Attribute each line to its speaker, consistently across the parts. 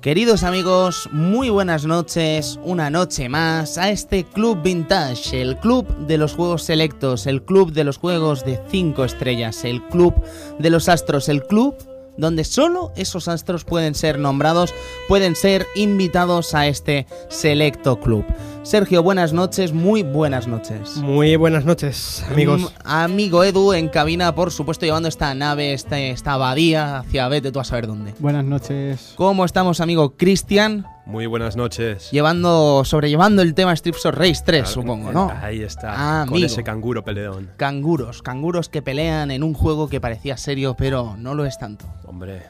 Speaker 1: Queridos amigos, muy buenas noches, una noche más a este Club Vintage, el club de los juegos selectos, el club de los juegos de 5 estrellas, el club de los astros, el club donde solo esos astros pueden ser nombrados, pueden ser invitados a este selecto club. Sergio, buenas noches, muy buenas noches.
Speaker 2: Muy buenas noches, amigos.
Speaker 1: Mm, Amigo Edu en cabina, por supuesto, llevando esta nave, esta, esta abadía hacia vete tú a saber dónde.
Speaker 3: Buenas noches.
Speaker 1: ¿Cómo estamos, amigo Cristian?
Speaker 4: Muy buenas noches.
Speaker 1: Llevando, sobrellevando el tema Strips of Race 3,
Speaker 4: Claro, eh,
Speaker 1: supongo, ¿no?
Speaker 4: Ahí está,
Speaker 1: Ah,
Speaker 4: con
Speaker 1: amigo.
Speaker 4: ese canguro peleón.
Speaker 1: Canguros, canguros que pelean en un juego que parecía serio, pero no lo es tanto.
Speaker 4: Hombre,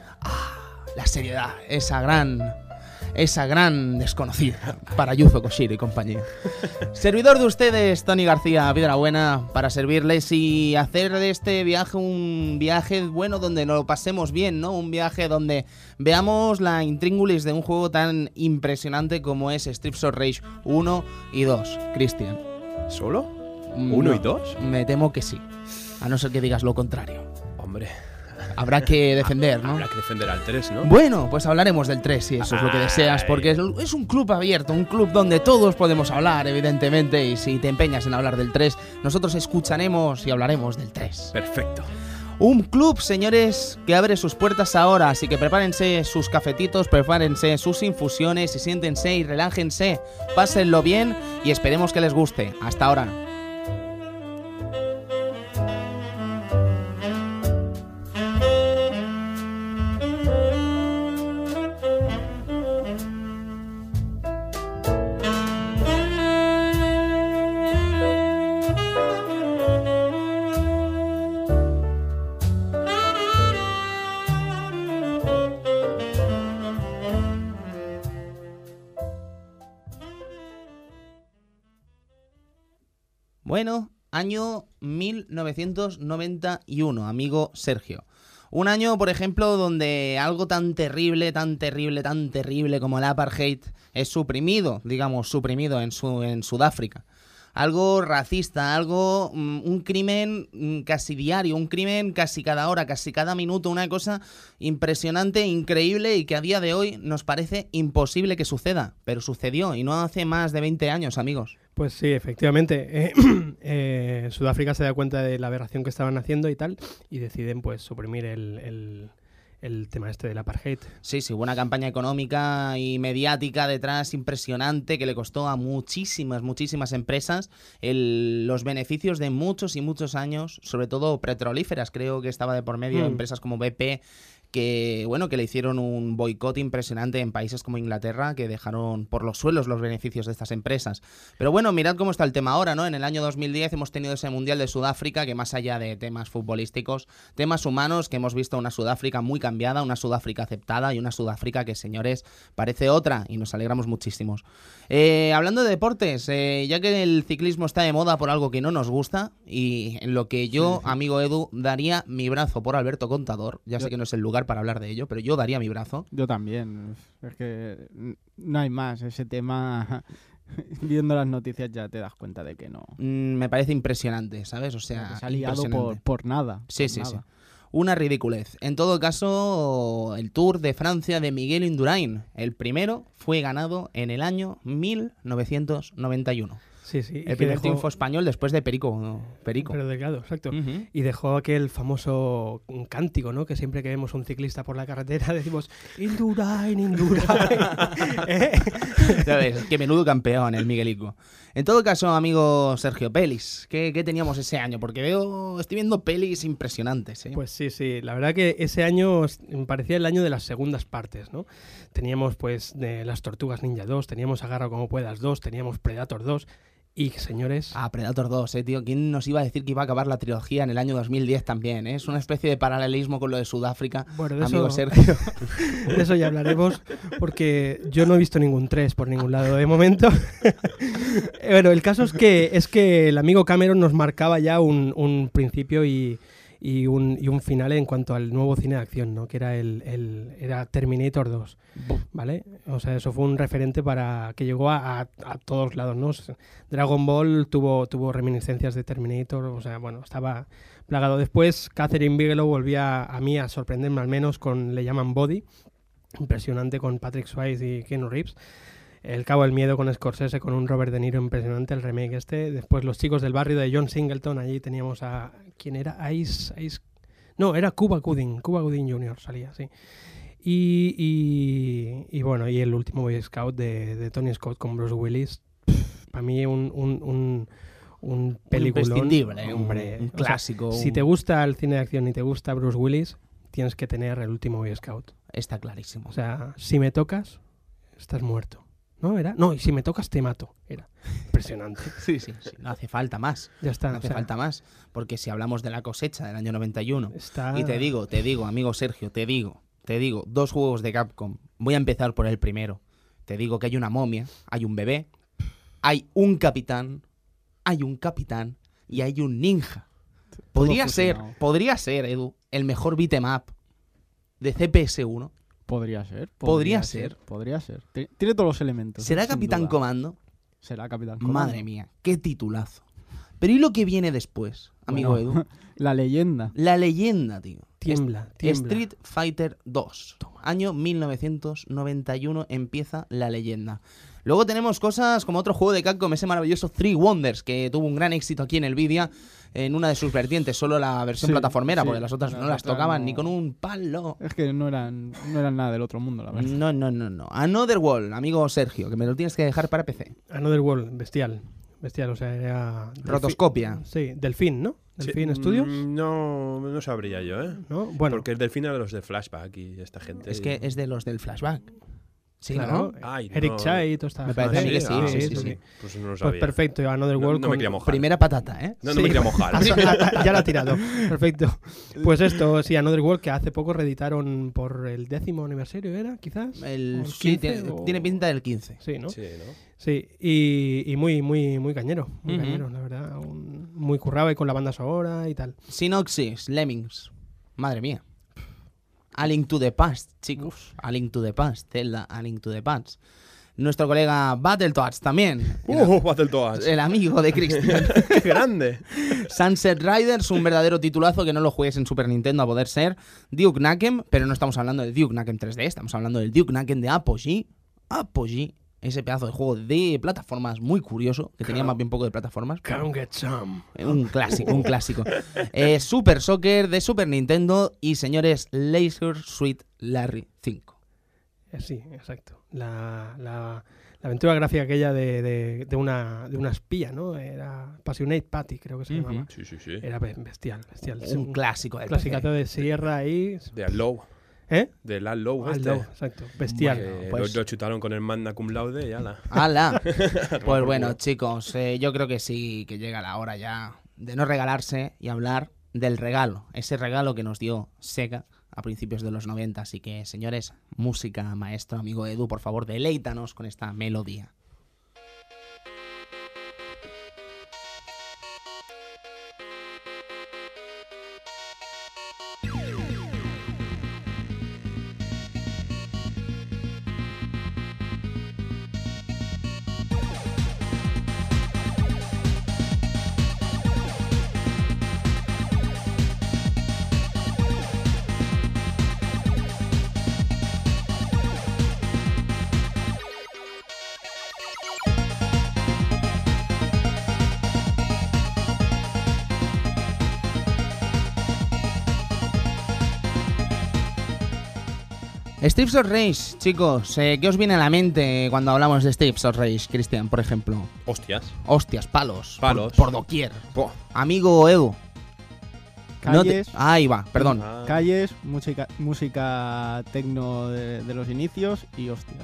Speaker 1: La seriedad, esa gran, esa gran desconocida para Yuzo Koshiro y compañía. Servidor de ustedes, Tony García, Piedra Buena, para servirles y hacer de este viaje un viaje bueno donde lo pasemos bien, ¿no? Un viaje donde veamos la intríngulis de un juego tan impresionante como es Strips of Rage 1 y 2. Cristian.
Speaker 4: ¿solo?
Speaker 1: Mm,
Speaker 4: ¿Uno
Speaker 1: no.
Speaker 4: y dos?
Speaker 1: Me temo que sí. A no ser que digas lo contrario.
Speaker 4: Hombre,
Speaker 1: Habrá que defender, ¿no?
Speaker 4: habrá que defender al 3, ¿no?
Speaker 1: Bueno, pues hablaremos del 3 si eso es lo que deseas,
Speaker 4: Ay.
Speaker 1: porque es es un club abierto, un club donde todos podemos hablar, evidentemente, y si te empeñas en hablar del 3, nosotros escucharemos y hablaremos del 3.
Speaker 4: Perfecto.
Speaker 1: Un club, señores, que abre sus puertas ahora, así que prepárense sus cafetitos, prepárense sus infusiones y siéntense y relájense, pásenlo bien y esperemos que les guste. Hasta ahora. Bueno, año 1991, amigo Sergio. Un año, por ejemplo, donde algo tan terrible, tan terrible, tan terrible como el apartheid es suprimido, digamos, suprimido en, su, en Sudáfrica. Algo racista, algo, mm, un crimen mm, casi diario, un crimen casi cada hora, casi cada minuto, una cosa impresionante, increíble y que a día de hoy nos parece imposible que suceda, pero sucedió y no hace más de 20 años, amigos.
Speaker 2: Pues sí, efectivamente. eh, eh, Sudáfrica se da cuenta de la aberración que estaban haciendo y tal, y deciden pues suprimir el, el- el tema este del apartheid.
Speaker 1: Sí, sí, hubo una campaña económica y mediática detrás impresionante que le costó a muchísimas, muchísimas empresas el- los beneficios de muchos y muchos años, sobre todo petrolíferas, creo que estaba de por medio,
Speaker 2: Mm.
Speaker 1: empresas como BP que bueno que le hicieron un boicot impresionante en países como Inglaterra que dejaron por los suelos los beneficios de estas empresas pero bueno mirad cómo está el tema ahora no en el año 2010 hemos tenido ese mundial de Sudáfrica que más allá de temas futbolísticos temas humanos que hemos visto una Sudáfrica muy cambiada, una Sudáfrica aceptada y una Sudáfrica que, señores, parece otra y nos alegramos muchísimos. Eh, hablando de deportes, eh, ya que el ciclismo está de moda por algo que no nos gusta y en lo que yo, amigo Edu, daría mi brazo por Alberto Contador, ya sé
Speaker 3: Yo-
Speaker 1: que no es el lugar para hablar de ello, pero yo daría mi brazo.
Speaker 3: Yo también. Es que n- no hay más. Ese tema, viendo las noticias ya te das cuenta de que no.
Speaker 1: Mm, me parece impresionante, ¿sabes? O sea,
Speaker 3: se ha liado
Speaker 1: impresionante.
Speaker 3: por, por nada.
Speaker 1: Sí,
Speaker 2: Pues
Speaker 3: por
Speaker 1: sí,
Speaker 3: nada.
Speaker 1: sí. Una ridiculez. En todo caso, el Tour de Francia de Miguel Indurain, el primero, fue ganado en el año 1991.
Speaker 2: Sí, sí. y que
Speaker 1: El primer
Speaker 2: dejó-
Speaker 1: triunfo español después de Perico. ¿no? Perico.
Speaker 2: Pero delgado, exacto.
Speaker 1: Ujú.
Speaker 2: Y dejó aquel famoso cántico, ¿no? Que siempre que vemos un ciclista por la carretera decimos, Indurain, Indurain. ¿Eh?
Speaker 1: ¿Sabes? Qué menudo campeón el Miguelico. En todo caso, amigo Sergio, pelis. ¿Qué, qué teníamos ese año? Porque veo, estoy viendo pelis impresionantes. ¿eh?
Speaker 2: Pues sí, sí. La verdad que ese año s- me parecía el año de las segundas partes, ¿no? Teníamos pues de Las Tortugas Ninja 2, teníamos Agarra como puedas 2, teníamos Predator 2 y señores,
Speaker 1: Ah, Predator 2, eh, tío. ¿Quién nos iba a decir que iba a acabar la trilogía en el año 2010 también? eh? Es una especie de paralelismo con lo de Sudáfrica,
Speaker 2: Bueno, de
Speaker 1: amigo
Speaker 2: eso-
Speaker 1: Sergio.
Speaker 2: de eso ya hablaremos porque yo no he visto ningún 3 por ningún lado de momento. Eh, bueno, el caso es que es que el amigo Cameron nos marcaba ya un, un principio y y un, y un final en cuanto al nuevo cine de acción, ¿no? Que era el, el era Terminator 2. ¿Vale? O sea, eso fue un referente para que llegó a, a- a todos lados, ¿no? O sea, Dragon Ball tuvo, tuvo reminiscencias de Terminator, o sea, bueno, estaba plagado. Después, Catherine Bigelow volvía a mí a sorprenderme al menos con Le llaman Body, impresionante con Patrick Swayze y Keanu Reeves. El Cabo del Miedo con Scorsese, con un Robert De Niro impresionante, el remake este. Después Los Chicos del Barrio de John Singleton, allí teníamos a... ¿Quién era? Ice... Ice... No, era Cuba Gooding, Cuba Gooding Jr. salía, sí. Y, y- y bueno, y el último Boy Scout de, de Tony Scott con Bruce Willis. Para mí un, un, un, un peliculón.
Speaker 1: imprescindible, un-
Speaker 2: hombre,
Speaker 1: un
Speaker 2: o sea,
Speaker 1: clásico,
Speaker 2: si
Speaker 1: un-
Speaker 2: te gusta el cine de acción y te gusta Bruce Willis, tienes que tener el último Boy Scout.
Speaker 1: Está clarísimo.
Speaker 2: O sea, si me tocas, estás muerto. ¿No era? No, y si me tocas, te mato. Era impresionante.
Speaker 1: Sí, sí, sí, No hace falta más.
Speaker 2: Ya está.
Speaker 1: No
Speaker 2: o
Speaker 1: hace
Speaker 2: sea,
Speaker 1: falta más. Porque si hablamos de la cosecha del año 91,
Speaker 2: Está...
Speaker 1: y te digo, te digo, amigo Sergio, te digo, te digo, dos juegos de Capcom. Voy a empezar por el primero. Te digo que hay una momia, hay un bebé, hay un capitán, hay un capitán y hay un ninja. Podría ser,
Speaker 3: fusionado.
Speaker 1: podría ser, Edu, el mejor beatemap de CPS1.
Speaker 3: Podría ser.
Speaker 1: Podría
Speaker 3: Podría ser. Ti- Tiene todos los elementos.
Speaker 1: ¿Será
Speaker 3: sin
Speaker 1: Capitán
Speaker 3: duda.
Speaker 1: Comando?
Speaker 3: Será Capitán Comando.
Speaker 1: Madre mía, qué titulazo. Pero ¿y lo que viene después, amigo
Speaker 3: Bueno,
Speaker 1: Edu?
Speaker 3: La leyenda.
Speaker 1: La leyenda, tío.
Speaker 2: Tiembla, tiembla.
Speaker 1: Street Fighter 2. Año 1991 empieza la leyenda. Luego tenemos cosas como otro juego de Capcom, ese maravilloso Three Wonders, que tuvo un gran éxito aquí en el Nvidia en una de sus vertientes, solo la versión
Speaker 3: Sí,
Speaker 1: plataformera,
Speaker 3: sí,
Speaker 1: porque las otras
Speaker 3: las
Speaker 1: no las
Speaker 3: otras
Speaker 1: tocaban
Speaker 3: no.
Speaker 1: ni con un palo.
Speaker 3: Es que no eran, no eran nada del otro mundo, la verdad.
Speaker 1: No, no, no, no. Another Wall, amigo Sergio, que me lo tienes que dejar para PC.
Speaker 2: Another World, bestial. Bestial, o sea, era...
Speaker 1: Rotoscopia.
Speaker 2: Sí, Delfín, ¿no? Delfín
Speaker 4: Sí.
Speaker 2: Studios,
Speaker 4: Mm, No, no sabría yo, ¿eh?
Speaker 2: ¿no? Bueno,
Speaker 4: Porque es del final de los de Flashback y esta gente.
Speaker 1: Es que es de los del flashback. Sí, ¿no?
Speaker 2: claro.
Speaker 4: Ay,
Speaker 2: Eric
Speaker 4: no.
Speaker 2: Chai y toda esta
Speaker 1: Me parece
Speaker 2: gente.
Speaker 1: a mí que sí,
Speaker 4: Ah,
Speaker 1: sí, sí, sí.
Speaker 4: Pues no lo
Speaker 2: Pues
Speaker 4: sabía.
Speaker 2: perfecto, Another
Speaker 4: No,
Speaker 2: World
Speaker 4: no me
Speaker 2: con-
Speaker 4: quería mojar.
Speaker 1: Primera patata, ¿eh?
Speaker 4: No, no me
Speaker 2: Sí.
Speaker 4: quería mojar.
Speaker 2: Ah, sí, ah, ya la ha tirado. Perfecto. Pues esto, sí, Another World que hace poco reeditaron por el décimo aniversario, ¿era? Quizás.
Speaker 1: El,
Speaker 2: ¿O el
Speaker 1: sí,
Speaker 2: 15
Speaker 1: tiene,
Speaker 2: o-
Speaker 1: tiene pinta del 15.
Speaker 2: Sí, ¿no? Sí.
Speaker 4: Sí, ¿no?
Speaker 2: Y, y muy, muy, muy cañero. Muy
Speaker 1: Ujú.
Speaker 2: cañero, la verdad. Un- muy currado y con la banda sonora y tal.
Speaker 1: Sinoxis, Lemmings. Madre mía. A Link to the Past, chicos. A Link to the Past, Zelda, A Link to the Past. Nuestro colega Battletoads también. El-
Speaker 4: ¡Uh, Battletoads!
Speaker 1: El amigo de Christian.
Speaker 4: ¡Qué grande!
Speaker 1: Sunset Riders, un verdadero titulazo que no lo juegues en Super Nintendo a poder ser. Duke Nukem, pero no estamos hablando de Duke Nukem 3D, estamos hablando del Duke Nukem de Apogee. Apogee, ese pedazo de juego de plataformas muy curioso, que tenía más bien poco de plataformas.
Speaker 2: Come get some.
Speaker 1: Eh, Un clásico, un clásico. Eh, Super Soccer de Super Nintendo y señores, Laser Suite Larry 5.
Speaker 2: Eh, Sí, exacto. La, la- la aventura gráfica aquella de, de- de una, de una espía, ¿no? Era Passionate Patty, creo que se
Speaker 1: Ujú.
Speaker 2: llamaba.
Speaker 4: Sí, sí, sí.
Speaker 2: Era be- bestial, bestial. Sí,
Speaker 1: Un eh, clásico del
Speaker 2: clasicazo
Speaker 1: PC.
Speaker 2: de Sierra ahí.
Speaker 4: De Allow.
Speaker 2: ¿Eh?
Speaker 4: De la Low. este.
Speaker 2: Aldo, exacto. Bestial.
Speaker 1: Bueno,
Speaker 4: Que
Speaker 1: pues-
Speaker 4: lo, lo chutaron con el Magna Cum Laude y ala.
Speaker 1: ¡Hala! Pues bueno, chicos, eh, yo creo que sí que llega la hora ya de no regalarse y hablar del regalo. Ese regalo que nos dio Sega a principios de los 90. Así que, señores, música, maestro, amigo Edu, por favor, deleítanos con esta melodía. Strips of Rage, chicos, eh, ¿qué os viene a la mente cuando hablamos de Strips of Rage, Cristian, por ejemplo?
Speaker 4: Hostias.
Speaker 1: Hostias, palos. por-
Speaker 4: Palos.
Speaker 1: Por, doquier. Amigo Edu. Mm, no te-
Speaker 3: Calles,
Speaker 1: Ahí va, perdón.
Speaker 4: Ah,
Speaker 3: calles música, música tecno de, de los inicios y hostias.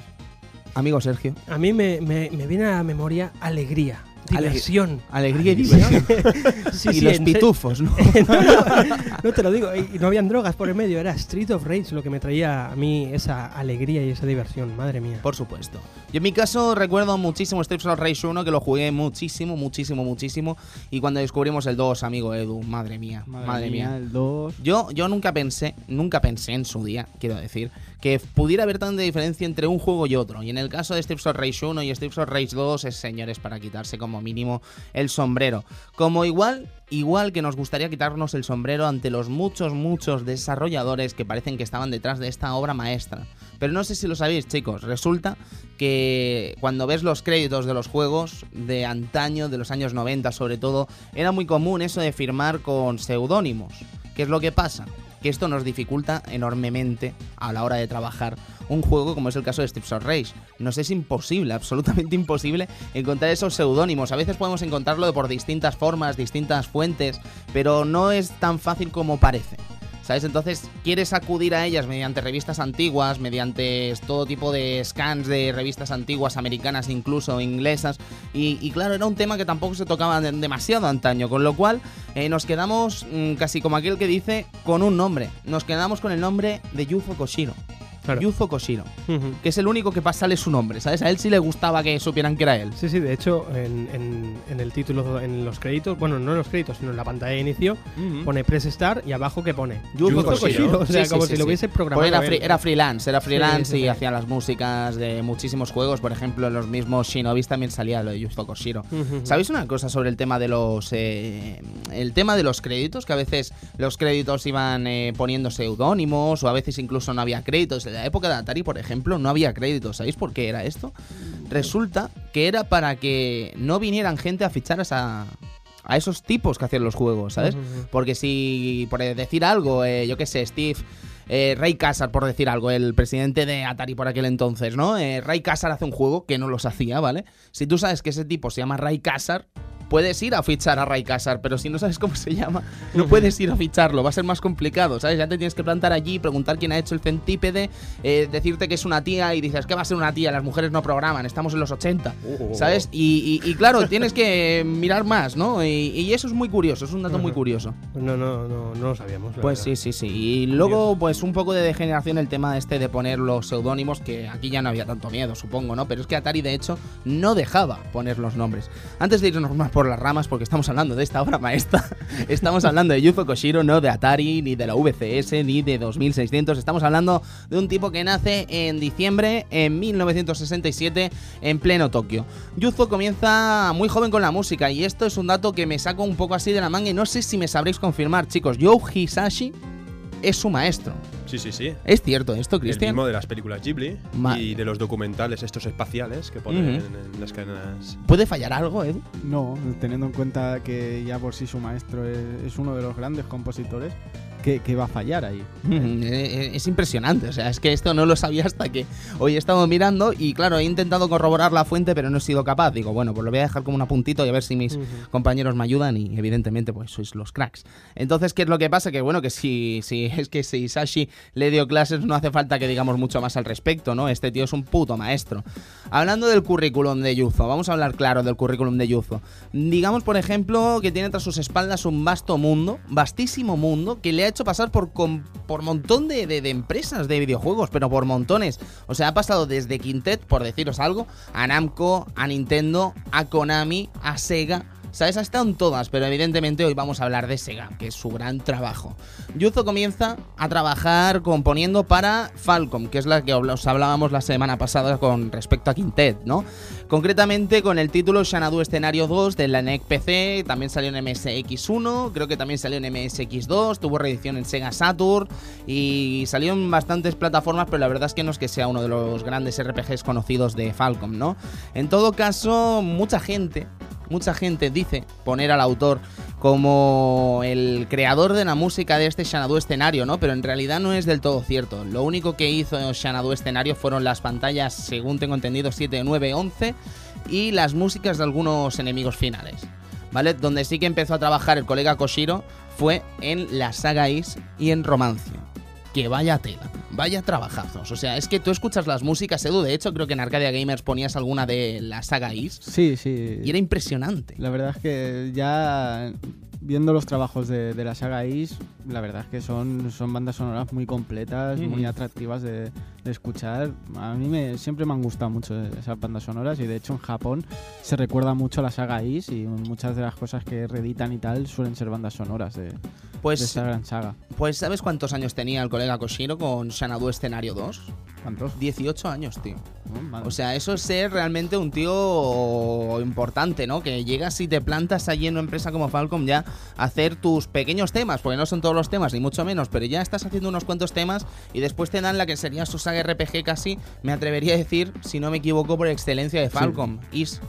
Speaker 1: Amigo Sergio.
Speaker 2: A mí me, me- me viene a la memoria alegría,
Speaker 1: Alegría.
Speaker 2: diversión.
Speaker 1: Alegría y diversión.
Speaker 2: Sí,
Speaker 1: y
Speaker 2: sí,
Speaker 1: los
Speaker 2: en se-
Speaker 1: pitufos, ¿no?
Speaker 2: no, no, no te lo digo. Y no habían drogas por el medio. Era Street of Rage lo que me traía a mí esa alegría y esa diversión. Madre mía.
Speaker 1: Por supuesto. Yo en mi caso recuerdo muchísimo Strips of Rage 1, que lo jugué muchísimo, muchísimo, muchísimo. Y cuando descubrimos el 2, amigo Edu, madre mía, madre, mía.
Speaker 3: El 2.
Speaker 1: Yo, yo nunca pensé, nunca pensé en su día, quiero decir, que pudiera haber tanta diferencia entre un juego y otro. Y en el caso de Strips of Rage 1 y Strips of Rage 2, es señores para quitarse como como mínimo el sombrero. Como igual, igual que nos gustaría quitarnos el sombrero ante los muchos, muchos desarrolladores que parecen que estaban detrás de esta obra maestra. Pero no sé si lo sabéis, chicos. Resulta que cuando ves los créditos de los juegos de antaño, de los años 90 sobre todo, era muy común eso de firmar con seudónimos. ¿Qué es lo que pasa? Que esto nos dificulta enormemente a la hora de trabajar un juego como es el caso de Strips of Rage. Nos es imposible, absolutamente imposible, encontrar esos seudónimos. A veces podemos encontrarlo por distintas formas, distintas fuentes, pero no es tan fácil como parece. ¿Sabes? Entonces, quieres acudir a ellas mediante revistas antiguas, mediante todo tipo de scans de revistas antiguas, americanas incluso, inglesas. Y, y claro, era un tema que tampoco se tocaba de- demasiado antaño, con lo cual eh, nos quedamos mm, casi como aquel que dice con un nombre. Nos quedamos con el nombre de Yufo Koshiro.
Speaker 2: Claro.
Speaker 1: Yufo Koshiro,
Speaker 2: Ujú.
Speaker 1: que es el único que pasa sale su nombre, ¿sabes? A él sí le gustaba que supieran que era él.
Speaker 2: Sí, sí, de hecho, en, en- en el título, en los créditos, bueno, no en los créditos, sino en la pantalla de inicio, pone Press Start y abajo que pone
Speaker 1: Yuzo
Speaker 2: Yuzo
Speaker 1: Koshiro.
Speaker 2: Koshiro. O sea,
Speaker 1: Sí, sí,
Speaker 2: como
Speaker 1: sí,
Speaker 2: si lo
Speaker 1: sí.
Speaker 2: hubiese
Speaker 1: Porque
Speaker 2: programado.
Speaker 1: era,
Speaker 2: él.
Speaker 1: free- era freelance, era freelance
Speaker 2: Sí, sí,
Speaker 1: y
Speaker 2: sí.
Speaker 1: hacía las músicas de muchísimos juegos. Por ejemplo, en los mismos Shinobis también salía lo de Yuzo Koshiro.
Speaker 2: Ujú, ujú.
Speaker 1: ¿Sabéis una cosa sobre el tema de los eh, el tema de los créditos? Que a veces los créditos iban eh, poniendo seudónimos o a veces incluso no había créditos. En la época de Atari, por ejemplo, no había créditos. ¿Sabéis por qué era esto? Resulta que era para que no vinieran gente a fichar a, esa- a esos tipos que hacían los juegos, ¿sabes?
Speaker 2: Ujú.
Speaker 1: Porque si, por decir algo, eh, yo qué sé, Steve, eh, Ray Kassar, por decir algo, el presidente de Atari por aquel entonces, ¿no? Eh, Ray Kassar hace un juego que no los hacía, ¿vale? Si tú sabes que ese tipo se llama Ray Kassar, puedes ir a fichar a Ray Kassar, pero si no sabes cómo se llama, no puedes ir a ficharlo, va a ser más complicado, ¿sabes? Ya te tienes que plantar allí, preguntar quién ha hecho el centípede, eh, decirte que es una tía y dices, ¿qué va a ser una tía? Las mujeres no programan, estamos en los 80. ¿Sabes? Y, y- y claro, tienes que mirar más, ¿no? Y, y eso es muy curioso, es un dato muy
Speaker 2: Ajá.
Speaker 1: curioso.
Speaker 2: No, no, no, no lo sabíamos. la
Speaker 1: Pues
Speaker 2: verdad.
Speaker 1: sí, sí, sí. Y luego, pues un poco de degeneración el tema este de poner los seudónimos, que aquí ya no había tanto miedo, supongo, ¿no? Pero es que Atari, de hecho, no dejaba poner los nombres. Antes de irnos más por las ramas, porque estamos hablando de esta obra maestra, estamos hablando de Yuzo Koshiro, no de Atari, ni de la VCS, ni de 2600. Estamos hablando de un tipo que nace en diciembre en 1967 en pleno Tokio. Yuzo comienza muy joven con la música y esto es un dato que me saco un poco así de la manga y no sé si me sabréis confirmar, chicos. Yo Hisashi es su maestro.
Speaker 4: Sí, sí, sí.
Speaker 1: ¿Es cierto esto,
Speaker 4: El
Speaker 1: Cristian?
Speaker 4: mismo de las películas Ghibli
Speaker 1: Ma-
Speaker 4: y de los documentales estos espaciales que ponen
Speaker 1: Ujú.
Speaker 4: en, en las cadenas.
Speaker 1: ¿Puede fallar algo, Edu?
Speaker 3: No, teniendo en cuenta que ya por sí su maestro es, es uno de los grandes compositores, que, que va a fallar ahí.
Speaker 1: Mm, eh, eh, Es impresionante, o sea, es que esto no lo sabía hasta que hoy he estado mirando y claro, he intentado corroborar la fuente pero no he sido capaz. Digo, bueno, pues lo voy a dejar como un apuntito y a ver si mis
Speaker 2: Ujú.
Speaker 1: compañeros me ayudan y evidentemente pues sois los cracks. Entonces, ¿qué es lo que pasa? Que bueno, que si, si es que si Sashi le dio clases no hace falta que digamos mucho más al respecto, ¿no? Este tío es un puto maestro. Hablando del currículum de Yuzo, vamos a hablar claro del currículum de Yuzo. Digamos, por ejemplo, que tiene tras sus espaldas un vasto mundo, vastísimo mundo, que le ha hecho pasar por, com- por montón de, de- de empresas de videojuegos, pero por montones. O sea, ha pasado desde Quintet, por deciros algo, a Namco, a Nintendo, a Konami, a Sega. ¿Sabes? Ha estado en todas, pero evidentemente hoy vamos a hablar de Sega, que es su gran trabajo. Yuzo comienza a trabajar componiendo para Falcom, que es la que habl- os hablábamos la semana pasada con respecto a Quintet, ¿no? Concretamente con el título Xanadu Escenario 2 de la E NEC PC, también salió en MSX1, creo que también salió en MSX2, tuvo reedición en Sega Saturn y salió en bastantes plataformas, pero la verdad es que no es que sea uno de los grandes RPGs conocidos de Falcom, ¿no? En todo caso, mucha gente, mucha gente dice poner al autor como el creador de la música de este Xanadu escenario, ¿no? Pero en realidad no es del todo cierto. Lo único que hizo Xanadu escenario fueron las pantallas, según tengo entendido, 7, 9, 11 y las músicas de algunos enemigos finales. ¿Vale? Donde sí que empezó a trabajar el colega Koshiro fue en la saga Is y en Romancio que vaya tela, vaya trabajazos. O sea, es que tú escuchas las músicas, Edu. De hecho, creo que en Arcadia Gamers ponías alguna de la saga Is.
Speaker 3: Sí, sí.
Speaker 1: Y era impresionante.
Speaker 3: La verdad es que ya viendo los trabajos de, de la saga Is, la verdad es que son, son bandas sonoras muy completas, muy
Speaker 1: Ujú.
Speaker 3: atractivas de, de escuchar. A mí me, siempre me han gustado mucho esas bandas sonoras y de hecho en Japón se recuerda mucho a la saga Is y muchas de las cosas que reeditan y tal suelen ser bandas sonoras de, de
Speaker 1: Pues-
Speaker 3: de esta gran saga.
Speaker 1: Pues ¿sabes cuántos años tenía el colega Koshiro con Xanadu Escenario 2?
Speaker 3: ¿Cuántos?
Speaker 1: 18 años, tío.
Speaker 3: ¿No? Madre-
Speaker 1: O sea, eso es ser realmente un tío importante, ¿no? Que llegas y te plantas allí en una empresa como Falcom ya a hacer tus pequeños temas, porque no son todos los temas, ni mucho menos, pero ya estás haciendo unos cuantos temas y después te dan la que sería su saga RPG casi, me atrevería a decir, si no me equivoco, por excelencia de Falcom, Is.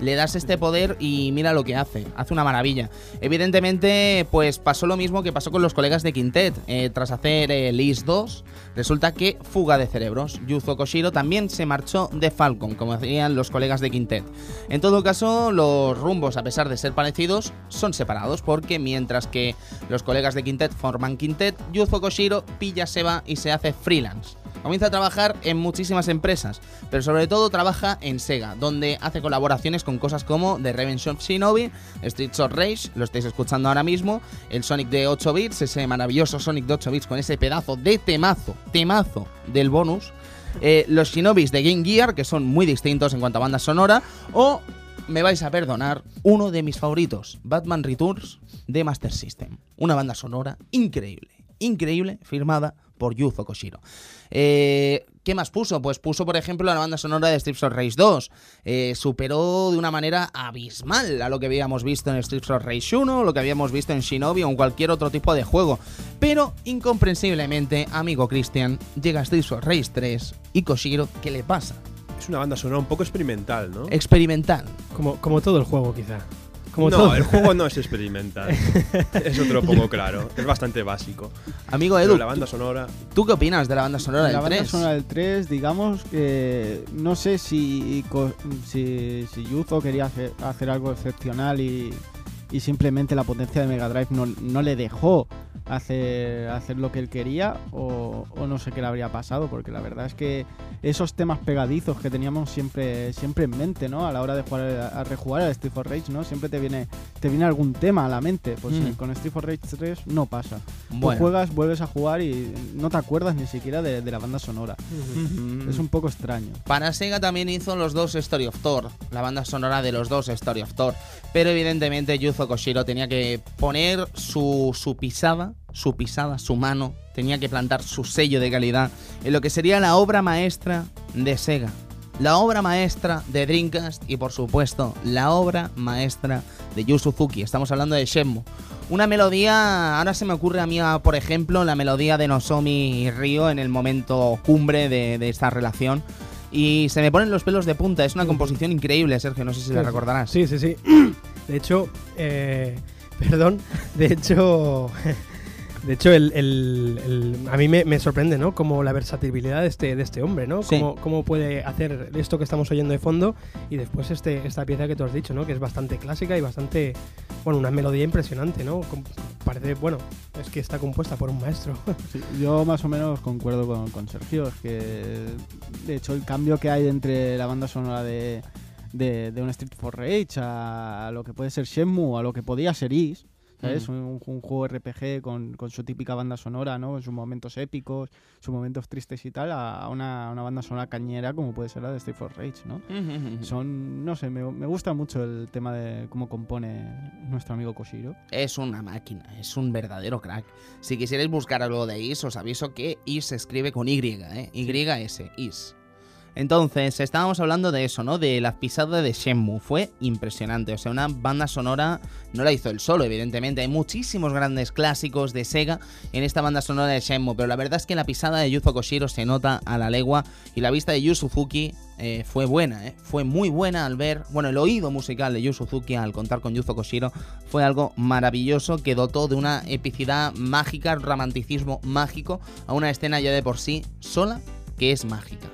Speaker 1: Le das este poder y mira lo que hace, hace una maravilla. Evidentemente, pues pasó lo mismo que pasó con los colegas de Quintet. Eh, tras hacer el Is 2, resulta que fuga de cerebros. Yuzo Koshiro también se marchó de Falcom, como hacían los colegas de Quintet. En todo caso, los rumbos, a pesar de ser parecidos, son separados, porque mientras que los colegas de Quintet forman Quintet, Yuzo Koshiro pilla, se va y se hace freelance. Comienza a trabajar en muchísimas empresas, pero sobre todo trabaja en Sega, donde hace colaboraciones con cosas como The Revenge of Shinobi, Streets of Rage, lo estáis escuchando ahora mismo, el Sonic de 8 bits, ese maravilloso Sonic de 8 bits con ese pedazo de temazo, temazo del bonus, eh, los Shinobis de Game Gear, que son muy distintos en cuanto a banda sonora, o, me vais a perdonar, uno de mis favoritos, Batman Returns de Master System. Una banda sonora increíble, increíble, firmada por Yuzo Koshiro. Eh, ¿Qué más puso? Pues puso, por ejemplo, la banda sonora de Strips of Rage 2. Eh, superó de una manera abismal a lo que habíamos visto en Strips of Rage 1, lo que habíamos visto en Shinobi o en cualquier otro tipo de juego. Pero, incomprensiblemente, amigo Christian, llega Strips of Rage 3 y Koshiro, ¿qué le pasa?
Speaker 4: Es una banda sonora un poco experimental, ¿no?
Speaker 1: Experimental.
Speaker 2: Como, como todo el juego, quizá. Como
Speaker 4: no,
Speaker 2: todo.
Speaker 4: el juego no es experimental. Eso te lo pongo claro. Es bastante básico.
Speaker 1: Amigo
Speaker 4: Pero
Speaker 1: Edu,
Speaker 4: la banda sonora.
Speaker 1: ¿tú qué opinas de la banda sonora del
Speaker 3: la banda
Speaker 1: 3?
Speaker 3: sonora del 3, digamos que no sé si, co- si, si Yuzo quería hacer, hacer algo excepcional y, y simplemente la potencia de Mega Drive no, no le dejó hacer, hacer lo que él quería o, o no sé qué le habría pasado, porque la verdad es que esos temas pegadizos que teníamos siempre, siempre en mente, ¿no? A la hora de jugar a, a rejugar al Street for Rage, ¿no? Siempre te viene, te viene algún tema a la mente, pues
Speaker 1: Mm.
Speaker 3: eh, con Street for Rage 3 no pasa. Tú
Speaker 1: Bueno.
Speaker 3: juegas, vuelves a jugar y no te acuerdas ni siquiera de, de la banda sonora.
Speaker 1: Mm.
Speaker 3: Es un poco extraño.
Speaker 1: Para Sega también hizo los dos Story of Thor, la banda sonora de los dos Story of Thor. Pero evidentemente Yuzo Koshiro tenía que poner su, su pisada, su pisada, su mano, tenía que plantar su sello de calidad en lo que sería la obra maestra de Sega. La obra maestra de Dreamcast y por supuesto la obra maestra de Yu Suzuki. Estamos hablando de Shenmue. Una melodía, ahora se me ocurre a mí, ah, por ejemplo, la melodía de Nozomi y Ryo en el momento cumbre de- de esta relación. Y se me ponen los pelos de punta. Es una composición increíble, Sergio. No sé si la
Speaker 2: Sí,
Speaker 1: recordarás.
Speaker 2: Sí, sí, sí. De hecho, eh, perdón, de hecho, de hecho, el, el- el- a mí me, me sorprende, ¿no? Como la versatilidad de este, de este hombre, ¿no?
Speaker 1: Sí.
Speaker 2: Cómo, cómo puede hacer esto que estamos oyendo de fondo y después este, esta pieza que tú has dicho, ¿no? Que es bastante clásica y bastante, bueno, una melodía impresionante, ¿no? Com- Parece, bueno, es que está compuesta por un maestro.
Speaker 3: Sí, yo más o menos concuerdo con, con Sergio. Es que, de hecho, el cambio que hay entre la banda sonora de, de, de un Street for Rage a, lo que puede ser Shenmue, a lo que podía ser Is, ¿sabes?
Speaker 1: Mm.
Speaker 3: Un, un juego RPG con, con su típica banda sonora, ¿no? En sus momentos épicos, sus momentos tristes y tal, a, a una, a una banda sonora cañera como puede ser la de Street for Rage, ¿no?
Speaker 1: Mm.
Speaker 3: Son, no sé, me, me gusta mucho el tema de cómo compone nuestro amigo Koshiro.
Speaker 1: Es una máquina, es un verdadero crack. Si quisierais buscar algo de Is, os aviso que Is se escribe con Y, ¿eh? YS, Is. Entonces, estábamos hablando de eso, ¿no? De la pisada de Shenmue. Fue impresionante. O sea, una banda sonora no la hizo él solo, evidentemente. Hay muchísimos grandes clásicos de Sega en esta banda sonora de Shenmue. Pero la verdad es que la pisada de Yuzo Koshiro se nota a la legua. Y la vista de Yu Suzuki eh, fue buena, ¿eh? Fue muy buena al ver. Bueno, el oído musical de Yu Suzuki al contar con Yuzo Koshiro fue algo maravilloso que dotó de una epicidad mágica, romanticismo mágico a una escena ya de por sí sola que es mágica.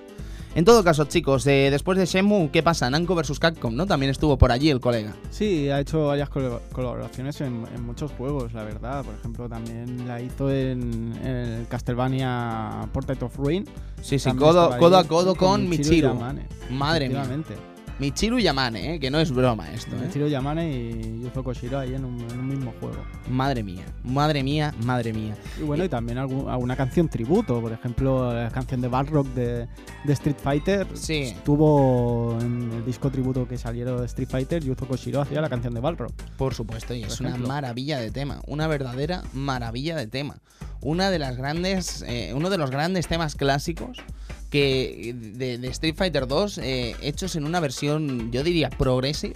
Speaker 1: En todo caso, chicos, eh, después de Shenmue, ¿qué pasa? Namco vs. Capcom, ¿no? También estuvo por allí el colega.
Speaker 3: Sí, ha hecho varias colo- colaboraciones en, en muchos juegos, la verdad. Por ejemplo, también la hizo en, en el Castlevania Portrait of Ruin.
Speaker 1: Sí, sí,
Speaker 3: También
Speaker 1: codo,
Speaker 3: estaba ahí
Speaker 1: codo a codo con
Speaker 3: Michiru
Speaker 1: Michiru.
Speaker 3: Yamane,
Speaker 1: Madre mía.
Speaker 3: efectivamente.
Speaker 1: Michiru Yamane, ¿eh? que no es broma esto. ¿eh?
Speaker 3: Tiro Yamane y Yuzo Koshiro ahí en un, en un mismo juego.
Speaker 1: Madre mía, madre mía, madre mía.
Speaker 3: Y bueno, y también algún- alguna canción tributo, por ejemplo, la canción de Balrog de, de Street Fighter.
Speaker 1: Sí.
Speaker 3: Estuvo en el disco tributo que salieron de Street Fighter, Yuzo Koshiro hacía la canción de Balrog.
Speaker 1: Por supuesto, y
Speaker 3: Por
Speaker 1: es una
Speaker 3: ejemplo.
Speaker 1: maravilla de tema, una verdadera maravilla de tema. Una de las grandes, eh, uno de los grandes temas clásicos que de, de Street Fighter 2 hechos en una versión, yo diría, progressive.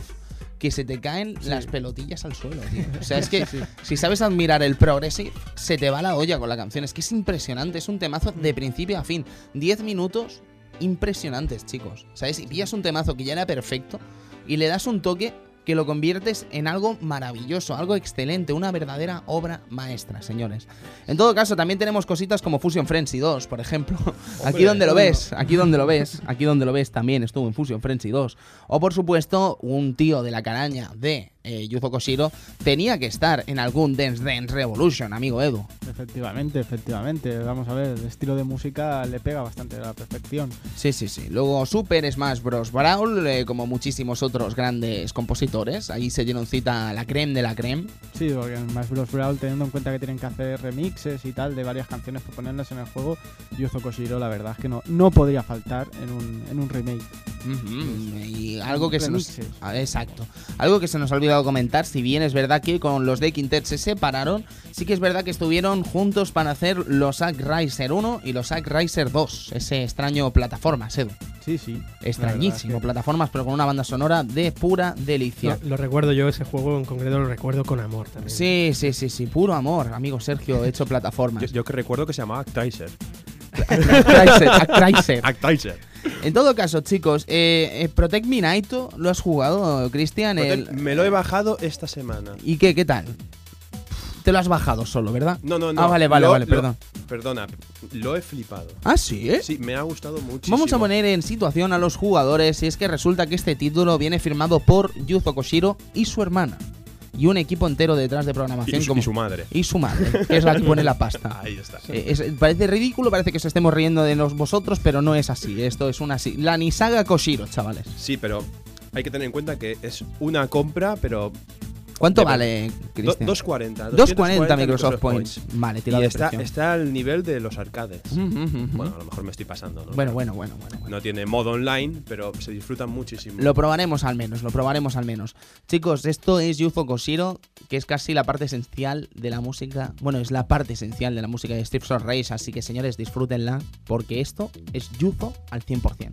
Speaker 1: Que se te caen las pelotillas al suelo, tío. O sea, es que si sabes admirar el progressive, se te va la olla con la canción. Es que es impresionante, es un temazo de principio a fin. 10 minutos impresionantes, chicos. ¿Sabes? Y pillas un temazo que ya era perfecto y le das un toque que lo conviertes en algo maravilloso, algo excelente, una verdadera obra maestra, señores. En todo caso, también tenemos cositas como Fusion Frenzy 2, por ejemplo. aquí donde lo
Speaker 4: bueno.
Speaker 1: ves, aquí donde lo ves, aquí donde lo ves también estuvo en Fusion Frenzy 2. O por supuesto, un tío de la caraña de eh, Yuzo Koshiro tenía que estar en algún Dance Dance Revolution, amigo Edu.
Speaker 3: Efectivamente, efectivamente. Vamos a ver, el estilo de música le pega bastante a la perfección.
Speaker 1: Sí, sí, sí. Luego Super Smash Bros. Brawl, eh, como muchísimos otros grandes compositores. Ahí se dieron cita a la creme de la creme.
Speaker 3: Sí, porque en Smash Bros. Brawl, teniendo en cuenta que tienen que hacer remixes y tal de varias canciones para ponerlas en el juego, Yuzo Koshiro, la verdad es que no, no podría faltar en un, en un remake.
Speaker 1: Ujú, Y algo que se nos...
Speaker 3: Remixes.
Speaker 1: ah, Exacto. Algo que se nos ha olvidado comentar, si bien es verdad que con los de Quintet se separaron, sí que es verdad que estuvieron juntos para hacer los Zack Riser 1 y los Zack Riser 2. Ese extraño plataformas, Edu.
Speaker 3: Sí, sí.
Speaker 1: Extrañísimo.
Speaker 3: La verdad
Speaker 1: Plataformas, pero con una banda sonora de pura delicia.
Speaker 2: Lo, lo recuerdo yo, ese juego en concreto lo recuerdo con amor también.
Speaker 1: Sí, sí, sí, sí. Puro amor, amigo Sergio, hecho plataformas.
Speaker 4: mm, Yo, yo que recuerdo que se llamaba Actraiser.
Speaker 1: Actraiser, Actraiser.
Speaker 4: Actraiser.
Speaker 1: En todo caso, chicos, eh, eh, Protect Me Naito, ¿lo has jugado, Cristian? El-
Speaker 4: Me lo he bajado esta semana.
Speaker 1: ¿Y qué, qué tal? Te lo has bajado solo, ¿verdad?
Speaker 4: No, no, no.
Speaker 1: Ah, vale, vale,
Speaker 4: Lo-
Speaker 1: vale,
Speaker 4: lo-
Speaker 1: perdón.
Speaker 4: Perdona, lo he flipado.
Speaker 1: Ah, sí, ¿eh?
Speaker 4: Sí, me ha gustado mucho.
Speaker 1: Vamos a poner en situación a los jugadores y es que resulta que este título viene firmado por Yuzo Koshiro y su hermana. Y un equipo entero detrás de
Speaker 4: Y,
Speaker 1: programación
Speaker 4: su-
Speaker 1: como...
Speaker 4: y su madre.
Speaker 1: y su madre, que es la que pone la pasta.
Speaker 4: Ahí está.
Speaker 1: Eh, es- parece ridículo, parece que os estemos riendo de nos- vosotros, pero no es así. Esto es una... si- La Nisaga Koshiro, chavales.
Speaker 4: Sí, pero hay que tener en cuenta que es una compra, pero
Speaker 1: ¿Cuánto
Speaker 4: De-
Speaker 1: vale,
Speaker 4: do-
Speaker 1: Cristian?
Speaker 4: 240.
Speaker 1: 240 Microsoft Points. Vale, tira
Speaker 4: Y
Speaker 1: de
Speaker 4: está,
Speaker 1: precio.
Speaker 4: está al nivel de los arcades.
Speaker 1: Ujú, ujú, ujú.
Speaker 4: Bueno, a lo mejor me estoy pasando, ¿no?
Speaker 1: Bueno, bueno, bueno, bueno. bueno.
Speaker 4: No tiene modo online, pero se disfrutan muchísimo.
Speaker 1: Lo probaremos al menos, lo probaremos al menos. Chicos, esto es Yuzo Koshiro, que es casi la parte esencial de la música. Bueno, es la parte esencial de la música de Steve Race, así que señores, disfrútenla, porque esto es Yuzo al 100%.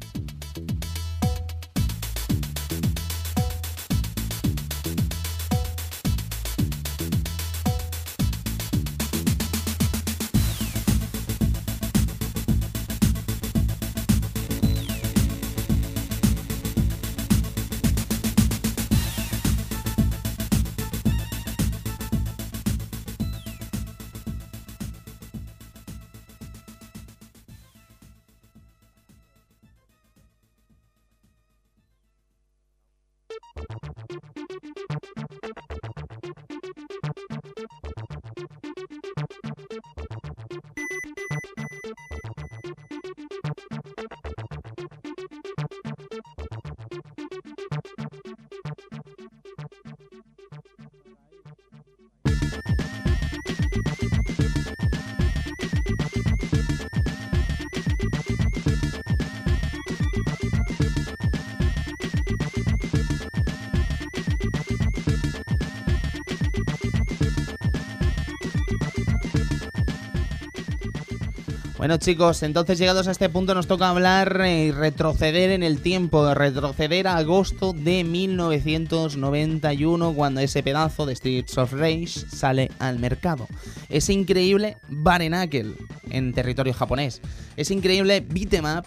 Speaker 1: Bueno chicos, entonces llegados a este punto nos toca hablar eh, y retroceder en el tiempo, retroceder a agosto de 1991 cuando ese pedazo de Streets of Rage sale al mercado. Ese increíble Barenakel en territorio japonés. Ese increíble beat'em up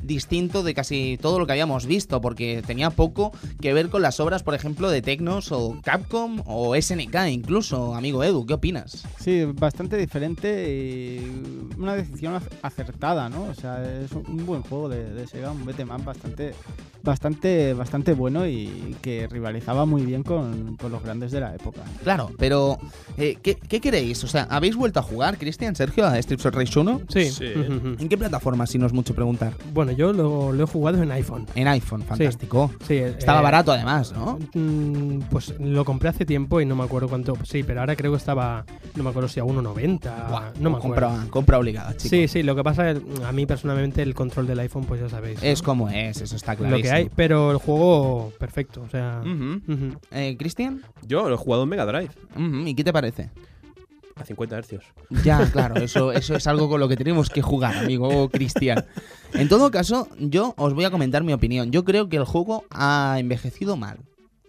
Speaker 1: distinto de casi todo lo que habíamos visto porque tenía poco que ver con las obras por ejemplo de Tecnos o Capcom o SNK incluso amigo Edu ¿qué opinas?
Speaker 3: Sí, bastante diferente y una decisión ac- acertada, ¿no? O sea, es un- un buen juego de, de Sega, un beat'em up bastante, bastante, bastante bueno y que rivalizaba muy bien con, con los grandes de la época.
Speaker 1: Claro, pero eh, ¿qué, qué queréis? O sea, ¿habéis vuelto a jugar, Cristian, Sergio, a Strips of Rage 1?
Speaker 2: Sí.
Speaker 4: Sí.
Speaker 2: Ujú, ujú.
Speaker 1: ¿En qué plataforma, si no es mucho preguntar?
Speaker 2: Bueno, Bueno, yo lo, lo he jugado en iPhone.
Speaker 1: En iPhone, fantástico.
Speaker 2: Sí,
Speaker 1: Estaba
Speaker 2: eh,
Speaker 1: barato además, ¿no?
Speaker 2: mm, Pues lo compré hace tiempo y no me acuerdo cuánto. Sí, pero ahora creo que estaba. No me acuerdo si a 1.90.
Speaker 1: Buah,
Speaker 2: no me acuerdo.
Speaker 1: compra, compra obligada, chicos.
Speaker 2: Sí, sí, lo que pasa es a mí personalmente el control del iPhone, pues ya sabéis. ¿no?
Speaker 1: Es como es, eso está claro.
Speaker 2: lo que hay, pero el juego perfecto, o sea.
Speaker 1: Mm.
Speaker 4: Ujú.
Speaker 2: ujú.
Speaker 1: Eh, ¿Cristian?
Speaker 4: Yo lo he jugado en Mega Drive
Speaker 1: Ujú, ¿Y qué te parece?
Speaker 4: a 50 hercios.
Speaker 1: Ya, claro, eso, eso es algo con lo que tenemos que jugar, amigo Cristian. En todo caso, yo os voy a comentar mi opinión. Yo creo que el juego ha envejecido mal.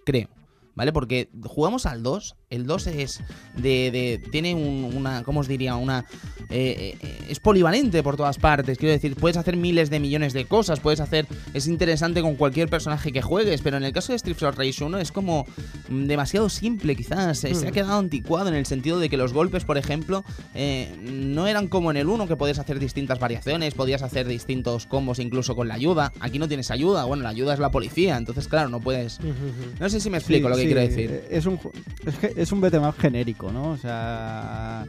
Speaker 1: Creo. ¿Vale? Porque jugamos al 2. El 2 es de. de- tiene un- una. ¿Cómo os diría? Una. eh, eh, es polivalente por todas partes. Quiero decir, puedes hacer miles de millones de cosas. Puedes hacer. Es interesante con cualquier personaje que juegues. Pero en el caso de Street of Rage 1 es como mm, demasiado simple, quizás. eh, Se ha
Speaker 2: Mm.
Speaker 1: quedado anticuado en el sentido de que los golpes, por ejemplo, eh, no eran como en el 1, que podías hacer distintas variaciones, podías hacer distintos combos incluso con la ayuda. Aquí no tienes ayuda. Bueno, la ayuda es la policía. Entonces, claro, no puedes.
Speaker 2: Ujú, ujú.
Speaker 1: No sé si me explico
Speaker 3: Sí,
Speaker 1: lo que
Speaker 3: sí,
Speaker 1: quiero decir.
Speaker 3: eh, Es un, ju- es, ge- es un beat'em up genérico, ¿no? O sea,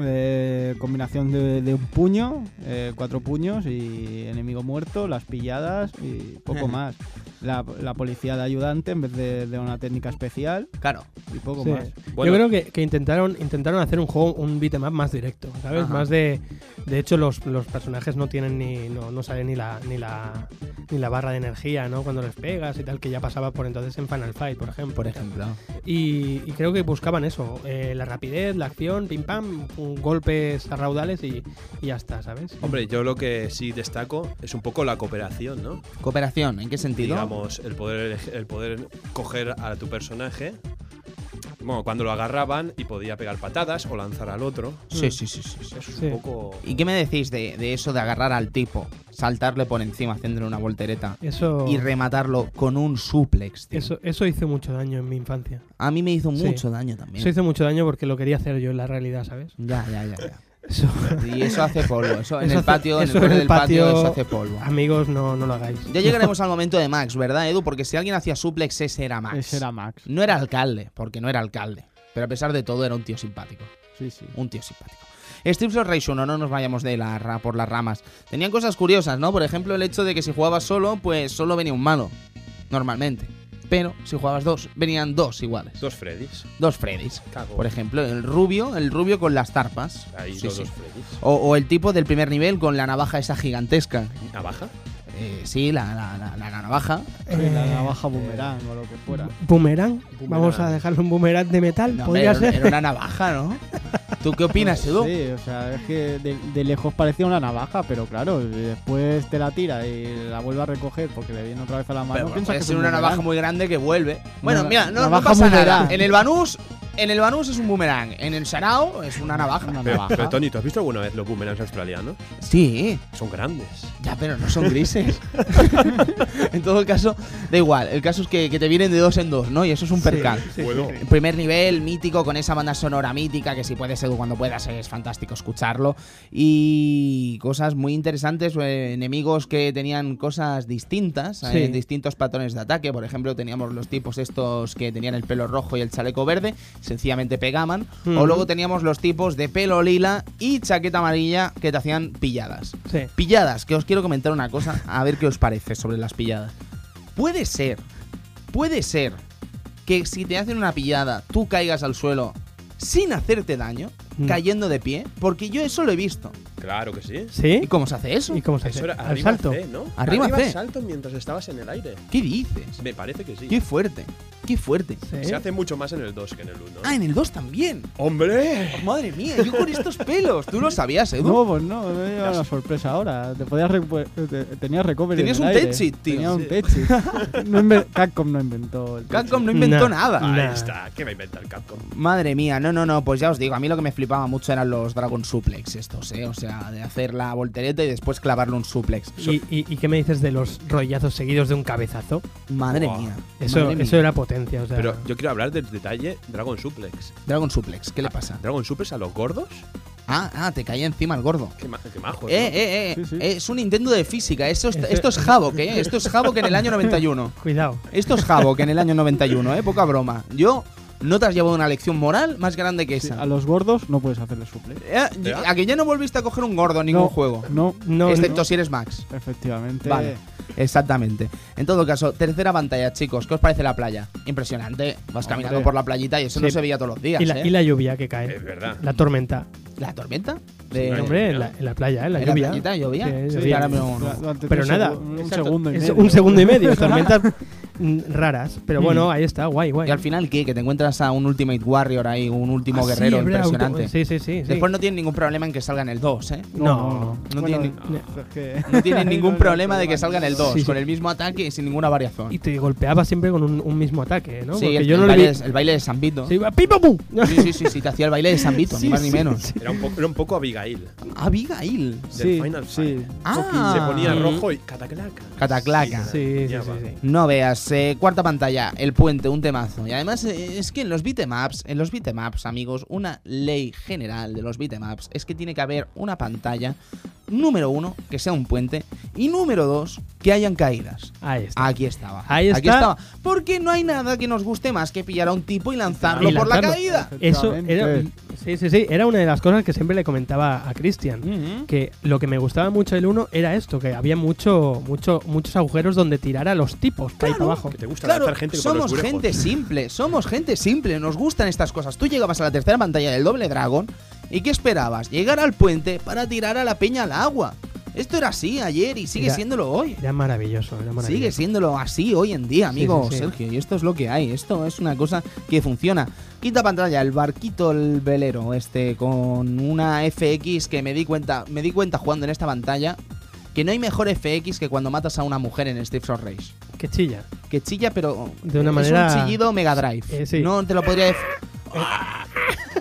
Speaker 3: eh, combinación de, de un puño, eh, cuatro puños y enemigo muerto, las pilladas y poco más. La, la policía de ayudante en vez de, de una técnica especial
Speaker 1: Claro.
Speaker 3: y poco
Speaker 2: Sí.
Speaker 3: más.
Speaker 4: Bueno,
Speaker 2: Yo creo que, que intentaron, intentaron hacer un juego, un beat'em up más directo, ¿sabes?
Speaker 1: Ajá.
Speaker 2: Más de. De hecho, los, los personajes no tienen ni. no, no sale ni la, ni la. ni la barra de energía, ¿no? Cuando les pegas y tal, que ya pasaba por entonces en Final Fight, por ejemplo.
Speaker 1: Por ejemplo.
Speaker 2: Y, y creo que buscaban eso, eh, la rapidez, la acción, pim pam, un- golpes a raudales y, y ya está, ¿sabes?
Speaker 4: Hombre, yo lo que sí destaco es un poco la cooperación, ¿no?
Speaker 1: Cooperación, ¿en qué sentido?
Speaker 4: Digamos, el poder, el poder coger a tu personaje. Bueno, cuando lo agarraban y podía pegar patadas o lanzar al otro.
Speaker 1: Sí, sí, sí, sí, sí.
Speaker 4: Eso es
Speaker 2: Sí.
Speaker 4: un poco.
Speaker 1: ¿Y qué me decís de, de eso de agarrar al tipo, saltarle por encima, haciéndole una voltereta
Speaker 2: Eso,
Speaker 1: y rematarlo con un suplex? tío?
Speaker 2: Oh. eso, eso hizo mucho daño en mi infancia.
Speaker 1: A mí me hizo
Speaker 2: Sí.
Speaker 1: mucho daño también.
Speaker 2: Eso hizo mucho daño porque lo quería hacer yo en la realidad, ¿sabes?
Speaker 1: Ya, ya, ya, ya.
Speaker 2: Eso,
Speaker 1: Y eso hace polvo. Eso, en
Speaker 2: Eso
Speaker 1: el
Speaker 2: hace-
Speaker 1: patio, en el
Speaker 2: eso en
Speaker 1: borde
Speaker 2: el
Speaker 1: del patio,
Speaker 2: patio-
Speaker 1: eso hace polvo.
Speaker 2: amigos, no, no lo hagáis.
Speaker 1: Ya llegaremos al momento de Max, ¿verdad, Edu? Porque si alguien hacía suplex, ese era Max.
Speaker 3: Ese era Max.
Speaker 1: No era alcalde, porque no era alcalde. Pero a pesar de todo, era un tío simpático.
Speaker 3: Sí, sí.
Speaker 1: Un tío simpático. Streets of Rage 1, no nos vayamos de la ra- por las ramas. Tenían cosas curiosas, ¿no? Por ejemplo, el hecho de que si jugabas solo, pues solo venía un malo. Normalmente. Pero si jugabas dos, venían dos iguales.
Speaker 4: Dos Freddys.
Speaker 1: Dos Freddys.
Speaker 4: Cago.
Speaker 1: Por ejemplo, el rubio, el rubio con las tarpas.
Speaker 4: Ahí
Speaker 1: Sí,
Speaker 4: los
Speaker 1: sí.
Speaker 4: dos Freddys.
Speaker 1: O, o el tipo del primer nivel con la navaja esa gigantesca.
Speaker 4: ¿Navaja?
Speaker 1: Eh, sí, la, la- la- la navaja.
Speaker 3: Sí, la
Speaker 2: Eh,
Speaker 3: navaja boomerang o lo que fuera.
Speaker 2: ¿Boomerang?
Speaker 4: Boomerang.
Speaker 2: Vamos a dejarle un boomerang de metal,
Speaker 1: No,
Speaker 2: podría
Speaker 1: hombre, era,
Speaker 2: ser.
Speaker 1: era una navaja, ¿no? ¿Tú qué opinas, Edu?
Speaker 3: Sí, o sea, es que de, de lejos parecía una navaja, pero claro, después te la tira y la vuelve a recoger porque le viene otra vez a la mano.
Speaker 1: Pero
Speaker 3: Ah, piensas
Speaker 1: puede
Speaker 3: que es
Speaker 1: ser
Speaker 3: un
Speaker 1: una
Speaker 3: boomerang.
Speaker 1: navaja muy grande que vuelve. Bueno,
Speaker 3: Una-
Speaker 1: mira, no, no
Speaker 3: navaja
Speaker 1: pasa nada.
Speaker 3: boomerang.
Speaker 1: En el Banús, en el Banús es un boomerang. En el Sarao es una navaja.
Speaker 3: Una
Speaker 4: Pero,
Speaker 3: navaja.
Speaker 4: pero, Tony, ¿tú has visto alguna vez los boomerangs australianos?
Speaker 1: Sí,
Speaker 4: Son grandes.
Speaker 1: ya, pero no son grises. en todo caso, da igual. El caso es que, que te vienen de dos en dos, ¿no? Y eso es un percal.
Speaker 4: Bueno,
Speaker 1: El primer nivel mítico con esa banda sonora mítica que si puedes Edu cuando puedas es fantástico escucharlo y cosas muy interesantes eh, enemigos que tenían cosas distintas
Speaker 2: Sí.
Speaker 1: eh, distintos patrones de ataque por ejemplo teníamos los tipos estos que tenían el pelo rojo y el chaleco verde sencillamente pegaban o
Speaker 2: Ujú.
Speaker 1: luego teníamos los tipos de pelo lila y chaqueta amarilla que te hacían pilladas
Speaker 2: Sí.
Speaker 1: Pilladas, que os quiero comentar una cosa, a ver qué os parece sobre las pilladas. Puede ser, puede ser que si te hacen una pillada, tú caigas al suelo sin hacerte daño,
Speaker 2: Mm.
Speaker 1: cayendo de pie, porque yo eso lo he visto.
Speaker 4: claro que sí.
Speaker 1: ¿Y
Speaker 2: ¿Sí?
Speaker 1: cómo se hace eso?
Speaker 2: ¿Y cómo se
Speaker 4: Eso
Speaker 2: hace?
Speaker 4: era
Speaker 2: Al
Speaker 4: arriba
Speaker 2: salto.
Speaker 4: C, ¿no?
Speaker 1: Arriba C.
Speaker 4: salto mientras estabas en el aire.
Speaker 1: ¿Qué dices?
Speaker 4: Me parece que sí.
Speaker 1: Qué fuerte, qué fuerte.
Speaker 2: Sí.
Speaker 4: Se hace mucho más en el 2 que en el 1.
Speaker 1: Ah, en el 2 también.
Speaker 4: ¡Hombre!
Speaker 1: Madre mía, yo con estos pelos. Tú lo sabías, Edu.
Speaker 3: No, pues no, me lleva una sorpresa ahora. Te podías recu- te- tenías recovery.
Speaker 1: Tenías
Speaker 3: en el
Speaker 1: un
Speaker 3: aire.
Speaker 1: Tetsit, tío.
Speaker 3: Tenía un
Speaker 4: Sí.
Speaker 3: Tetsit. No inven- Capcom no inventó el
Speaker 1: Capcom no
Speaker 2: Nah.
Speaker 1: inventó nada.
Speaker 4: Ahí
Speaker 2: Nah.
Speaker 4: está. ¿Qué va a inventar Capcom?
Speaker 1: Madre mía, no, no, no, pues ya os digo, a mí lo que me flipaba mucho eran los Dragon Suplex estos, ¿eh? O sea, de hacer la voltereta y después clavarle un suplex.
Speaker 2: ¿Y, y, y qué me dices de los rollazos seguidos de un cabezazo?
Speaker 1: Madre
Speaker 4: Buah.
Speaker 1: mía.
Speaker 2: Eso,
Speaker 1: madre
Speaker 2: eso
Speaker 1: mía.
Speaker 2: era potencia, o sea.
Speaker 4: Pero yo quiero hablar del detalle Dragon Suplex.
Speaker 1: Dragon Suplex, ¿qué le pasa?
Speaker 4: ¿Dragon Suplex a los gordos?
Speaker 1: Ah, ah, te caía encima el gordo.
Speaker 4: Qué, ma qué majo.
Speaker 1: Eh, eh, eh,
Speaker 3: Sí, sí.
Speaker 1: es un Nintendo de física, eso es-
Speaker 2: Ese-
Speaker 1: esto es Havok, ¿eh? Esto es Havok en el año 91.
Speaker 2: Cuidado.
Speaker 1: Esto es Havok en el año 91, ¿eh? Poca broma. Yo ¿No te has llevado una lección moral más grande que
Speaker 3: Sí,
Speaker 1: esa?
Speaker 3: a los gordos no puedes hacerle suple.
Speaker 1: Eh,
Speaker 4: ¿Ya?
Speaker 1: a que ya no volviste a coger un gordo en ningún
Speaker 3: No,
Speaker 1: juego.
Speaker 3: No,
Speaker 2: No,
Speaker 1: excepto
Speaker 3: no.
Speaker 1: si eres Max.
Speaker 3: efectivamente.
Speaker 1: Vale, exactamente. En todo caso, tercera pantalla, chicos. ¿Qué os parece la playa? Impresionante. Vas caminando
Speaker 3: Hombre.
Speaker 1: por la playita y eso no
Speaker 2: Sí.
Speaker 1: se veía todos los días.
Speaker 2: y, la,
Speaker 1: ¿eh?
Speaker 2: y la lluvia que cae.
Speaker 4: Es verdad.
Speaker 2: La tormenta.
Speaker 1: ¿La tormenta?
Speaker 4: Sí,
Speaker 1: De-
Speaker 4: no,
Speaker 2: Hombre,
Speaker 4: lluvia.
Speaker 2: en la, en la playa, en la
Speaker 1: Eh, ¿En la
Speaker 2: lluvia.
Speaker 1: playita llovía?
Speaker 2: Sí,
Speaker 1: Sí,
Speaker 2: llovía.
Speaker 1: ahora mismo no.
Speaker 3: Durante
Speaker 2: Pero
Speaker 3: tres
Speaker 2: nada.
Speaker 3: segun- un
Speaker 1: Exacto.
Speaker 3: segundo y
Speaker 2: Es
Speaker 3: medio.
Speaker 2: un segundo y medio. tormentas mm, raras. Pero bueno, ahí está, guay, guay.
Speaker 1: Y al final, ¿qué? Que te encuentras a un Ultimate Warrior ahí, un último
Speaker 2: Ah, sí,
Speaker 1: guerrero
Speaker 2: es verdad,
Speaker 1: impresionante.
Speaker 2: auto- Sí, sí, sí. sí.
Speaker 1: Después no tienen ningún problema en que salga en el 2, ¿eh?
Speaker 2: No, no,
Speaker 1: no tiene-
Speaker 3: no, es que-
Speaker 1: No tienen ningún
Speaker 3: no,
Speaker 1: problema
Speaker 3: no,
Speaker 1: de que salga en el 2,
Speaker 2: Sí, sí.
Speaker 1: con el mismo ataque y sin ninguna variación.
Speaker 2: Y te golpeaba siempre con un, un mismo ataque, ¿no?
Speaker 1: Sí,
Speaker 2: Porque
Speaker 1: el,
Speaker 2: yo no
Speaker 1: el
Speaker 2: le
Speaker 1: baile,
Speaker 2: vi.
Speaker 1: de- el baile de San Vito.
Speaker 2: Se iba ¡pim, pam, pum!
Speaker 1: Sí, sí, sí, sí, te hacía el baile de San Vito,
Speaker 2: Sí,
Speaker 1: ni más ni
Speaker 2: sí,
Speaker 1: menos.
Speaker 2: sí.
Speaker 4: Era un poco, era un poco Abigail.
Speaker 1: Abigail.
Speaker 3: Sí,
Speaker 4: Final
Speaker 3: sí.
Speaker 4: Fight.
Speaker 1: Ah.
Speaker 4: Se ponía rojo y cataclaca.
Speaker 1: Cataclaca.
Speaker 2: Sí, sí, sí,
Speaker 4: Ya va.
Speaker 2: sí.
Speaker 1: No veas, eh, cuarta pantalla, el puente, un temazo. Y además eh, es que en los beatemaps, en los beatemaps, amigos, una ley general de los beatemaps es que tiene que haber una pantalla, número uno, que sea un puente, y número dos, que hayan caídas.
Speaker 2: Ahí está.
Speaker 1: Aquí estaba.
Speaker 2: Ahí
Speaker 1: Aquí
Speaker 2: está.
Speaker 1: estaba. Porque no hay nada que nos guste más que pillar a un tipo y lanzarlo
Speaker 2: Y
Speaker 1: por la
Speaker 2: lanzarlo.
Speaker 1: caída.
Speaker 2: Eso era,
Speaker 3: Efectivamente.
Speaker 2: sí, sí, sí, era una de las cosas que siempre le comentaba a Cristian. Que lo que me gustaba mucho del 1 era esto, que había mucho, mucho, muchos agujeros donde tirar a los tipos para ir para abajo.
Speaker 4: Que te gusta
Speaker 1: Claro,
Speaker 4: Pues lanzar gente con
Speaker 1: somos
Speaker 4: los gurejos.
Speaker 1: gente simple, somos gente simple, nos gustan estas cosas. Tú llegabas a la tercera pantalla del doble dragón y ¿qué esperabas? Llegar al puente para tirar a la peña al agua. Esto era así ayer y sigue
Speaker 2: Era-
Speaker 1: siéndolo hoy.
Speaker 2: Era maravilloso, era maravilloso.
Speaker 1: Sigue siéndolo así hoy en día,
Speaker 2: Sí,
Speaker 1: amigo
Speaker 2: sí, sí.
Speaker 1: Sergio. Y esto es lo que hay. Esto es una cosa que funciona. Quinta pantalla, el barquito, el velero, este, con una FX que me di cuenta, me di cuenta jugando en esta pantalla que no hay mejor FX que cuando matas a una mujer en Streets of Rage
Speaker 2: Que chilla.
Speaker 1: que chilla, pero
Speaker 2: De una
Speaker 1: es
Speaker 2: manera-
Speaker 1: un chillido Mega Drive.
Speaker 2: Eh, sí. Eh.
Speaker 1: No te lo podría decir.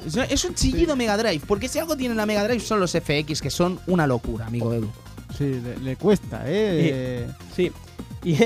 Speaker 1: Es- Es un chillido Mega Drive, porque si algo tiene la Mega Drive son los FX, que son una locura, amigo Edu.
Speaker 3: Sí, le, le cuesta, ¿eh?
Speaker 2: Sí. Y, y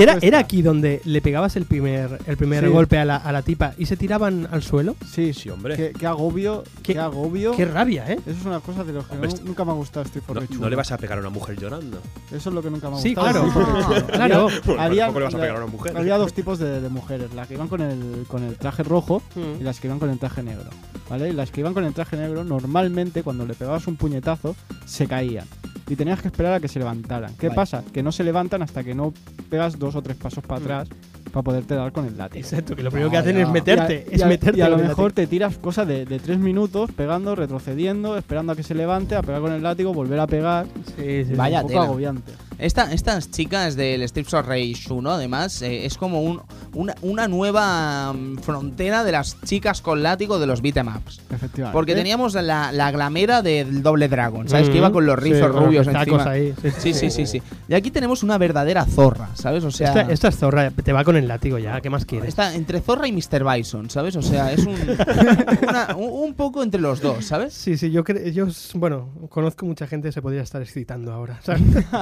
Speaker 2: era,
Speaker 3: cuesta.
Speaker 2: era aquí donde le pegabas el primer, el primer
Speaker 3: Sí.
Speaker 2: golpe a la, a la tipa y se tiraban al suelo.
Speaker 3: Sí,
Speaker 4: Sí, hombre.
Speaker 3: Qué, qué agobio,
Speaker 2: Qué-
Speaker 3: qué, agobio.
Speaker 2: Qué rabia, ¿eh?
Speaker 3: Eso es una cosa de los que
Speaker 4: Hombre,
Speaker 3: nu-
Speaker 4: esto-
Speaker 3: nunca me ha gustado Street
Speaker 4: No,
Speaker 3: for Rage
Speaker 4: no
Speaker 3: 1.
Speaker 4: le vas a pegar a una mujer llorando.
Speaker 3: Eso es lo que nunca me ha
Speaker 2: Sí,
Speaker 3: gustado.
Speaker 2: claro.
Speaker 1: Ah,
Speaker 2: Claro.
Speaker 4: Bueno,
Speaker 3: Había-
Speaker 4: tampoco le vas a pegar a una mujer.
Speaker 3: Había dos tipos de, de mujeres, las que iban con el, con el traje rojo y
Speaker 2: Hmm.
Speaker 3: las que iban con el traje negro. ¿Vale? Y las que iban con el traje negro, normalmente cuando le pegabas un puñetazo, se caían. Y tenías que esperar a que se levantaran. ¿Qué
Speaker 1: Vale.
Speaker 3: pasa? Que no se levantan hasta que no pegas dos o tres pasos
Speaker 2: Mm.
Speaker 3: para atrás para poderte dar con el látigo.
Speaker 2: Exacto, que lo primero que
Speaker 1: Ah,
Speaker 2: hacen
Speaker 1: ya.
Speaker 2: es meterte.
Speaker 3: Y a-
Speaker 2: es
Speaker 3: y a-
Speaker 2: meterte.
Speaker 3: Y a
Speaker 2: con
Speaker 3: lo
Speaker 2: el
Speaker 3: mejor te tiras cosa de, de tres minutos, pegando, retrocediendo, esperando a que se levante, a pegar con el látigo, volver a pegar.
Speaker 2: látigo. Sí, sí, sí.
Speaker 1: Vaya
Speaker 3: un poco
Speaker 1: tela.
Speaker 3: agobiante.
Speaker 1: Esta- estas chicas del Strips of Rage 1, además, eh, es como un- una, una nueva mm, frontera de las chicas con látigo de los beatemaps.
Speaker 3: Efectivamente.
Speaker 1: Porque teníamos la, la glamera del doble dragón, ¿sabes? Que
Speaker 2: Mm.
Speaker 1: iba con los
Speaker 2: Sí,
Speaker 1: rizos
Speaker 2: con los
Speaker 1: rubios
Speaker 2: tacos
Speaker 1: encima.
Speaker 2: ahí. Sí,
Speaker 1: Sí, sí, sí, sí. Y aquí tenemos una verdadera zorra, ¿sabes? O sea,
Speaker 2: Esta, esta es zorra, te va con el látigo ya, ¿qué más quieres?
Speaker 1: Está entre Zorra y Mr. Bison, ¿sabes? O sea, es un, una- un, un poco entre los dos, ¿sabes?
Speaker 2: Sí, sí, yo creo, yo, bueno, conozco mucha gente que se podría estar excitando ahora, ¿sabes?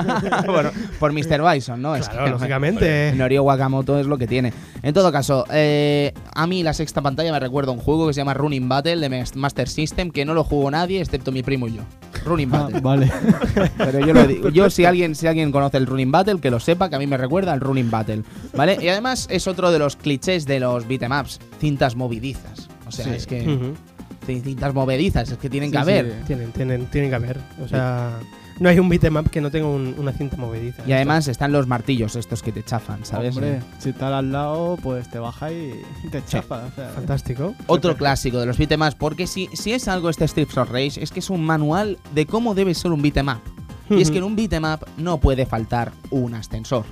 Speaker 1: bueno, por Mr. Bison, ¿no? Es
Speaker 2: claro,
Speaker 1: que-
Speaker 2: lógicamente.
Speaker 1: Norio Wakamoto es lo que tiene. En todo caso, eh, a mí la sexta pantalla me recuerda un juego que se llama Running Battle de Mes- Master System que no lo jugó nadie excepto mi primo y yo. Running
Speaker 3: Ah,
Speaker 1: Battle.
Speaker 3: vale.
Speaker 1: Pero yo lo digo. Yo, si alguien, si alguien conoce el Running Battle, que lo sepa, que a mí me recuerda al Running Battle. ¿Vale? Y además es otro de los clichés de los beatemaps: cintas movidizas. O sea,
Speaker 3: Sí.
Speaker 1: es que.
Speaker 2: Ujú.
Speaker 1: cin- Cintas movedizas, es que tienen que
Speaker 3: Sí,
Speaker 1: haber.
Speaker 3: sí.
Speaker 2: Tienen, tienen, tienen que haber. O sea, no hay un beatmap que no tenga un- una cinta movediza.
Speaker 1: Y además están los martillos estos que te chafan, ¿sabes?
Speaker 3: Hombre, si está al lado, pues te baja y te chapa. o sea,
Speaker 2: Fantástico.
Speaker 1: Otro clásico de los beatemaps, porque si, si es algo este Strips of Rage, es que es un manual de cómo debe ser un beatemap. Y es que en un beatemap no puede faltar un ascensor.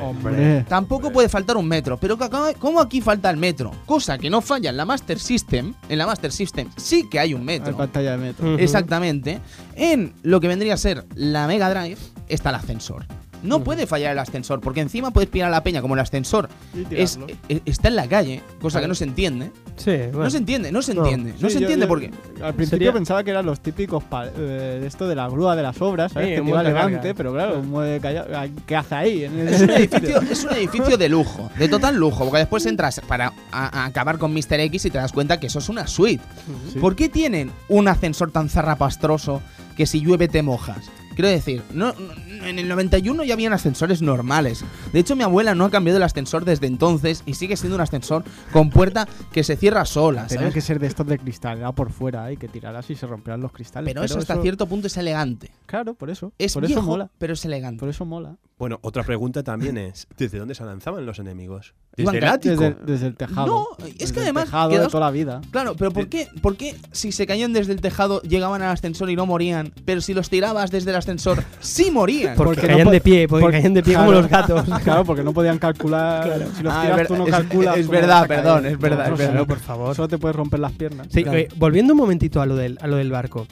Speaker 4: Hombre.
Speaker 3: Hombre.
Speaker 1: Tampoco puede faltar un metro, pero que acaba- ¿cómo aquí falta el metro? Cosa que no falla en la Master System. En la Master System sí que hay un
Speaker 3: Hay
Speaker 1: metro.
Speaker 3: pantalla de metro.
Speaker 2: Ujú.
Speaker 1: Exactamente. En lo que vendría a ser la Mega Drive está el ascensor. No puede fallar el ascensor, porque encima puedes pillar a la peña como el ascensor
Speaker 3: Y
Speaker 1: es-
Speaker 3: tirarlo.
Speaker 1: e- está en la calle, cosa que
Speaker 3: Claro.
Speaker 1: no se entiende.
Speaker 2: Sí, bueno.
Speaker 1: No se entiende, no se
Speaker 2: No.
Speaker 1: entiende, no,
Speaker 3: Sí,
Speaker 1: se
Speaker 3: yo-
Speaker 1: entiende
Speaker 3: yo
Speaker 1: por qué.
Speaker 3: Al principio
Speaker 2: Sería-
Speaker 3: pensaba que eran los típicos pa- eh, de esto de la grúa de las obras, ¿sabes?
Speaker 2: Sí,
Speaker 3: que
Speaker 2: un
Speaker 3: te iba
Speaker 2: monte de
Speaker 3: elegante,
Speaker 2: carga.
Speaker 3: pero claro, un mueve calla- ¿qué hace ahí? En el-
Speaker 1: Es un, edificio, es un edificio de lujo, de total lujo, porque después entras para a- a acabar con Mr. X y te das cuenta que eso es una suite.
Speaker 3: Sí.
Speaker 1: ¿Por qué tienen un ascensor tan zarrapastroso que si llueve te mojas? Quiero decir, no, no- en el 91 ya habían ascensores normales. De hecho, mi abuela no ha cambiado el ascensor desde entonces y sigue siendo un ascensor con puerta que se cierra sola.
Speaker 3: Tenía
Speaker 1: ¿sabes?
Speaker 3: que ser de estos de cristal, era por fuera, hay que tirarlas y se romperán los cristales.
Speaker 1: Pero eso hasta cierto punto es elegante.
Speaker 3: Claro, por eso.
Speaker 1: Es
Speaker 3: por
Speaker 1: viejo,
Speaker 3: eso mola.
Speaker 1: pero es elegante.
Speaker 3: Por eso mola.
Speaker 4: Bueno, otra pregunta también es, ¿desde dónde se lanzaban los enemigos?
Speaker 1: Iban
Speaker 4: Desde el
Speaker 1: ca-
Speaker 4: ático.
Speaker 3: Desde, desde el tejado.
Speaker 1: No, es que
Speaker 3: Desde el
Speaker 1: además
Speaker 3: tejado
Speaker 1: quedaos-
Speaker 3: de toda la vida.
Speaker 1: Claro, pero ¿por qué, ¿por qué si se caían desde el tejado llegaban al ascensor y no morían? Pero si los tirabas desde el ascensor, sí morían.
Speaker 2: Porque,
Speaker 3: Porque no
Speaker 2: caían
Speaker 3: po-
Speaker 2: de pie, porque,
Speaker 3: porque-
Speaker 2: caían de pie como
Speaker 3: claro.
Speaker 2: los gatos.
Speaker 3: Claro, porque no podían calcular. Si los
Speaker 1: Ah,
Speaker 3: tiras
Speaker 1: es
Speaker 3: tú no
Speaker 1: verdad, es-
Speaker 3: calculas.
Speaker 1: es
Speaker 3: cómo
Speaker 1: verdad,
Speaker 3: vas a caer.
Speaker 1: perdón, es verdad,
Speaker 3: No,
Speaker 1: es
Speaker 3: no,
Speaker 1: verdad.
Speaker 3: no,
Speaker 2: por favor.
Speaker 3: Solo te puedes romper las piernas.
Speaker 2: Sí,
Speaker 1: Claro.
Speaker 2: eh, volviendo un momentito a lo del, a lo del barco.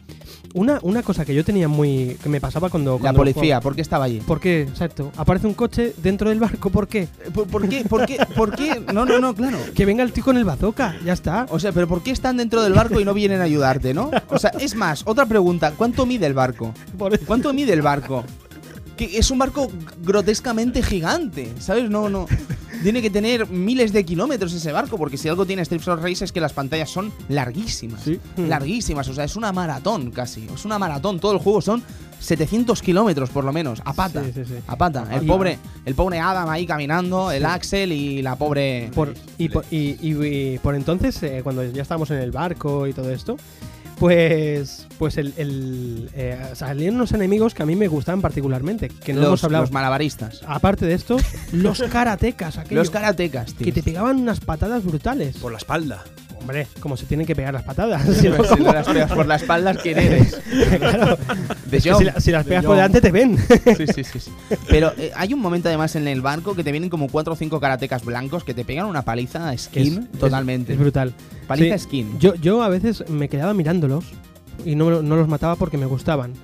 Speaker 2: Una, una cosa que yo tenía muy. que me pasaba cuando.
Speaker 1: La
Speaker 2: cuando
Speaker 1: policía, ¿por qué estaba allí?
Speaker 2: jugaba. ¿Por qué? Exacto. Aparece un coche dentro del barco, ¿por qué?
Speaker 1: Eh, ¿Por, por qué? ¿Por qué? ¿Por qué? No, no, no, claro.
Speaker 2: Que venga el tío con el bazooka, ya está.
Speaker 1: O sea, pero ¿por qué están dentro del barco y no vienen a ayudarte, no? O sea, es más, otra pregunta, ¿cuánto mide el barco?
Speaker 2: Por eso.
Speaker 1: ¿Cuánto mide el barco? Que es un barco grotescamente gigante, ¿sabes? No, no. Tiene que tener miles de kilómetros ese barco, porque si algo tiene Strips of Race es que las pantallas son larguísimas.
Speaker 3: Sí.
Speaker 1: Larguísimas, o sea, es una maratón casi. Es una maratón. Todo el juego son 700 kilómetros por lo menos, a pata.
Speaker 2: Sí, Ah, sí, sí.
Speaker 1: A pata. El
Speaker 2: Y-
Speaker 1: pobre, el pobre Adam ahí caminando, el Axel y la pobre.
Speaker 2: Por- y, por, y- y- y por entonces, eh, cuando ya estábamos en el barco y todo esto, pues, pues el, el, eh, salieron unos enemigos que a mí me gustaban particularmente, que no
Speaker 1: los,
Speaker 2: hemos hablado.
Speaker 1: los malabaristas.
Speaker 2: Aparte de esto, los karatecas, aquellos
Speaker 1: Los karatecas, tío.
Speaker 2: que te pegaban unas patadas brutales.
Speaker 4: Por la espalda.
Speaker 2: Hombre, como se tienen que pegar las patadas.
Speaker 1: Si
Speaker 2: si no,
Speaker 1: no
Speaker 2: ¿cómo?
Speaker 1: las pegas por la espalda, ¿quién eres?
Speaker 2: Claro,
Speaker 1: De
Speaker 2: que
Speaker 1: Jong.
Speaker 2: si, la- si las
Speaker 3: de
Speaker 2: pegas por
Speaker 3: Jong.
Speaker 2: delante te ven.
Speaker 1: Sí, sí, sí, sí. Pero eh, hay un momento además en el barco que te vienen como cuatro o cinco karatecas blancos que te pegan una paliza a skin
Speaker 2: Es-
Speaker 1: totalmente.
Speaker 2: Es, es brutal.
Speaker 1: paliza
Speaker 2: sí.
Speaker 1: skin.
Speaker 2: Yo, yo a veces me quedaba mirándolos y no, no los mataba porque me gustaban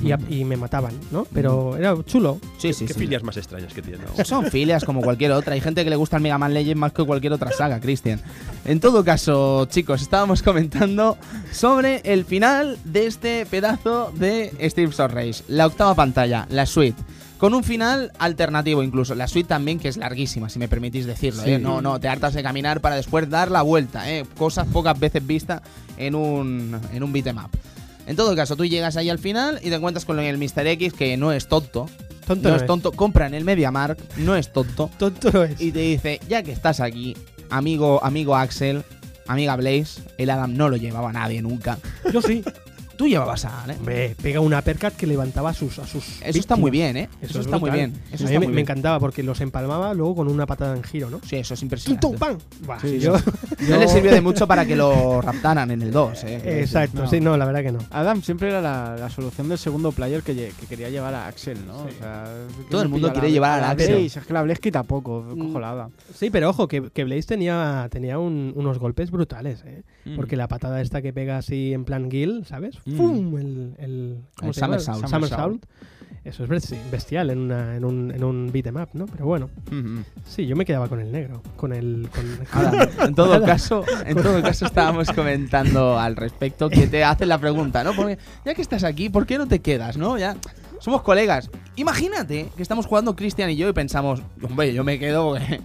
Speaker 2: y, a- y me mataban, ¿no? Pero era chulo.
Speaker 1: sí, sí,
Speaker 4: ¿Qué
Speaker 1: sí.
Speaker 4: filias más extrañas que tiene?
Speaker 1: Son filias como cualquier otra. Hay gente que le gusta el Mega Man Legend más que cualquier otra saga, Cristian. En todo caso, chicos, estábamos comentando sobre el final de este pedazo de Steve Race. La octava pantalla, la suite. Con un final alternativo incluso. La suite también que es larguísima, si me permitís decirlo.
Speaker 3: Sí.
Speaker 1: ¿eh? No, no, te hartas de caminar para después dar la vuelta. ¿eh? Cosas pocas veces vistas en un, en un beat'em up. En todo caso, tú llegas ahí al final y te encuentras con el Mr. X, que no es tonto,
Speaker 2: Tonto
Speaker 1: no
Speaker 2: no
Speaker 1: es tonto, compra en el MediaMarkt, no es tonto,
Speaker 2: Tonto no es.
Speaker 1: y te dice, ya que estás aquí, amigo, amigo Axel, amiga Blaze, el Adam no lo llevaba nadie nunca.
Speaker 2: Yo sí.
Speaker 1: Tú llevabas a Adam, ¿eh?
Speaker 2: Hombre, pega una percat que levantaba a sus. A sus
Speaker 1: Eso está
Speaker 2: víctimas.
Speaker 1: muy bien, ¿eh?
Speaker 2: Eso
Speaker 1: Eso
Speaker 2: es
Speaker 1: está muy
Speaker 2: brutal.
Speaker 1: bien. Eso está
Speaker 2: a mí me,
Speaker 1: muy
Speaker 2: me
Speaker 1: bien.
Speaker 2: encantaba porque los empalmaba luego con una patada en giro, ¿no?
Speaker 1: Sí, eso es
Speaker 2: ¡Tum, tum,
Speaker 1: impresionante.
Speaker 2: pam! Buah,
Speaker 3: Sí,
Speaker 2: yo-
Speaker 1: No le sirvió de mucho para que lo raptaran en el 2, ¿eh? Quiero decir.
Speaker 2: Exacto,
Speaker 3: no.
Speaker 2: sí, no, la verdad que no.
Speaker 3: Adam siempre era la, la solución del segundo player que, lle- que quería llevar a Axel, ¿no? O sea, ¿qué
Speaker 1: Todo el
Speaker 3: me
Speaker 1: mundo
Speaker 3: pilla
Speaker 1: quiere llevar a la Axel.
Speaker 3: Blaze? es que la Blaze quita poco, cojo la Adam.
Speaker 2: Sí, pero ojo, que, que Blaze tenía, tenía un- unos golpes brutales, ¿eh?
Speaker 1: Mm.
Speaker 2: Porque la patada esta que pega así en plan Gil, ¿sabes? ¡Fum! El, el,
Speaker 1: El
Speaker 2: se llama?
Speaker 1: somersault.
Speaker 2: Somersault. Eso es besti- bestial en, una, en un, en un beat 'em up, ¿no? Pero bueno,
Speaker 1: Mm, mm.
Speaker 2: sí, yo me quedaba con el negro, con el... Con,
Speaker 1: Adam, en todo
Speaker 2: Adam.
Speaker 1: caso, en todo caso estábamos comentando al respecto que te hacen la pregunta, ¿no? Porque ya que estás aquí, ¿por qué no te quedas, no? Ya somos colegas. Imagínate que estamos jugando Cristian y yo y pensamos, hombre, yo me quedo, porque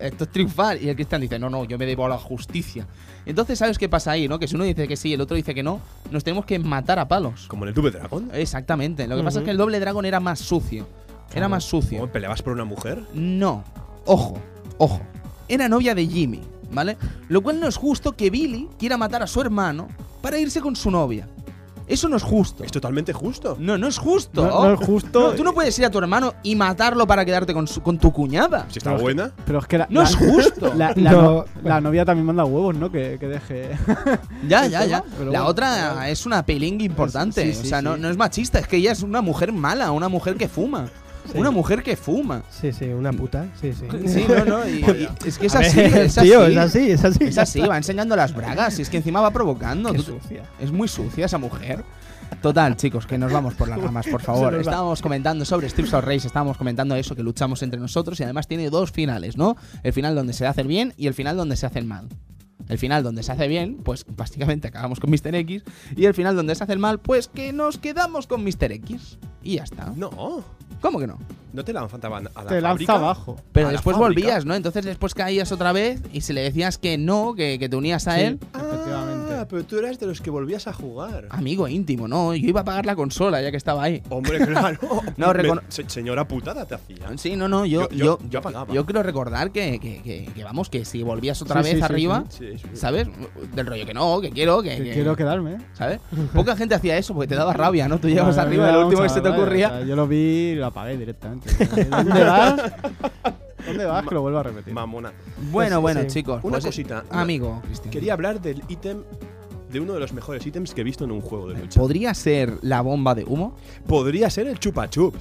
Speaker 1: esto es triunfar. Y el Cristian dice, no, no, yo me debo a la justicia. Entonces, ¿sabes qué pasa ahí, no? Que si uno dice que sí y el otro dice que no, nos tenemos que matar a palos.
Speaker 4: Como en el Tube Dragon.
Speaker 1: Exactamente. Lo que pasa es
Speaker 2: Ujú.
Speaker 1: que el doble dragón era más sucio. Era más sucio.
Speaker 4: ¿Cómo peleabas por una mujer?
Speaker 1: No. Ojo, ojo. Era novia de Jimmy, ¿vale? Lo cual no es justo que Billy quiera matar a su hermano para irse con su novia. Eso no es justo.
Speaker 4: Es totalmente justo.
Speaker 1: No, no es justo.
Speaker 3: No, no es justo.
Speaker 1: No, tú no puedes ir a tu hermano y matarlo para quedarte con, su- con tu cuñada.
Speaker 4: Si está buena.
Speaker 3: Pero es que la,
Speaker 1: No
Speaker 3: la-
Speaker 1: es justo.
Speaker 3: la- la
Speaker 2: No.
Speaker 3: no- la novia también manda huevos, ¿no? Que, que deje.
Speaker 1: ya, ya, ya.
Speaker 3: tema, pero
Speaker 1: la
Speaker 3: bueno,
Speaker 1: otra
Speaker 3: claro.
Speaker 1: es una pelinga importante.
Speaker 3: Sí, sí,
Speaker 1: o sea, no,
Speaker 3: sí.
Speaker 1: no es machista, es que ella es una mujer mala, una mujer que fuma.
Speaker 2: Sí.
Speaker 1: Una mujer que fuma.
Speaker 2: Sí, sí, una puta, sí, sí.
Speaker 1: Sí, no, no. y- y- es que es
Speaker 2: A
Speaker 1: así,
Speaker 2: ver,
Speaker 1: es así.
Speaker 2: tío, es así, es así.
Speaker 1: Es así, va enseñando las bragas. Y es que encima va provocando.
Speaker 2: Qué
Speaker 1: Tú-
Speaker 2: sucia.
Speaker 1: Es muy sucia esa mujer. Total, chicos, que nos vamos por las ramas, por favor.
Speaker 2: nos va.
Speaker 1: Estábamos comentando sobre Strips of Race, estábamos comentando eso, que luchamos entre nosotros y además tiene dos finales, ¿no? El final donde se hace el bien y el final donde se hace el mal. El final donde se hace bien, pues básicamente acabamos con Mr. X. Y el final donde se hace el mal, pues que nos quedamos con Mr. X. Y ya está.
Speaker 4: No.
Speaker 1: ¿Cómo que no?
Speaker 4: No te lanzaban a la
Speaker 3: Te lanza
Speaker 4: fábrica?
Speaker 3: abajo.
Speaker 1: Pero
Speaker 4: ¿A la
Speaker 1: después
Speaker 4: fábrica?
Speaker 1: volvías, ¿no? Entonces después caías otra vez y si le decías que no, que, que te unías a
Speaker 3: Sí,
Speaker 1: él, Ah,
Speaker 3: Efectivamente.
Speaker 4: Anda, Ah, pero tú eras de los que volvías a jugar.
Speaker 1: Amigo íntimo, no, yo iba a pagar la consola ya que estaba ahí.
Speaker 4: Hombre, claro.
Speaker 1: No,
Speaker 4: Me-
Speaker 1: recono-
Speaker 4: se- señora putada te hacía.
Speaker 1: Sí, no, no, yo,
Speaker 4: Yo- yo-
Speaker 1: yo,
Speaker 4: yo apagaba.
Speaker 1: yo quiero recordar que, que- que- que vamos, que si volvías otra
Speaker 3: Sí,
Speaker 1: vez
Speaker 3: sí, sí,
Speaker 1: arriba,
Speaker 4: Sí, sí.
Speaker 1: ¿sabes? Del rollo que no, que quiero, que,
Speaker 3: Que
Speaker 1: que-
Speaker 3: quiero quedarme. ¿eh?
Speaker 1: ¿sabes? Poca gente hacía eso porque te daba rabia, ¿no? Tú llegabas
Speaker 3: Vale,
Speaker 1: arriba,
Speaker 3: vale,
Speaker 1: el último que
Speaker 3: vamos
Speaker 1: se te
Speaker 3: a ver,
Speaker 1: ocurría.
Speaker 3: o sea, yo lo vi y lo apagué directamente. ¿Dónde vas? ¿Dónde vas? Que lo vuelvo a repetir.
Speaker 4: Mamona.
Speaker 1: Bueno,
Speaker 2: Sí,
Speaker 1: bueno,
Speaker 2: sí.
Speaker 1: chicos.
Speaker 4: Una
Speaker 1: pues,
Speaker 4: cosita. una-
Speaker 1: Amigo, Cristian.
Speaker 4: Quería hablar del ítem, de uno de los mejores ítems que he visto en un juego de lucha.
Speaker 1: ¿Podría ser la bomba de humo?
Speaker 4: Podría ser el chupachup.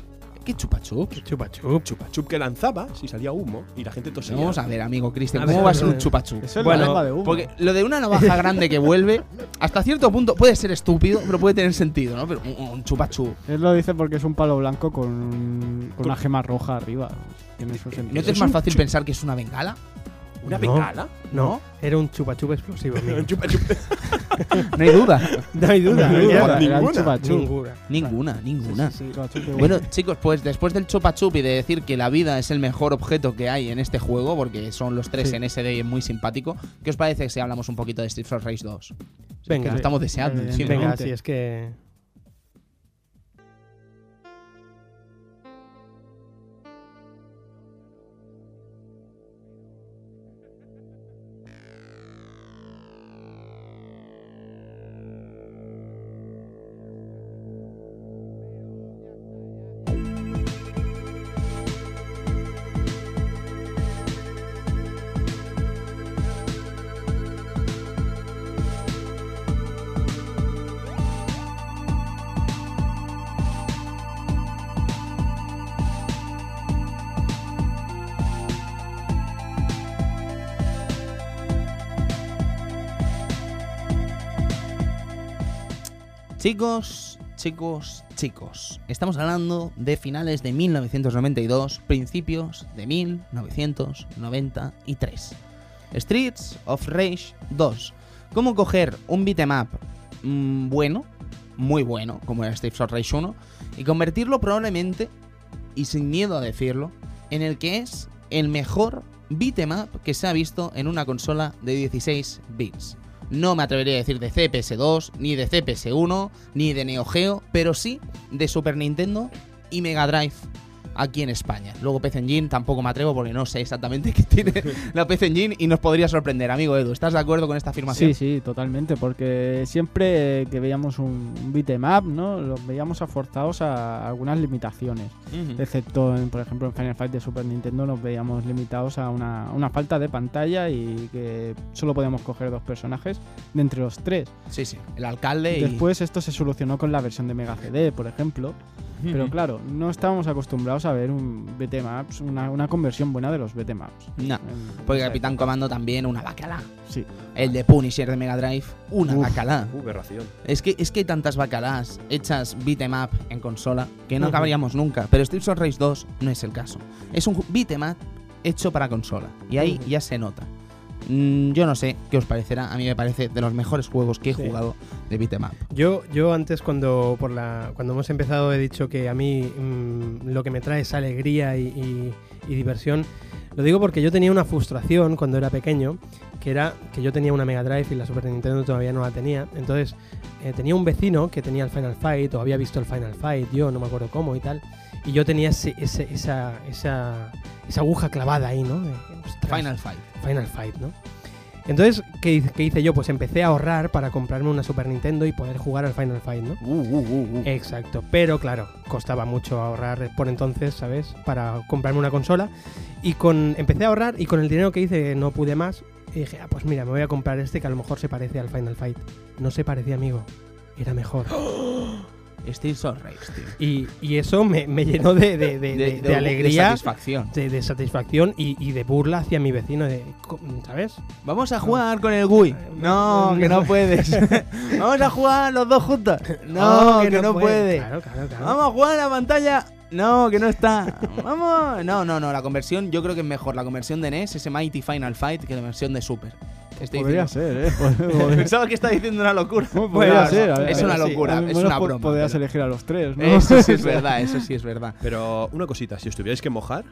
Speaker 1: ¿Qué chupa chups?
Speaker 2: Chupa chup.
Speaker 4: Chupachup que lanzaba si salía humo y la gente tosía.
Speaker 1: Vamos a ver, amigo Cristian,
Speaker 2: A
Speaker 1: ¿cómo
Speaker 2: ver,
Speaker 1: va a
Speaker 2: a
Speaker 1: ser
Speaker 2: ver.
Speaker 1: un chupa chup?
Speaker 3: Eso es
Speaker 2: Bueno,
Speaker 3: la bomba de humo.
Speaker 1: Porque lo de una navaja grande que vuelve, hasta cierto punto puede ser estúpido, pero puede tener sentido, ¿no? Pero un, un chupa chup.
Speaker 3: Él lo dice porque es un palo blanco con, un- con una gema roja arriba. Tiene su
Speaker 1: ¿No
Speaker 3: sentido.
Speaker 1: te es
Speaker 4: Es
Speaker 1: más
Speaker 4: un
Speaker 1: fácil
Speaker 4: chup-
Speaker 1: pensar que es una bengala?
Speaker 4: ¿Una
Speaker 2: No.
Speaker 4: bengala?
Speaker 2: No, era un chupa chup explosivo, amigo.
Speaker 4: Un chupachup.
Speaker 1: No hay duda.
Speaker 2: No hay duda.
Speaker 4: Ninguna,
Speaker 3: Era-
Speaker 2: mierda.
Speaker 3: ¿eh? era el
Speaker 4: ninguna.
Speaker 3: chupachú.
Speaker 2: Ninguna.
Speaker 1: ninguna, ninguna.
Speaker 3: Sí, sí, chupachú, qué
Speaker 1: Bueno, chicos, pues después del chupa chup y de decir que la vida es el mejor objeto que hay en este juego, porque son los tres
Speaker 3: Sí.
Speaker 1: en SD y es muy simpático, ¿qué os parece si hablamos un poquito de Street of Rage 2? Que
Speaker 2: Venga,
Speaker 1: lo estamos deseando.
Speaker 3: Eh, Venga,
Speaker 1: sí, ¿no?
Speaker 2: venga,
Speaker 3: Evidentemente.
Speaker 2: si es que.
Speaker 1: Chicos, chicos, chicos, estamos hablando de finales de 1992, principios de 1993. Streets of Rage 2. ¿Cómo coger un beatmap bueno, muy bueno, como era Streets of Rage 1, y convertirlo probablemente, y sin miedo a decirlo, en el que es el mejor beatmap que se ha visto en una consola de 16 bits? No me atrevería a decir de CPS2, ni de CPS1, ni de Neo Geo, pero sí de Super Nintendo y Mega Drive aquí en España. Luego PC Engine tampoco me atrevo porque no sé exactamente qué tiene la PC Engine y nos podría sorprender. Amigo Edu, ¿estás de acuerdo con esta afirmación?
Speaker 3: Sí, sí, totalmente, porque siempre que veíamos un un beat'em up, ¿no? Los veíamos aforzados a algunas limitaciones.
Speaker 1: Ujú.
Speaker 3: Excepto, en, por ejemplo, en Final Fight de Super Nintendo nos veíamos limitados a una, una falta de pantalla y que solo podíamos coger dos personajes de entre los tres.
Speaker 1: Sí, sí. El alcalde
Speaker 3: Después esto se solucionó con la versión de Mega CD, por ejemplo.
Speaker 1: y...
Speaker 3: Pero
Speaker 1: Ujú.
Speaker 3: claro, no estábamos acostumbrados a ver un BTMAPS, una, una conversión buena de los BTMAPs.
Speaker 1: No, porque Capitán Comando también una bacala.
Speaker 3: Sí.
Speaker 1: El de Punisher de Mega Drive, una
Speaker 3: Uf.
Speaker 1: bacala.
Speaker 4: Uh, aberración.
Speaker 1: Es que, es que hay tantas bacalás hechas beat'em up en consola que no
Speaker 2: Ujú.
Speaker 1: acabaríamos nunca. Pero Streets of Rage 2 no es el caso. Es un ju- beat'em up hecho para consola. Y ahí
Speaker 2: Ujú.
Speaker 1: ya se nota. Mm, yo no sé qué os parecerá. A mí me parece de los mejores juegos que he
Speaker 2: Sí.
Speaker 1: jugado de beat'em up.
Speaker 2: Yo, yo antes cuando por la cuando hemos empezado he dicho que a mí mm, lo que me trae es alegría y, y- y diversión. Lo digo porque yo tenía una frustración cuando era pequeño, que era que yo tenía una Mega Drive y la Super Nintendo todavía no la tenía. Entonces eh, tenía un vecino que tenía el Final Fight o había visto el Final Fight, yo no me acuerdo cómo y tal. Y yo tenía ese- ese- esa, esa, esa aguja clavada ahí, ¿no? De, "Ostras,
Speaker 1: Final Fight.
Speaker 2: Final Fight, ¿no? Entonces, ¿qué, hice- qué hice yo? Pues empecé a ahorrar para comprarme una Super Nintendo y poder jugar al Final Fight, ¿no?
Speaker 1: Uh, uh,
Speaker 2: Eh,
Speaker 1: uh, uh.
Speaker 2: Exacto, pero claro, costaba mucho ahorrar por entonces, ¿sabes? Para comprarme una consola. Y con empecé a ahorrar y con el dinero que hice no pude más. Y dije, ah, pues mira, me voy a comprar este que a lo mejor se parece al Final Fight. No se parecía, amigo. Era mejor.
Speaker 1: Streets of Rage, tío.
Speaker 2: Y, y eso me, me llenó de, de- de- de- de alegría,
Speaker 1: satisfacción.
Speaker 2: de, de satisfacción y, y de burla hacia mi vecino, de, co- ¿sabes?
Speaker 1: Vamos a jugar con el Wii. No, que no puedes. Vamos a jugar los dos juntos. No,
Speaker 2: Oh,
Speaker 1: que no puedes.
Speaker 2: Claro, claro, claro.
Speaker 1: Vamos a jugar a la pantalla. No, que no está. Vamos. No, no, no. La conversión, yo creo que es mejor. La conversión de NES, ese Mighty Final Fight, que la versión de Super. Estoy
Speaker 3: Podría
Speaker 1: diciendo-
Speaker 3: ser, ¿eh? Podría-
Speaker 1: Pensaba que estaba diciendo una locura.
Speaker 3: podría
Speaker 1: no,
Speaker 3: ser. a ver,
Speaker 1: es
Speaker 3: a ver,
Speaker 1: una
Speaker 3: sí.
Speaker 1: locura,
Speaker 3: Al
Speaker 1: es
Speaker 3: menos
Speaker 1: una
Speaker 3: po-
Speaker 1: broma,
Speaker 3: Podrías
Speaker 1: pero-
Speaker 3: elegir a los tres, ¿no?
Speaker 1: Eso sí es verdad, eso sí es verdad.
Speaker 4: Pero una cosita, si os tuvierais que mojar,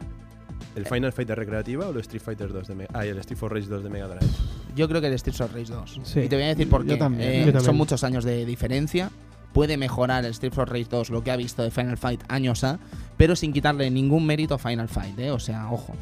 Speaker 4: ¿El
Speaker 1: Eh.
Speaker 4: Final Fighter recreativa o el Street Fighter 2 de Mega Ah, y el Street for Rage 2 de Mega Drive.
Speaker 1: Yo creo que el Streets of Rage 2.
Speaker 2: Sí.
Speaker 1: Y te voy a decir por
Speaker 3: Yo
Speaker 1: qué.
Speaker 3: también.
Speaker 1: Eh,
Speaker 2: Yo también.
Speaker 1: Son muchos años de diferencia. Puede mejorar el Streets of Rage 2 lo que ha visto de Final Fight años A, pero sin quitarle ningún mérito a Final Fight, ¿eh? O sea, ojo.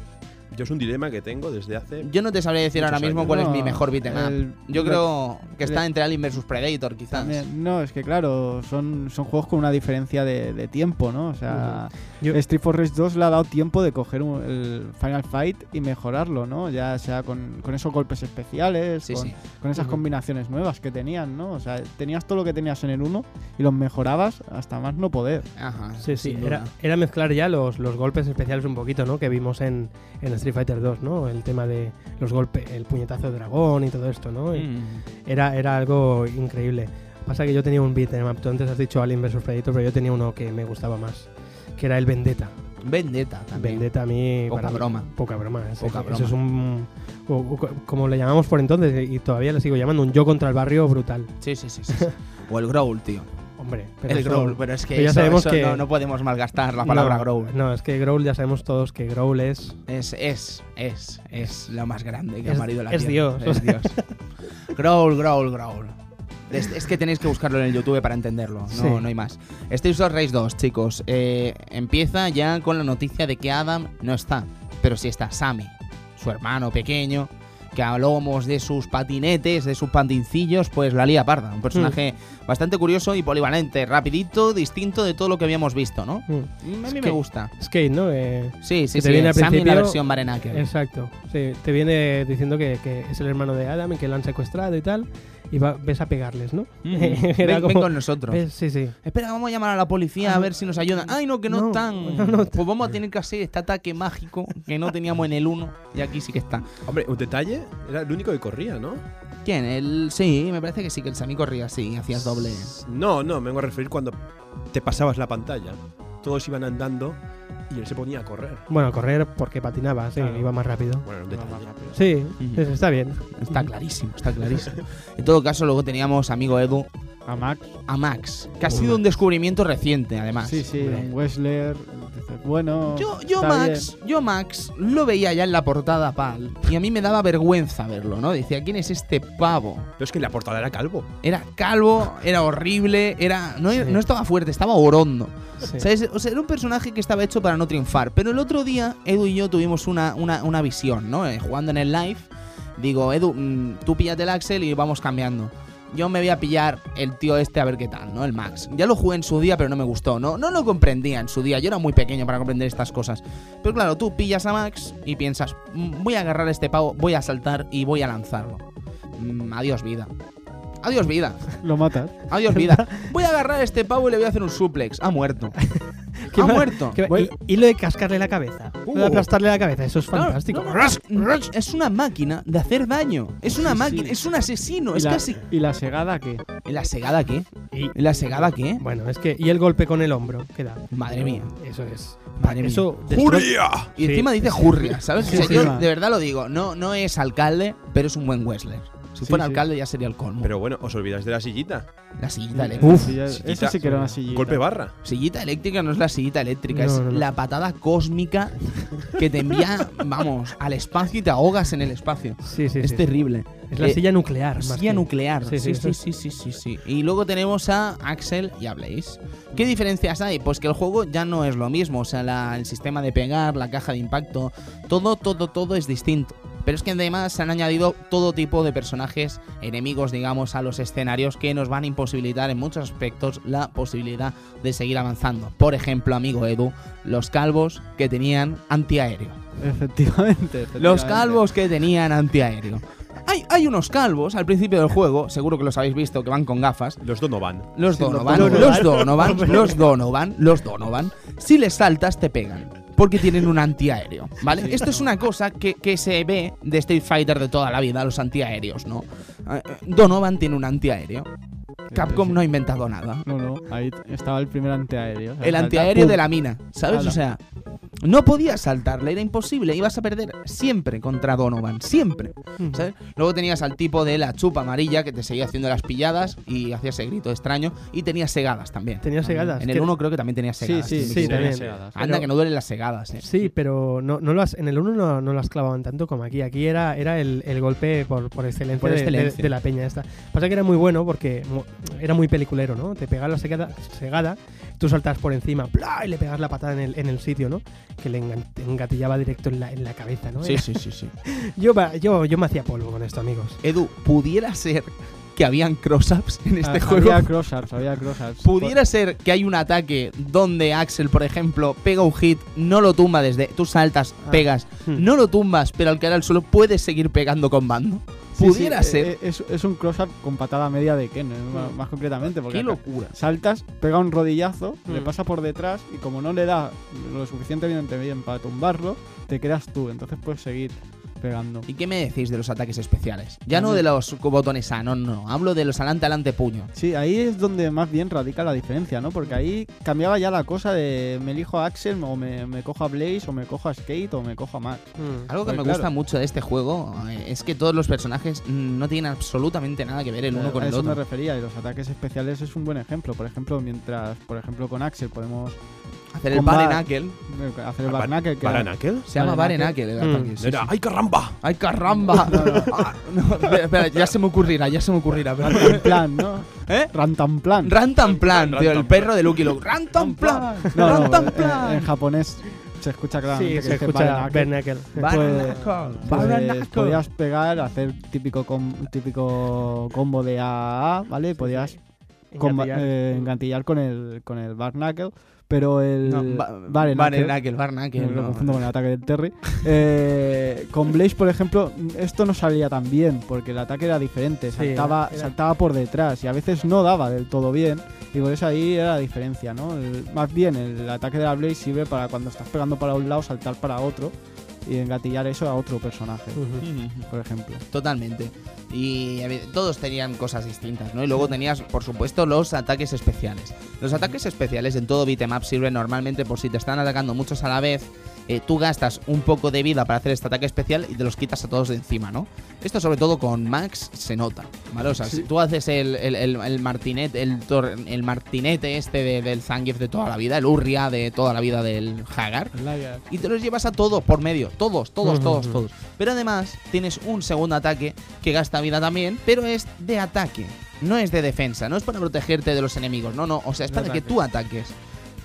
Speaker 4: Yo es un dilema que tengo desde hace.
Speaker 1: Yo no te sabría decir
Speaker 4: Muchos
Speaker 1: ahora mismo
Speaker 4: años.
Speaker 1: cuál es
Speaker 3: No,
Speaker 1: mi mejor beat'em up.
Speaker 3: el-
Speaker 1: Yo creo que está
Speaker 3: el-
Speaker 1: entre Alien vs Predator, quizás.
Speaker 3: También- no, es que claro, son, son juegos con una diferencia de, de tiempo, ¿no? O sea,
Speaker 2: Yo-
Speaker 3: Street for Rage 2 le ha dado tiempo de coger un- el Final Fight y mejorarlo, ¿no? Ya sea con, con esos golpes especiales,
Speaker 1: Sí,
Speaker 3: con,
Speaker 1: sí.
Speaker 3: con esas
Speaker 2: Ujú.
Speaker 3: combinaciones nuevas que tenían, ¿no? O sea, tenías todo lo que tenías en el 1 y los mejorabas hasta más no poder.
Speaker 1: Ajá.
Speaker 2: Sí, sí,
Speaker 1: sin duda.
Speaker 2: era, era mezclar ya los, los golpes especiales un poquito, ¿no? Que vimos en, en Street Fighter 2, ¿no? El tema de los golpes, el puñetazo de dragón y todo esto, ¿no? Y
Speaker 1: Mm.
Speaker 2: Era, era algo increíble. Pasa que yo tenía un beat em up. Tú antes has dicho Alien vs Predator, pero yo tenía uno que me gustaba más, que era el Vendetta.
Speaker 1: Vendetta también.
Speaker 2: Vendetta a mí...
Speaker 1: Poca broma.
Speaker 2: Poca broma. Eso,
Speaker 1: Poca broma.
Speaker 2: eso es un... o- o- como le llamamos por entonces, y todavía le sigo llamando, un yo contra el barrio brutal.
Speaker 1: Sí, sí, sí. sí, sí. o el Growl, tío.
Speaker 2: Hombre.
Speaker 1: el
Speaker 2: eso-
Speaker 1: Growl, pero es que,
Speaker 2: pero ya
Speaker 1: eso-
Speaker 2: sabemos
Speaker 1: eso
Speaker 2: que-
Speaker 1: no, no podemos malgastar la palabra
Speaker 2: no,
Speaker 1: Growl.
Speaker 2: No, es que Growl ya sabemos todos que Growl es...
Speaker 1: Es, es, es, es lo más grande que ha
Speaker 2: Es-
Speaker 1: parido la
Speaker 2: es
Speaker 1: tierra.
Speaker 2: Dios.
Speaker 1: Es Dios. growl, growl, growl. Es, es que tenéis que buscarlo en el YouTube para entenderlo. No,
Speaker 2: Sí.
Speaker 1: no hay más. Streets of Rage 2, chicos. eh, empieza ya con la noticia de que Adam no está. Pero sí está Sammy, su hermano pequeño, que hablamos de sus patinetes, de sus pandincillos, pues la lía parda.
Speaker 2: Mm.
Speaker 1: Un personaje bastante curioso y polivalente, rapidito, distinto de todo lo que habíamos visto, ¿no?
Speaker 2: Mm.
Speaker 1: A mí
Speaker 2: Es
Speaker 1: me
Speaker 2: que-
Speaker 1: gusta.
Speaker 2: Skate, ¿no? Eh,
Speaker 1: Sí, sí,
Speaker 2: que te
Speaker 1: sí.
Speaker 2: viene al
Speaker 1: Sammy en la
Speaker 2: principio-
Speaker 1: versión Barenacker.
Speaker 2: exacto. Sí, te viene diciendo que, que es el hermano de Adam y que lo han secuestrado y tal. Y va- ves a pegarles, ¿no?
Speaker 1: Ven,
Speaker 2: Era
Speaker 1: ven
Speaker 2: como-
Speaker 1: con nosotros.
Speaker 2: ves- Sí, sí.
Speaker 1: Espera, vamos a llamar a la policía a ver si nos ayudan. Ay, no, que no,
Speaker 2: No,
Speaker 1: están.
Speaker 2: no, no están.
Speaker 1: pues vamos a tener que hacer este ataque mágico que no teníamos en el 1 y aquí sí que está.
Speaker 4: Hombre, un detalle, era el único que corría, ¿no?
Speaker 1: ¿Quién? El... Sí, me parece que sí, que el Sami corría así, hacías doble. ¿eh?
Speaker 4: No, no, me vengo a referir cuando te pasabas la pantalla. Todos iban andando y él se ponía a correr.
Speaker 2: Bueno, correr porque patinaba, sí,
Speaker 4: Claro.
Speaker 2: iba más rápido.
Speaker 4: Bueno,
Speaker 1: Ah,
Speaker 4: un detalle.
Speaker 2: Sí,
Speaker 1: Ujú.
Speaker 2: es- está bien.
Speaker 1: Está clarísimo, está clarísimo. En todo caso, luego teníamos, amigo Edu,
Speaker 3: A Max.
Speaker 1: a Max, que ha sido un descubrimiento reciente, además.
Speaker 3: sí, sí,
Speaker 2: hombre.
Speaker 3: un Wessler. entonces, Bueno.
Speaker 1: Yo, yo
Speaker 3: está
Speaker 1: Max, yo Max lo veía ya en la portada pal y a mí me daba vergüenza verlo, ¿no? Decía, ¿quién es este pavo?
Speaker 4: Pero es que en la portada era calvo.
Speaker 1: Era calvo, era horrible, era no, era-
Speaker 2: Sí.
Speaker 1: no estaba fuerte, estaba orondo.
Speaker 2: Sí.
Speaker 1: ¿Sabes? O sea, era un personaje que estaba hecho para no triunfar. Pero el otro día, Edu y yo tuvimos una, una, una visión, ¿no? Eh, jugando en el live, digo, Edu, mm, tú píllate el Axel y vamos cambiando. Yo me voy a pillar el tío este a ver qué tal, ¿no? El Max. Ya lo jugué en su día, pero no me gustó, ¿no? No lo comprendía en su día. Yo era muy pequeño para comprender estas cosas. Pero claro, tú pillas a Max y piensas, "Mm, voy a agarrar este pavo, voy a saltar y voy a lanzarlo. Mm, adiós, vida. Adiós, vida.
Speaker 3: Lo matas.
Speaker 1: Adiós, vida. Voy a agarrar a este pavo y le voy a hacer un suplex. Ha muerto.
Speaker 2: ¿Qué
Speaker 1: ha
Speaker 2: va-
Speaker 1: muerto.
Speaker 2: qué va-
Speaker 4: Bueno.
Speaker 2: y, y lo de cascarle la cabeza, lo de
Speaker 4: Uh.
Speaker 2: aplastarle la cabeza, eso es
Speaker 1: Claro,
Speaker 2: fantástico.
Speaker 1: no, no, es- no, Es una máquina de hacer daño. Es una
Speaker 3: Sí,
Speaker 1: máquina,
Speaker 3: sí.
Speaker 1: es un asesino.
Speaker 3: ¿Y
Speaker 1: Es
Speaker 3: la,
Speaker 1: casi.
Speaker 3: ¿Y la segada qué?
Speaker 1: ¿En la segada qué?
Speaker 2: Y-
Speaker 1: ¿En la segada qué?
Speaker 2: bueno, es que. Y el golpe con el hombro, ¿qué da?
Speaker 1: eh? Madre mía.
Speaker 2: Eso es.
Speaker 1: Madre mía.
Speaker 2: eso destro-
Speaker 4: ¡Juria!
Speaker 1: Y
Speaker 2: Sí.
Speaker 1: encima dice Jurria, ¿sabes?
Speaker 3: Sí,
Speaker 1: O sea,
Speaker 3: sí.
Speaker 1: yo de verdad lo digo. No, no es alcalde, pero es un buen Wessler. Si
Speaker 3: Sí,
Speaker 1: fuera
Speaker 3: sí.
Speaker 1: alcalde ya sería el colmo.
Speaker 4: Pero bueno, os olvidáis de la sillita.
Speaker 1: la sillita eléctrica.
Speaker 2: Uf,
Speaker 3: Sí, ya-
Speaker 4: chiquita.
Speaker 3: esa sí que era una sillita.
Speaker 4: Golpe barra.
Speaker 1: Sillita eléctrica no es la sillita eléctrica,
Speaker 2: No,
Speaker 1: es
Speaker 2: no, no.
Speaker 1: la patada cósmica que te envía, vamos, al espacio y te ahogas en el espacio.
Speaker 2: Sí, sí,
Speaker 1: es
Speaker 2: sí.
Speaker 1: terrible.
Speaker 2: Es la
Speaker 1: Eh,
Speaker 2: silla nuclear. más
Speaker 1: Silla
Speaker 2: que-
Speaker 1: nuclear. Sí
Speaker 2: Sí,
Speaker 1: sí
Speaker 2: sí,
Speaker 1: sí,
Speaker 2: eso
Speaker 1: sí, sí, sí, Y luego tenemos a Axel y a Blaze. ¿Qué diferencias hay? Pues que el juego ya no es lo mismo. O sea, la- el sistema de pegar, la caja de impacto, todo, todo, todo es distinto. Pero es que además se han añadido todo tipo de personajes enemigos, digamos, a los escenarios que nos van a imposibilitar en muchos aspectos la posibilidad de seguir avanzando. Por ejemplo, amigo Edu, los calvos que tenían antiaéreo.
Speaker 3: Efectivamente, efectivamente.
Speaker 1: Los calvos que tenían antiaéreo. Hay, hay unos calvos al principio del juego, seguro que los habéis visto, que van con gafas.
Speaker 4: Los Donovan.
Speaker 1: Los
Speaker 3: Siendo
Speaker 1: Donovan,
Speaker 3: calvos.
Speaker 1: los Donovan, los Donovan, los Donovan. Si les saltas, te pegan. Porque tienen un antiaéreo, ¿vale?
Speaker 3: Sí,
Speaker 1: Esto es
Speaker 3: no.
Speaker 1: una cosa que, que se ve de Street Fighter de toda la vida, los antiaéreos, ¿no? Eh, eh, Donovan tiene un antiaéreo. Capcom no ha inventado nada.
Speaker 3: No, no, ahí estaba el primer antiaéreo. O sea,
Speaker 1: El
Speaker 3: salta,
Speaker 1: antiaéreo
Speaker 3: ¡pum!
Speaker 1: de la mina, ¿sabes? O
Speaker 3: Ala.
Speaker 1: sea, No podías saltarle, era imposible, ibas a perder siempre contra Donovan, siempre.
Speaker 2: mm.
Speaker 1: ¿sabes? Luego tenías al tipo de la chupa amarilla que te seguía haciendo las pilladas y hacía ese grito extraño y tenía segadas también.
Speaker 2: Tenía
Speaker 1: También.
Speaker 2: segadas,
Speaker 1: En
Speaker 2: que-
Speaker 1: el 1 creo que también tenía
Speaker 3: Sí,
Speaker 1: segadas.
Speaker 3: sí, Ah,
Speaker 1: si no me
Speaker 2: sí,
Speaker 1: equivoco.
Speaker 2: también.
Speaker 1: Anda
Speaker 2: Pero-
Speaker 1: que no duelen las segadas, eh.
Speaker 2: Sí, pero no, no lo has- en el 1 no, no las clavaban tanto como aquí. Aquí era, era el, el golpe por, por excelencia,
Speaker 1: Por
Speaker 2: de- De,
Speaker 1: excelencia.
Speaker 2: de la peña esta. Pasa que era muy bueno porque mu- era muy peliculero, ¿no? Te pegas la segada, segada tú saltas por encima ¡plá! y le pegas la patada en el, en el sitio, ¿no? Que le engan- te engatillaba directo en la, en la cabeza, ¿no?
Speaker 1: Sí, sí, sí, sí.
Speaker 2: Yo, pa- yo, yo me hacía polvo con esto, amigos.
Speaker 1: Edu, pudiera ser que habían cross-ups en este
Speaker 3: Ah,
Speaker 1: juego.
Speaker 3: Había cross-ups, había cross-ups.
Speaker 1: Pudiera ser que hay un ataque donde Axel, por ejemplo, pega un hit, no lo tumba desde. Tú saltas,
Speaker 3: Ah.
Speaker 1: pegas,
Speaker 2: Hmm.
Speaker 1: no lo tumbas, pero al caer al suelo puedes seguir pegando con bando.
Speaker 3: Sí, sí,
Speaker 1: pudiera
Speaker 3: eh,
Speaker 1: ser. Mm.
Speaker 3: eh, Es, es un cross-up con patada media de Ken, eh, más, más concretamente. Porque
Speaker 1: ¡Qué
Speaker 3: acá-
Speaker 1: locura!
Speaker 3: saltas, pega un rodillazo, le
Speaker 2: Mm.
Speaker 3: pasa por detrás y como no le da lo suficientemente bien para tumbarlo, te quedas tú. Entonces puedes seguir pegando.
Speaker 1: ¿Y qué me decís de los ataques especiales? Ya no
Speaker 3: Ujú.
Speaker 1: de los botones A, no, no. Hablo de los alante alante puño.
Speaker 3: Sí, ahí es donde más bien radica la diferencia, ¿no? Porque ahí cambiaba ya la cosa de me elijo a Axel o me, me cojo a Blaze o me cojo a Skate o me cojo a Max.
Speaker 1: Algo que
Speaker 3: Pues
Speaker 1: me
Speaker 3: claro.
Speaker 1: gusta mucho de este juego eh, es que todos los personajes mm, no tienen absolutamente nada que ver el uno
Speaker 3: Eh,
Speaker 1: con
Speaker 3: a
Speaker 1: el
Speaker 3: eso me
Speaker 1: otro.
Speaker 3: refería y los ataques especiales es un buen ejemplo. Por ejemplo, mientras, por ejemplo, con Axel podemos
Speaker 1: Hacer el
Speaker 3: Combat.
Speaker 1: Baren Akel.
Speaker 3: eh, hacer
Speaker 1: Ah,
Speaker 3: el
Speaker 4: Bar-
Speaker 3: barnacle. que era-
Speaker 4: ¿Baranakel?
Speaker 1: Se llama
Speaker 3: Baren
Speaker 1: Baren Akel el
Speaker 2: Mm.
Speaker 1: ataque, sí, sí.
Speaker 4: Era, ¡ay, caramba!
Speaker 1: ¡Ay, caramba! Ah, no, espera, espera, ya se me ocurrirá, ya se me ocurrirá. pero-
Speaker 3: en plan, ¿no?
Speaker 1: ¿Eh?
Speaker 3: Rantanplan.
Speaker 1: Rantanplan, tío, el
Speaker 4: Rantanplan.
Speaker 1: perro de Lucky Luke. Rantanplan,
Speaker 3: No, no,
Speaker 1: Rantanplan.
Speaker 3: en, en japonés se escucha claramente
Speaker 2: Sí,
Speaker 3: que
Speaker 2: se
Speaker 3: dice
Speaker 2: escucha
Speaker 3: barnacle.
Speaker 2: Bernacle.
Speaker 1: Baranacle,
Speaker 3: Pues,
Speaker 1: baranacle.
Speaker 3: podías pegar, hacer típico com- típico combo de AA, ¿vale? Podías comba- eh, engatillar con el con el barnacle, pero el
Speaker 1: No,
Speaker 3: Barenacle,
Speaker 1: ba- Baranacle,
Speaker 3: me lo
Speaker 1: Baranacle.
Speaker 3: confundo
Speaker 1: no.
Speaker 3: con el ataque del Terry. Eh, con Blaze, por ejemplo, esto no salía tan bien, porque el ataque era diferente,
Speaker 2: Sí,
Speaker 3: saltaba,
Speaker 2: era-
Speaker 3: saltaba por detrás y a veces no daba del todo bien, y por eso ahí era la diferencia, ¿no? El- más bien el ataque de la Blaze sirve para cuando estás pegando para un lado, saltar para otro y engatillar eso a otro personaje,
Speaker 2: Ujú.
Speaker 3: por ejemplo.
Speaker 1: Totalmente. Y a ver, todos tenían cosas distintas, ¿no? Y luego tenías, por supuesto, los ataques especiales. Los ataques especiales en todo beatmap sirven normalmente por si te están atacando muchos a la vez. eh, tú gastas un poco de vida para hacer este ataque especial y te los quitas a todos de encima, ¿no? Esto sobre todo con Max se nota, ¿vale? O sea, si tú haces el, el, el- el martinete, el, tor- el martinete este de- del Zangief de toda la vida, el Urria de toda la vida del Hagar, y te los llevas a todos por medio. Todos, todos,
Speaker 2: Ujú,
Speaker 1: todos,
Speaker 2: ujú.
Speaker 1: todos. Pero además tienes un segundo ataque que gasta vida también, pero es de ataque. No es de defensa, no es para protegerte de los enemigos, no, no, o sea, es
Speaker 3: De
Speaker 1: para que
Speaker 3: ataque.
Speaker 1: tú ataques.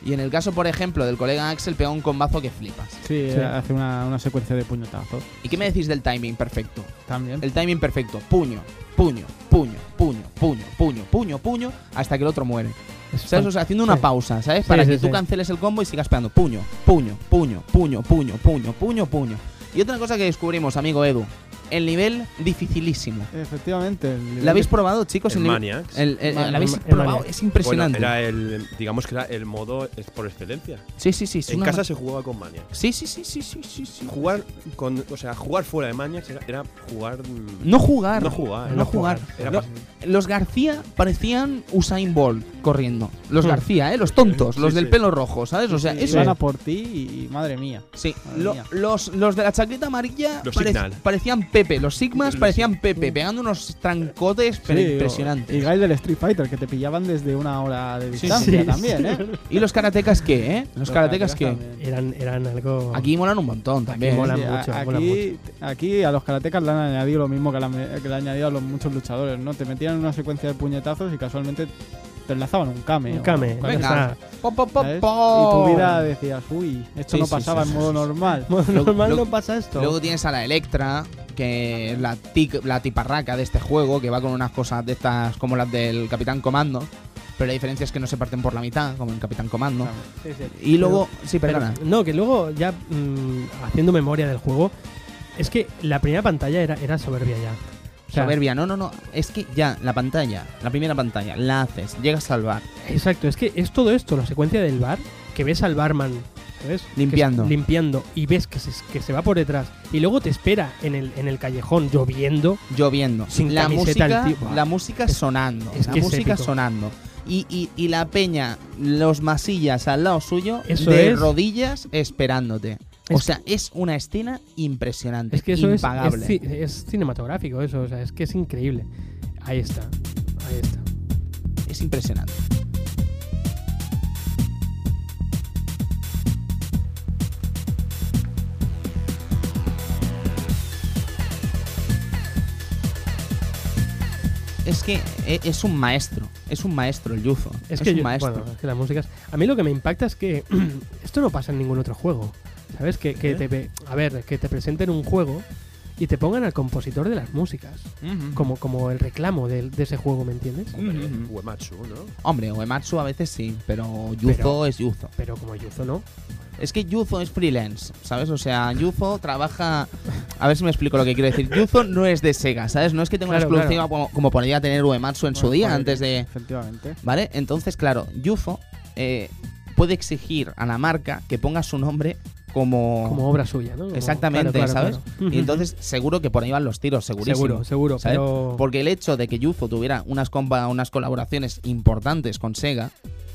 Speaker 1: Y en el caso, por ejemplo, del colega Axel, pega un combazo que flipas.
Speaker 3: Sí, eh,
Speaker 2: Sí.
Speaker 3: hace una, una secuencia de puñetazos.
Speaker 1: ¿Y qué me decís del timing perfecto?
Speaker 3: También.
Speaker 1: El timing perfecto, puño, puño, puño, puño, puño, puño, puño, puño, hasta que el otro muere.
Speaker 2: Es
Speaker 1: ¿Sabes? O sea, haciendo una
Speaker 2: Sí.
Speaker 1: pausa, ¿sabes?
Speaker 2: Sí,
Speaker 1: Para
Speaker 2: sí,
Speaker 1: que tú
Speaker 2: sí.
Speaker 1: canceles el combo y sigas pegando puño, puño, puño, puño, puño, puño, puño, puño. Y otra cosa que descubrimos, amigo Edu, el nivel dificilísimo.
Speaker 3: Efectivamente. el nivel
Speaker 1: ¿La habéis
Speaker 3: de-
Speaker 1: probado, chicos?
Speaker 4: El
Speaker 1: nivel-
Speaker 4: Maniacs.
Speaker 1: el- el-
Speaker 2: Ma-
Speaker 1: ¿La habéis
Speaker 2: el
Speaker 1: probado?
Speaker 2: Maniacs.
Speaker 1: Es impresionante.
Speaker 4: Bueno, era el, digamos que era el modo es- por excelencia.
Speaker 1: Sí, sí, sí. es
Speaker 4: en
Speaker 1: una
Speaker 4: casa
Speaker 1: ma-
Speaker 4: se jugaba con Maniacs.
Speaker 1: Sí, sí, sí, sí, sí, sí, sí.
Speaker 4: Jugar con, o sea, jugar fuera de Maniacs era, era jugar mm,
Speaker 1: No jugar.
Speaker 4: no jugar.
Speaker 1: No jugar.
Speaker 4: Era
Speaker 1: No-
Speaker 4: pas-
Speaker 1: Los García parecían Usain Bolt corriendo. Los
Speaker 2: Hmm.
Speaker 1: García, ¿eh? Los tontos,
Speaker 4: Sí,
Speaker 1: los del
Speaker 4: sí.
Speaker 1: pelo rojo, ¿sabes? O sea,
Speaker 3: Sí,
Speaker 1: eso
Speaker 3: Iban a por ti y, y madre mía.
Speaker 1: Sí,
Speaker 3: Madre
Speaker 1: lo-
Speaker 3: mía.
Speaker 1: los, los de la chaqueta amarilla
Speaker 4: Los
Speaker 1: parec-
Speaker 4: Signal.
Speaker 1: parecían Pepe, los Sigmas
Speaker 4: Los- Mm.
Speaker 1: parecían Pepe, pegando unos trancotes pero
Speaker 3: Sí, Y
Speaker 1: impresionantes.
Speaker 3: Guy del Street Fighter, que te pillaban desde una hora de
Speaker 1: Sí,
Speaker 3: distancia
Speaker 2: sí.
Speaker 3: también, ¿eh? Los
Speaker 1: ¿Y los karatecas qué, eh? Los karatecas qué.
Speaker 3: también.
Speaker 2: Eran, eran algo.
Speaker 1: Aquí molan un montón también.
Speaker 2: molan
Speaker 1: ¿eh?
Speaker 3: Sí, a-
Speaker 2: mucho,
Speaker 3: aquí,
Speaker 2: molan
Speaker 3: aquí a los karatecas le han añadido lo mismo que le han, que le han añadido a los muchos luchadores, ¿no? Te metían en una secuencia de puñetazos y casualmente te enlazaban un kame.
Speaker 2: Un
Speaker 3: o-
Speaker 2: kame,
Speaker 3: o
Speaker 2: ya
Speaker 1: Venga.
Speaker 2: está.
Speaker 1: Pop, pop, pop,
Speaker 3: ¿sabes?
Speaker 1: pop.
Speaker 3: Y tu vida decías, uy, esto
Speaker 1: Sí,
Speaker 3: no
Speaker 1: sí,
Speaker 3: pasaba
Speaker 1: sí,
Speaker 3: en
Speaker 1: sí,
Speaker 3: modo
Speaker 1: sí, sí.
Speaker 3: normal.
Speaker 1: Lo-
Speaker 2: normal
Speaker 1: lo-
Speaker 2: no pasa esto.
Speaker 1: Luego tienes a la Electra, que es la, tic- la tiparraca de este juego, que va con unas cosas de estas como las del Capitán Comando. Pero la diferencia es que no se parten por la mitad, como en Capitán Comando.
Speaker 3: Claro.
Speaker 2: Sí, sí.
Speaker 1: Y luego, sí, perdona.
Speaker 2: Pero, no, que luego ya mm, haciendo memoria del juego, es que la primera pantalla era, era soberbia ya. O sea,
Speaker 1: Soberbia, no, no, no. Es que ya, la pantalla, la primera pantalla, la haces, llegas al bar,
Speaker 2: Exacto, es que es todo esto, la secuencia del bar, que ves al barman, ¿sabes?
Speaker 1: Limpiando.
Speaker 2: Que es- limpiando y ves que se, que se va por detrás y luego te espera en el, en el callejón lloviendo.
Speaker 1: lloviendo.
Speaker 2: Sin
Speaker 1: la
Speaker 2: camiseta
Speaker 1: música,
Speaker 2: el tipo.
Speaker 1: la música sonando.
Speaker 2: es
Speaker 1: la
Speaker 2: que es
Speaker 1: música
Speaker 2: épico.
Speaker 1: sonando. y, y- y la peña, los masillas al lado suyo,
Speaker 2: Eso
Speaker 1: de
Speaker 2: es.
Speaker 1: rodillas esperándote. O
Speaker 2: Es-
Speaker 1: sea, es una escena impresionante,
Speaker 2: Es que eso es,
Speaker 1: impagable.
Speaker 2: es ci- es cinematográfico, eso. O sea, es que es increíble. Ahí está. Ahí está.
Speaker 1: es impresionante. Es que e- es un maestro, es un maestro el Yuzo. Es,
Speaker 2: Es, que
Speaker 1: un
Speaker 2: yo-
Speaker 1: maestro.
Speaker 2: bueno, es que las músicas. A mí lo que me impacta es que esto no pasa en ningún otro juego. ¿Sabes? Que, que
Speaker 4: ¿Eh?
Speaker 2: te ve- a ver, que te presenten un juego y te pongan al compositor de las músicas. Como, como el reclamo del- de, ese juego, ¿me entiendes?
Speaker 1: Mm.
Speaker 4: Hombre,
Speaker 1: Ujú.
Speaker 4: Uematsu, ¿no?
Speaker 1: Hombre, Uematsu a veces sí, pero Yuzo
Speaker 2: Pero-
Speaker 1: es Yuzo.
Speaker 2: Pero como Yuzo no.
Speaker 1: Es que Yuzo es freelance, ¿sabes? O sea, Yuzo trabaja. A ver si me explico lo que quiero decir. Yuzo no es de Sega, ¿sabes? No es que tenga
Speaker 2: Claro,
Speaker 1: una exclusiva como, como podría tener Uematsu en su
Speaker 3: Bueno,
Speaker 1: día
Speaker 3: joder,
Speaker 1: antes de.
Speaker 3: Efectivamente.
Speaker 1: ¿Vale? Entonces, claro, Yuzo eh, puede exigir a la marca que ponga su nombre como.
Speaker 2: Como obra suya, ¿no? Como-
Speaker 1: Exactamente,
Speaker 2: claro, claro,
Speaker 1: ¿sabes?
Speaker 2: claro.
Speaker 1: Y entonces, seguro que por ahí van los tiros, segurísimo.
Speaker 2: Seguro, seguro.
Speaker 1: ¿sabes?
Speaker 2: Pero...
Speaker 1: Porque el hecho de que Yuzo tuviera unas, compa- unas colaboraciones importantes con Sega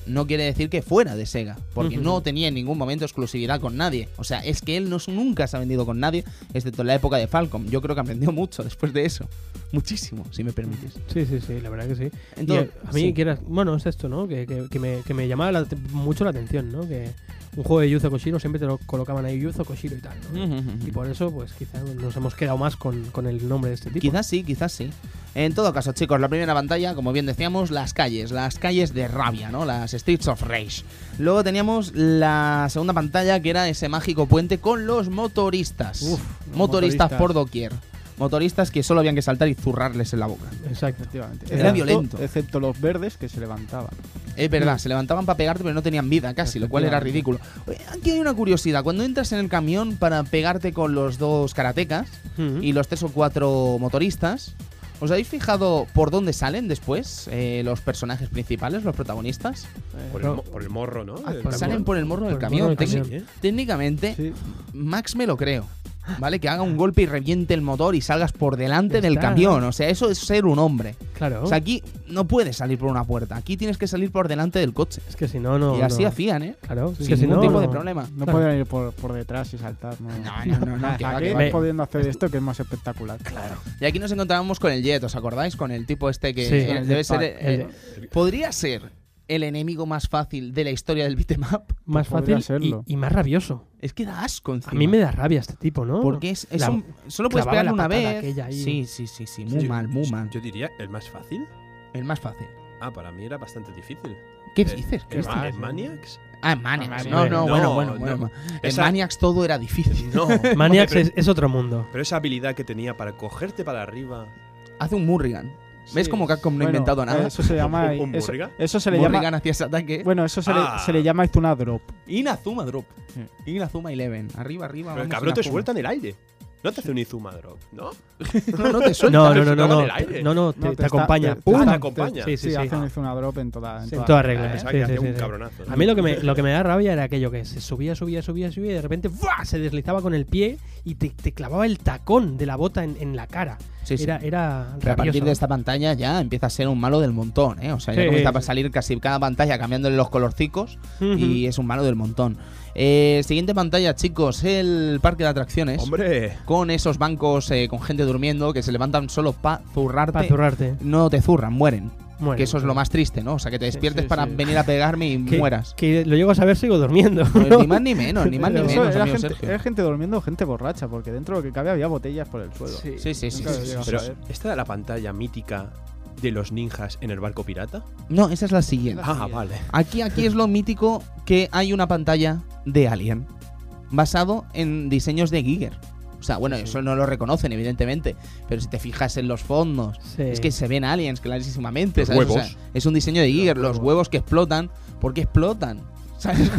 Speaker 1: no quiere decir que fuera de Sega, porque
Speaker 2: Ujú.
Speaker 1: no tenía en ningún momento exclusividad con nadie. O sea, es que él no, nunca se ha vendido con nadie, excepto en la época de Falcom. Yo creo que aprendió mucho después de eso. Muchísimo, si me permites.
Speaker 2: Sí, sí, sí, la verdad que sí. Y eh,
Speaker 1: Entonces,
Speaker 2: a a mí
Speaker 1: sí.
Speaker 2: quieras, bueno, es esto, ¿no? Que, que- que me, que me llamaba la- mucho la atención, ¿no? Que un juego de Yuzo Koshiro siempre te lo colocaban ahí Yuzo Koshiro y tal, ¿no?
Speaker 1: Ujú, ujú, ujú.
Speaker 2: Y por eso, pues quizá nos hemos quedado más con, con el nombre de este tipo.
Speaker 1: Quizás sí, quizás sí. En todo caso, chicos, la primera pantalla, como bien decíamos, las calles, las calles de rabia, ¿no? Las Streets of Rage. Luego teníamos la segunda pantalla, que era ese mágico puente con los motoristas.
Speaker 3: Uf,
Speaker 1: motoristas,
Speaker 3: los
Speaker 1: por
Speaker 3: motoristas.
Speaker 1: doquier. Motoristas que solo habían que saltar y zurrarles en la boca.
Speaker 2: Exacto.
Speaker 3: Efectivamente.
Speaker 1: Era
Speaker 3: Excepto-
Speaker 1: violento.
Speaker 3: Excepto los verdes que se levantaban.
Speaker 1: Es
Speaker 2: Mm.
Speaker 1: verdad, se levantaban para pegarte, pero no tenían vida casi, lo cual era ridículo. Oye, Aquí hay una curiosidad. Cuando entras en el camión para pegarte con los dos karatecas,
Speaker 2: Ujú.
Speaker 1: y los tres o cuatro motoristas. ¿Os habéis fijado por dónde salen después eh, los personajes principales, los protagonistas?
Speaker 3: Eh,
Speaker 4: Por el, mo- por el morro, ¿no?
Speaker 3: Ah,
Speaker 4: El
Speaker 2: por el
Speaker 4: camión.
Speaker 1: pues Salen por el morro
Speaker 2: Por
Speaker 1: del
Speaker 2: el
Speaker 1: camión.
Speaker 2: morro del
Speaker 1: Técnic-
Speaker 2: camión.
Speaker 4: Sí, ¿eh?
Speaker 1: Técnicamente,
Speaker 3: sí.
Speaker 1: Max me lo creo. ¿Vale? Que haga un golpe y reviente el motor y salgas por delante
Speaker 2: Ya
Speaker 1: del
Speaker 2: está. Oh.
Speaker 1: camión. O sea, eso es ser un hombre.
Speaker 2: Claro.
Speaker 1: O sea, aquí no puedes salir por una puerta. Aquí tienes que salir por delante del coche.
Speaker 2: es que si no, no.
Speaker 1: y así
Speaker 2: no.
Speaker 1: hacían, ¿eh?
Speaker 2: Claro. Pues es
Speaker 1: Sin
Speaker 2: que si
Speaker 1: ningún
Speaker 2: no,
Speaker 1: tipo de
Speaker 2: no.
Speaker 1: problema.
Speaker 3: No
Speaker 2: Claro.
Speaker 3: podían ir por, por detrás y saltar. No,
Speaker 1: No, no, no, no, que va, que
Speaker 3: Aquí
Speaker 1: va.
Speaker 2: Me-
Speaker 3: pudiendo hacer esto que es más espectacular.
Speaker 1: Y aquí nos encontrábamos con el Jet, ¿os acordáis? Con el tipo este que
Speaker 2: Sí,
Speaker 1: eh,
Speaker 3: el
Speaker 1: debe
Speaker 3: Jet
Speaker 1: ser.
Speaker 3: Pack.
Speaker 1: eh,
Speaker 2: El-
Speaker 1: Podría ser el enemigo más fácil de la historia del beatemap.
Speaker 2: Más
Speaker 3: Podría
Speaker 2: fácil y,
Speaker 3: serlo.
Speaker 2: y más rabioso.
Speaker 1: Es que da asco encima.
Speaker 2: A mí me da rabia este tipo, ¿no?
Speaker 1: Porque es, es
Speaker 2: La-
Speaker 1: un- solo puedes
Speaker 2: clavaba
Speaker 1: pegarle
Speaker 2: la
Speaker 1: una
Speaker 2: patada
Speaker 1: vez.
Speaker 2: aquella ahí.
Speaker 1: Sí, sí, sí, sí. Muy
Speaker 4: Yo-
Speaker 1: mal, muy mal.
Speaker 4: Yo diría el más fácil.
Speaker 1: El más fácil.
Speaker 4: Ah, para mí era bastante difícil.
Speaker 1: ¿Qué
Speaker 4: El-
Speaker 1: dices?
Speaker 4: el,
Speaker 1: Cristian?
Speaker 4: Ma- el Maniacs?
Speaker 1: Ah, en Maniacs.
Speaker 3: Ah,
Speaker 1: No,
Speaker 2: hombre,
Speaker 1: no, bueno,
Speaker 4: no,
Speaker 1: bueno, bueno.
Speaker 4: no.
Speaker 1: bueno. En
Speaker 4: Esa-
Speaker 1: Maniacs todo era difícil.
Speaker 4: No.
Speaker 2: Maniacs
Speaker 4: Hombre,
Speaker 2: es, es otro mundo.
Speaker 4: pero, pero esa habilidad que tenía para cogerte para arriba.
Speaker 1: Hace un Murrigan. ¿Ves
Speaker 3: Sí.
Speaker 1: cómo Capcom no ha
Speaker 3: Bueno,
Speaker 1: inventado nada?
Speaker 3: Eso se llama.
Speaker 4: ¿Un- un
Speaker 3: eso,
Speaker 4: Morrigan?
Speaker 3: eso se le
Speaker 1: Murrigan
Speaker 3: llama.
Speaker 1: hacía ese ataque.
Speaker 3: Bueno, eso se,
Speaker 4: Ah.
Speaker 3: le, se le llama esto una drop.
Speaker 1: Inazuma Drop.
Speaker 3: Sí.
Speaker 1: Inazuma Eleven. Arriba, arriba.
Speaker 4: Pero el
Speaker 1: vamos,
Speaker 4: cabrón te
Speaker 1: Inazuma.
Speaker 4: suelta en el aire. No te hace un Izuma Drop, ¿no?
Speaker 1: No, no te suelta.
Speaker 2: No,
Speaker 4: te
Speaker 2: no, no, no.
Speaker 4: soltaban
Speaker 2: No,
Speaker 4: del aire.
Speaker 2: no, no, te,
Speaker 3: No,
Speaker 2: te
Speaker 3: está-
Speaker 2: acompaña.
Speaker 3: te-
Speaker 2: ¡Pum!
Speaker 4: te
Speaker 3: está-
Speaker 4: acompaña.
Speaker 2: Sí, sí,
Speaker 3: Sí,
Speaker 2: sí.
Speaker 3: hacen esto una drop en toda. en
Speaker 2: en
Speaker 3: toda-
Speaker 2: toda regla.
Speaker 4: Pensaba que
Speaker 2: sí, sí,
Speaker 4: hacía
Speaker 2: sí,
Speaker 4: un
Speaker 2: sí.
Speaker 4: cabronazo. ¿no?
Speaker 2: A mí lo que, me, lo que me da rabia era aquello que se subía, subía, subía, subía y de repente ¡buah! se deslizaba con el pie y te, te clavaba el tacón de la bota en, en la cara.
Speaker 1: Sí, sí.
Speaker 2: Era, era
Speaker 1: Pero a partir
Speaker 2: rabioso.
Speaker 1: de esta pantalla ya empieza a ser un malo del montón, ¿eh? O sea, ya
Speaker 2: Sí,
Speaker 1: comienza
Speaker 2: sí.
Speaker 1: a salir casi cada pantalla cambiándole los colorcicos
Speaker 2: Ujú.
Speaker 1: y es un malo del montón. Eh, siguiente pantalla, chicos, el parque de atracciones.
Speaker 4: Hombre,
Speaker 1: Con esos bancos eh, con gente durmiendo que se levantan solo para zurrarte.
Speaker 2: Para zurrarte.
Speaker 1: no te zurran, mueren.
Speaker 2: Mueren.
Speaker 1: que eso es lo más triste, ¿no? O sea, que te despiertes
Speaker 2: sí,
Speaker 1: para
Speaker 2: sí.
Speaker 1: venir a pegarme y
Speaker 2: Que-
Speaker 1: mueras.
Speaker 2: Que lo llego a saber, sigo durmiendo.
Speaker 1: Pues
Speaker 2: ¿no?
Speaker 1: ni más ni menos, ni más ni
Speaker 3: Eso
Speaker 1: menos,
Speaker 3: era,
Speaker 1: amigo
Speaker 3: gente,
Speaker 1: Sergio.
Speaker 3: era gente durmiendo, gente borracha, porque dentro de lo que cabe había botellas por el suelo.
Speaker 1: Sí, sí, sí.
Speaker 3: Nunca
Speaker 1: sí,
Speaker 3: lo
Speaker 1: sí,
Speaker 3: llegas
Speaker 1: sí.
Speaker 4: pero
Speaker 3: a ver.
Speaker 4: ¿esta era la pantalla mítica de los ninjas en el barco pirata?
Speaker 1: No, esa es la siguiente.
Speaker 4: Ah, vale.
Speaker 1: Aquí, aquí es lo mítico que hay una pantalla de Alien basado en diseños de Giger. O sea, bueno, eso no lo reconocen, evidentemente, pero si te fijas en los fondos,
Speaker 2: Sí.
Speaker 1: es que se ven aliens clarísimamente.
Speaker 4: Los
Speaker 1: ¿sabes? O sea,
Speaker 4: huevos.
Speaker 1: es un diseño de Giger, los huevos que explotan. ¿Por qué explotan? ¿Sabes?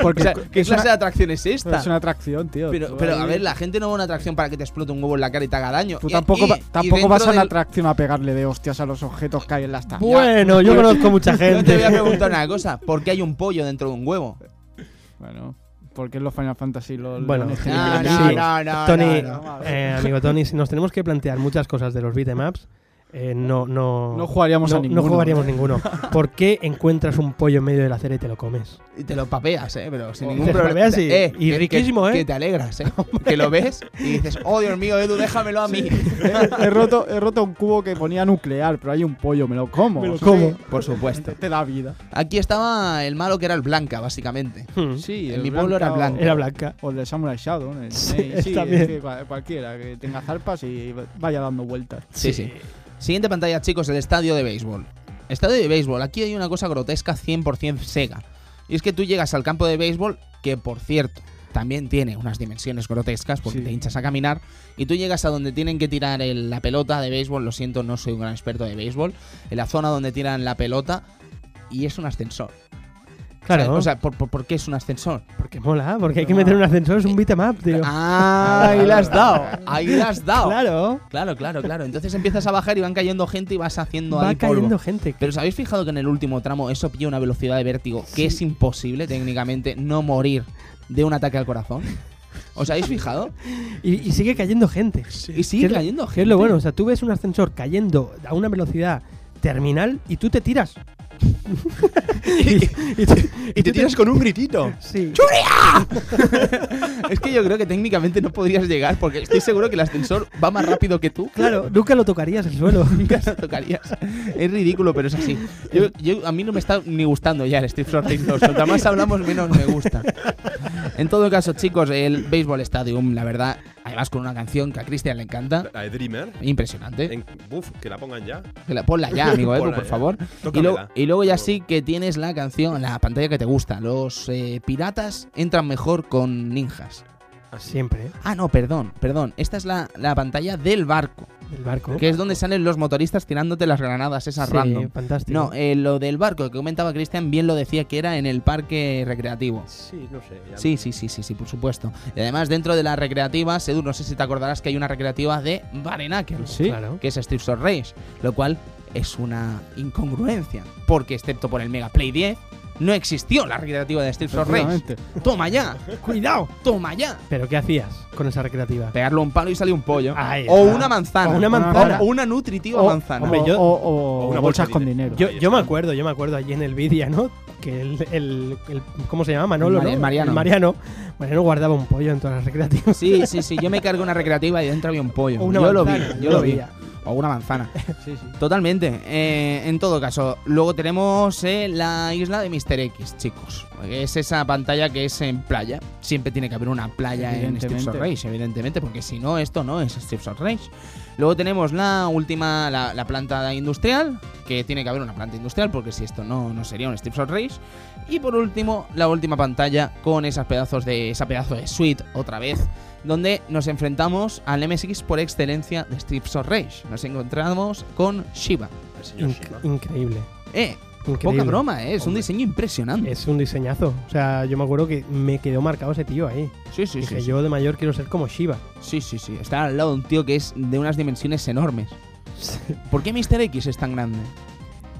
Speaker 1: Porque,
Speaker 3: es-
Speaker 1: ¿Qué
Speaker 3: es
Speaker 1: clase de
Speaker 3: una-
Speaker 1: atracción es esta?
Speaker 3: Es una atracción, tío.
Speaker 1: Pero,
Speaker 3: Tú
Speaker 1: pero a
Speaker 3: ahí-
Speaker 1: ver, la gente no va a una atracción para que te explote un huevo en la cara y te haga daño.
Speaker 3: Tú
Speaker 1: Y-
Speaker 3: tampoco,
Speaker 1: y-
Speaker 3: va-
Speaker 1: y
Speaker 3: tampoco vas
Speaker 1: dentro
Speaker 3: a una
Speaker 1: del-
Speaker 3: atracción a pegarle de hostias a los objetos que hay en las tablas.
Speaker 2: Bueno, yo conozco mucha gente.
Speaker 1: Yo te voy a preguntar una cosa: ¿por qué hay un pollo dentro de un huevo?
Speaker 3: Bueno, porque los Final Fantasy los
Speaker 2: Bueno,
Speaker 3: los-
Speaker 2: sí.
Speaker 1: No, Ah, no,
Speaker 2: Sí.
Speaker 1: no, no,
Speaker 2: Tony,
Speaker 1: no, no.
Speaker 2: eh, amigo Tony, si nos tenemos que plantear muchas cosas de los beatemaps. eh, no, no,
Speaker 3: No jugaríamos a
Speaker 2: no- no
Speaker 3: ninguno.
Speaker 2: jugaríamos ninguno. ¿Por qué encuentras un pollo en medio de la acera y te lo comes?
Speaker 1: Y te lo papeas, ¿eh? Pero sin
Speaker 2: Te
Speaker 1: ningún
Speaker 2: lo
Speaker 1: problema.
Speaker 2: papeas y-
Speaker 1: Eh,
Speaker 2: y
Speaker 1: que-
Speaker 2: riquísimo,
Speaker 1: que-
Speaker 2: ¿eh?
Speaker 1: Que te alegras, ¿eh? que lo ves y dices, oh, Dios mío, Edu, déjamelo a mí.
Speaker 3: he, he roto, he roto un cubo que ponía nuclear, pero hay un pollo, me lo como.
Speaker 2: Me lo
Speaker 3: Sí,
Speaker 2: como.
Speaker 1: Por supuesto.
Speaker 3: Te da vida.
Speaker 1: Aquí estaba el malo que era el Blanca, básicamente.
Speaker 2: Hmm.
Speaker 3: Sí,
Speaker 1: En
Speaker 3: el
Speaker 1: mi pueblo era
Speaker 3: Blanca o-
Speaker 1: blanco.
Speaker 2: Era blanca.
Speaker 3: O el de Samurai Shadow. ¿no? El
Speaker 2: Sí,
Speaker 3: Snake. sí, es
Speaker 2: también.
Speaker 3: que cual- cualquiera que tenga zarpas y vaya dando vueltas.
Speaker 1: Sí, sí. Siguiente pantalla, chicos, el estadio de béisbol. Estadio de béisbol, aquí hay una cosa grotesca 100% Sega. Y es que tú llegas al campo de béisbol, que por cierto, también tiene unas dimensiones grotescas porque
Speaker 3: Sí.
Speaker 1: te hinchas a caminar, y tú llegas a donde tienen que tirar el- la pelota de béisbol, lo siento, no soy un gran experto de béisbol, en la zona donde tiran la pelota, y es un ascensor.
Speaker 2: Claro,
Speaker 1: O sea, ¿por, por, por qué es un ascensor?
Speaker 2: porque mola, porque hay que meter un ascensor, es un beat'em up, tío.
Speaker 1: Ah, ahí la has dado. Ahí la has dado.
Speaker 2: Claro,
Speaker 1: Claro, claro, claro. Entonces empiezas a bajar y van cayendo gente y vas haciendo
Speaker 2: va
Speaker 1: ahí polvo.
Speaker 2: cayendo gente.
Speaker 1: Pero ¿os habéis fijado que en el último tramo eso pilla una velocidad de vértigo que es imposible técnicamente no morir de un ataque al corazón? ¿Os habéis fijado?
Speaker 2: Y, y sigue cayendo gente.
Speaker 1: Y
Speaker 2: Que
Speaker 1: sigue
Speaker 2: es lo-
Speaker 1: cayendo
Speaker 2: que
Speaker 1: gente.
Speaker 2: es lo bueno, o sea, tú ves un ascensor cayendo a una velocidad terminal y tú te tiras. y, y tú- y tú
Speaker 4: con un gritito.
Speaker 2: Sí.
Speaker 1: Es que yo creo que técnicamente no podrías llegar porque estoy seguro que el ascensor va más rápido que tú.
Speaker 2: Claro, nunca lo tocarías el suelo.
Speaker 1: Nunca lo tocarías. Es ridículo, pero es así. Yo, yo- a mí no me está ni gustando ya el Steve Sorting 2. Cuanto más hablamos, menos me gusta. En todo caso, chicos, el Baseball Stadium, la verdad, además con una canción que a Cristian le encanta.
Speaker 4: La de Dreamer.
Speaker 1: Impresionante.
Speaker 4: En- uf, que la pongan ya.
Speaker 1: Que la- Ponla ya, amigo Edu,
Speaker 4: Ponla
Speaker 1: por
Speaker 4: ya.
Speaker 1: favor. Y,
Speaker 4: Tócamela.
Speaker 1: luego- y luego ya
Speaker 4: Por favor.
Speaker 1: sí que tienes la canción, la pantalla que te gusta. Los eh, piratas entran mejor con ninjas.
Speaker 4: Así.
Speaker 2: Siempre, ¿eh?
Speaker 1: Ah, no, perdón, perdón. Esta es la, la pantalla del barco,
Speaker 2: El barco.
Speaker 1: que es donde salen los motoristas tirándote las granadas esas
Speaker 2: Sí,
Speaker 1: random.
Speaker 2: fantástico.
Speaker 1: No, eh, lo del barco que comentaba Cristian bien lo decía que era en el parque recreativo.
Speaker 4: Sí, no sé. ya-
Speaker 1: Sí, sí, sí, sí, sí, por supuesto. Y además dentro de las recreativas, Edu, no sé si te acordarás que hay una recreativa de Barenaker,
Speaker 3: Sí.
Speaker 2: Claro.
Speaker 1: que es Steve Short Race, lo cual es una incongruencia, porque excepto por el Mega Play 10, no existió la recreativa de Steve Short Race.
Speaker 3: Efectivamente.
Speaker 1: ¡Toma ya!
Speaker 2: ¡Cuidado!
Speaker 1: ¡Toma ya!
Speaker 2: ¿Pero qué hacías con esa recreativa?
Speaker 1: Pegarle un palo y sale un pollo.
Speaker 2: Ahí
Speaker 1: o
Speaker 2: está.
Speaker 1: una manzana.
Speaker 2: O una
Speaker 3: manzana.
Speaker 1: O una nutritiva
Speaker 3: O-
Speaker 1: manzana.
Speaker 2: Hombre,
Speaker 3: o-
Speaker 2: yo-
Speaker 3: o- o
Speaker 4: o una
Speaker 3: bolsas
Speaker 4: bolsa
Speaker 3: con
Speaker 4: de-
Speaker 3: dinero.
Speaker 2: Yo,
Speaker 4: Ahí
Speaker 2: yo me
Speaker 4: está.
Speaker 2: acuerdo, yo me acuerdo allí en el Vidia, ¿no? Que el, el- el- ¿Cómo se llama? Manolo,
Speaker 1: El Mari-
Speaker 2: ¿no?
Speaker 1: el Mariano.
Speaker 2: El Mariano. Mariano guardaba un pollo en todas las recreativas.
Speaker 1: Sí, sí, sí. Yo me cargo una recreativa y dentro había un pollo.
Speaker 2: O una
Speaker 1: yo lo vi,
Speaker 2: manzana,
Speaker 1: yo
Speaker 2: yo
Speaker 1: lo vi.
Speaker 2: veía.
Speaker 1: O una manzana.
Speaker 3: Sí, sí.
Speaker 1: Totalmente. Eh, en todo caso, luego tenemos eh, la isla de Mr. X, chicos. Es esa pantalla que es en playa. Siempre tiene que haber una playa en
Speaker 3: Evidentemente.
Speaker 1: Steve's Race, evidentemente, porque si no, esto no es Steve's Race. Luego tenemos la última, la, la planta industrial, que tiene que haber una planta industrial, porque si esto no, no sería un Steve's Race. Y por último, la última pantalla con esas pedazos de, esa pedazo de suite, otra vez, donde nos enfrentamos al MSX por excelencia de Strips of Rage. Nos encontramos con Shiva.
Speaker 4: El señor Shiva.
Speaker 2: Inc- increíble.
Speaker 1: Eh,
Speaker 2: Increíble.
Speaker 1: poca
Speaker 2: Eh,
Speaker 1: broma, eh, es un
Speaker 4: Hombre.
Speaker 1: diseño impresionante.
Speaker 2: Es un diseñazo. O sea, yo me acuerdo que me quedó marcado ese tío ahí.
Speaker 1: sí, sí,
Speaker 2: Dije,
Speaker 1: sí, sí.
Speaker 2: yo de mayor quiero ser como Shiva.
Speaker 1: Sí, sí, sí. Está al lado de un tío que es de unas dimensiones enormes. ¿Por qué Mr. X es tan grande?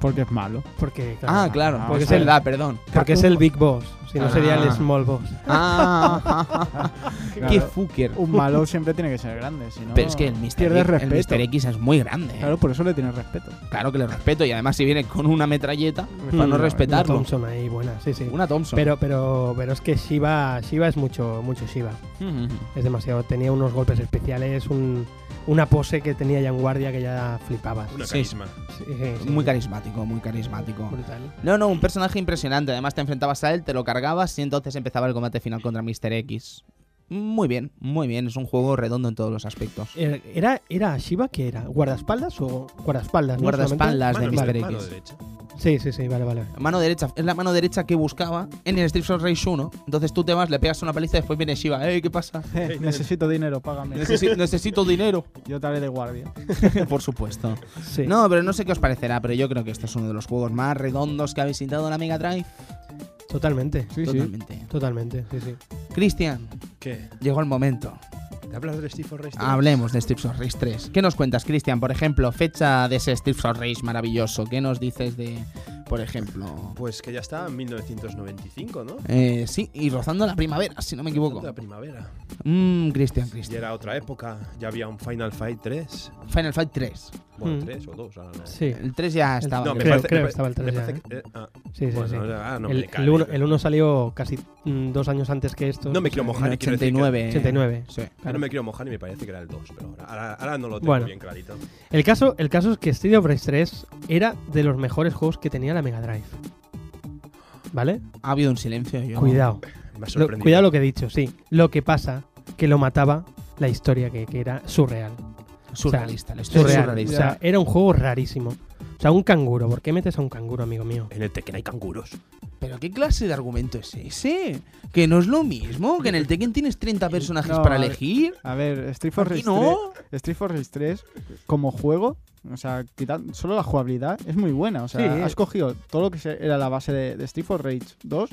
Speaker 3: Porque es malo.
Speaker 2: Porque, claro,
Speaker 1: Ah, claro,
Speaker 3: ah,
Speaker 1: porque es
Speaker 2: sí.
Speaker 1: verdad, perdón.
Speaker 2: porque es el Big Boss. Si no sería el
Speaker 1: Ah.
Speaker 2: Small Boss.
Speaker 1: Ah, qué
Speaker 3: Claro,
Speaker 1: fucker.
Speaker 3: un malo siempre tiene que ser grande, si no.
Speaker 1: Pero es que el Mr.
Speaker 3: pierdes
Speaker 1: X, el
Speaker 3: respeto.
Speaker 1: Mr. X es muy grande. eh.
Speaker 3: Claro, por eso le tienes respeto.
Speaker 1: Claro que le respeto y además si viene con una metralleta, Pues para no
Speaker 3: Mm,
Speaker 2: Una
Speaker 1: respetarlo.
Speaker 2: Thompson ahí, buena. Sí, sí.
Speaker 1: Una Thompson.
Speaker 2: Pero, pero, pero es que Shiva, Shiva es mucho, mucho Shiva.
Speaker 1: Ujú.
Speaker 2: Es demasiado. Tenía unos golpes especiales, un, una pose que tenía ya en guardia que ya flipabas.
Speaker 4: Una
Speaker 1: Sí.
Speaker 4: carisma.
Speaker 2: Sí, sí, sí.
Speaker 1: Muy carismático, muy carismático.
Speaker 2: Brutal.
Speaker 1: No, no, un personaje impresionante. Además te enfrentabas a él, te lo cargabas y entonces empezaba el combate final contra Mr. X. Muy bien, muy bien. Es un juego redondo en todos los aspectos.
Speaker 2: Era- Eh, ¿Era, era Shiva que era? ¿Guardaespaldas o guardaespaldas? no?
Speaker 1: Guardaespaldas de
Speaker 4: Mano,
Speaker 1: Mr.
Speaker 4: mano
Speaker 1: X.
Speaker 4: derecha.
Speaker 2: Solamente- Sí, sí, sí, vale, vale.
Speaker 1: Mano derecha, es la mano derecha que buscaba en el Street of Rage 1. Entonces tú te vas, le pegas una paliza y después viene Shiva. ¡Ey, qué pasa!
Speaker 3: Eh, necesito dinero, págame.
Speaker 1: Necesi- necesito dinero.
Speaker 3: Yo te haré de guardia.
Speaker 1: Por supuesto.
Speaker 2: Sí.
Speaker 1: No, pero no sé qué os parecerá, pero yo creo que este es uno de los juegos más redondos que ha visitado la Mega Drive.
Speaker 2: Totalmente.
Speaker 3: Sí, sí.
Speaker 1: Totalmente.
Speaker 2: Totalmente, sí, sí.
Speaker 1: Cristian,
Speaker 4: ¿Qué?
Speaker 1: llegó el momento.
Speaker 4: ¿Te hablas del Steve Forrest?
Speaker 1: Hablemos de Strips of Rage 3. ¿Qué nos cuentas, Cristian? Por ejemplo, fecha de ese Strips of Rage maravilloso. ¿Qué nos dices de, por ejemplo.
Speaker 4: Pues que ya está, 1995, ¿no?
Speaker 1: Eh, sí, y rozando la primavera, si no me equivoco.
Speaker 4: La primavera.
Speaker 1: Mmm, Cristian,
Speaker 4: Y
Speaker 1: Cristian.
Speaker 4: era otra época, ya había un Final Fight 3.
Speaker 1: Final Fight 3.
Speaker 4: Bueno,
Speaker 2: Mm.
Speaker 4: 3 o 2, ahora no.
Speaker 2: Sí,
Speaker 1: El 3 ya estaba.
Speaker 4: No, me
Speaker 1: creo.
Speaker 2: creo,
Speaker 4: parece-
Speaker 2: creo
Speaker 4: me
Speaker 2: que estaba el
Speaker 4: me
Speaker 2: 3 ya.
Speaker 4: parece
Speaker 2: ¿eh?
Speaker 4: que- eh, ah,
Speaker 2: Sí, sí,
Speaker 4: bueno,
Speaker 2: sí.
Speaker 4: ah, no me
Speaker 2: el,
Speaker 4: cae,
Speaker 2: el uno,
Speaker 4: no-
Speaker 2: el uno salió casi mm, dos años antes que esto.
Speaker 4: No me quiero mojar,
Speaker 1: En
Speaker 4: ni quiero decir que-
Speaker 3: Eh.
Speaker 1: 89.
Speaker 2: 89.
Speaker 1: Sí.
Speaker 4: Ah, No me quiero mojar y me parece que era el 2, pero ahora, ahora, ahora no lo tengo
Speaker 2: Bueno.
Speaker 4: bien clarito.
Speaker 2: El caso, el caso es que Street of Rage 3 era de los mejores juegos que tenía la Mega Drive. ¿Vale?
Speaker 1: Ha habido un silencio. Yo...
Speaker 2: Cuidado.
Speaker 4: Me ha
Speaker 2: Lo-
Speaker 4: sorprendido.
Speaker 2: cuidado lo que he dicho, sí. Lo que pasa que lo mataba la historia que, que era surreal.
Speaker 1: Surrealista. la historia es
Speaker 2: Surreal. O
Speaker 1: surrealista.
Speaker 2: sea, era un juego rarísimo. O sea, un canguro. ¿Por qué metes a un canguro, amigo mío?
Speaker 4: En el Tekken hay canguros.
Speaker 1: Pero ¿qué clase de argumento es ese? Que no es lo mismo, que en el Tekken tienes 30 personajes
Speaker 3: No,
Speaker 1: para
Speaker 3: a ver.
Speaker 1: elegir.
Speaker 3: A ver, Street for
Speaker 1: Aquí
Speaker 3: Rage
Speaker 1: no.
Speaker 3: 3, Street for Rage 3 como juego, o sea, quitando solo la jugabilidad es muy buena, o sea,
Speaker 2: Sí.
Speaker 3: has cogido todo lo que se- era la base de, de Street for Rage 2,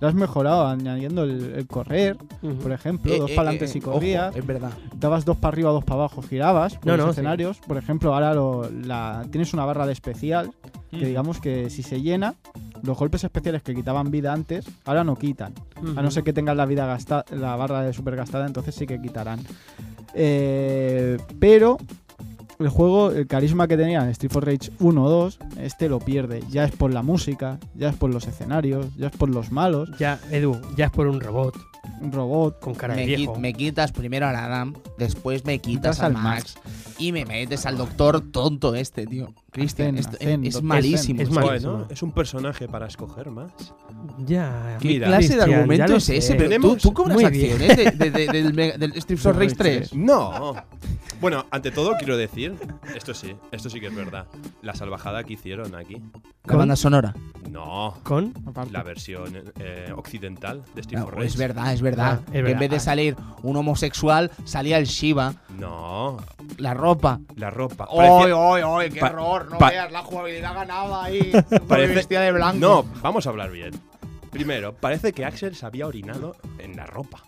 Speaker 3: lo has mejorado añadiendo el, el correr, por ejemplo,
Speaker 1: Eh,
Speaker 3: dos
Speaker 1: eh,
Speaker 3: para adelante
Speaker 1: eh,
Speaker 3: si
Speaker 1: ojo,
Speaker 3: corrías,
Speaker 1: es verdad.
Speaker 3: dabas dos para arriba, dos para abajo, girabas por
Speaker 2: No,
Speaker 3: los
Speaker 2: no, sí.
Speaker 3: escenarios. Por ejemplo, ahora lo- la, tienes una barra de especial
Speaker 1: Mm.
Speaker 3: que digamos que si se llena, los golpes especiales que quitaban vida antes, ahora no quitan. A no ser que tengas la vida gastada, la barra de super gastada, entonces sí que quitarán. Eh, pero el juego, el carisma que tenían Street for Rage 1 o 2, este lo pierde. Ya es por la música, ya es por los escenarios, ya es por los malos,
Speaker 2: Ya, Edu, ya es por un robot
Speaker 3: un robot.
Speaker 2: con cara
Speaker 1: Me,
Speaker 2: de
Speaker 1: qui-
Speaker 2: viejo.
Speaker 1: me quitas primero al Adam, después me quitas
Speaker 3: Quitas
Speaker 1: al
Speaker 3: al
Speaker 1: Max y me metes al doctor tonto este, tío. Cristian,
Speaker 3: Zen,
Speaker 1: esto es,
Speaker 3: Zen,
Speaker 1: es
Speaker 3: Dr.
Speaker 1: malísimo.
Speaker 2: Zen, es
Speaker 1: esto.
Speaker 2: malísimo.
Speaker 4: Bueno, es un personaje para escoger más.
Speaker 2: Ya.
Speaker 1: ¿Qué
Speaker 4: Mira,
Speaker 1: clase de
Speaker 2: Cristian, ya
Speaker 1: argumento
Speaker 2: lo
Speaker 1: es
Speaker 2: sé.
Speaker 1: ese? Pero
Speaker 4: Tenemos-
Speaker 1: ¿Tú, tú cobras
Speaker 2: Muy bien.
Speaker 1: acciones de- de- de- del, mega- del Street of Rage 3?
Speaker 4: No. Bueno, ante todo quiero decir, esto sí, esto sí que es verdad. La salvajada que hicieron aquí.
Speaker 1: La banda sonora.
Speaker 4: No.
Speaker 2: Con.
Speaker 3: Aparte,
Speaker 4: La versión eh, occidental de Street
Speaker 1: No,
Speaker 4: for
Speaker 1: es
Speaker 4: Rage.
Speaker 1: verdad, es verdad.
Speaker 2: Ah, es
Speaker 1: Que en
Speaker 2: verdad.
Speaker 1: vez de
Speaker 2: Ah.
Speaker 1: salir un homosexual, salía el Shiva,
Speaker 4: No.
Speaker 1: la ropa.
Speaker 4: La ropa.
Speaker 1: ¡Oy,
Speaker 4: Parecía-
Speaker 1: oy, oy! ¡Qué
Speaker 4: pa-
Speaker 1: horror! No
Speaker 4: pa-
Speaker 1: veas, la jugabilidad ganaba ahí.
Speaker 4: Parece-
Speaker 1: Vestida de blanco.
Speaker 4: No, vamos a hablar bien. Primero, parece que Axel se había orinado en la ropa.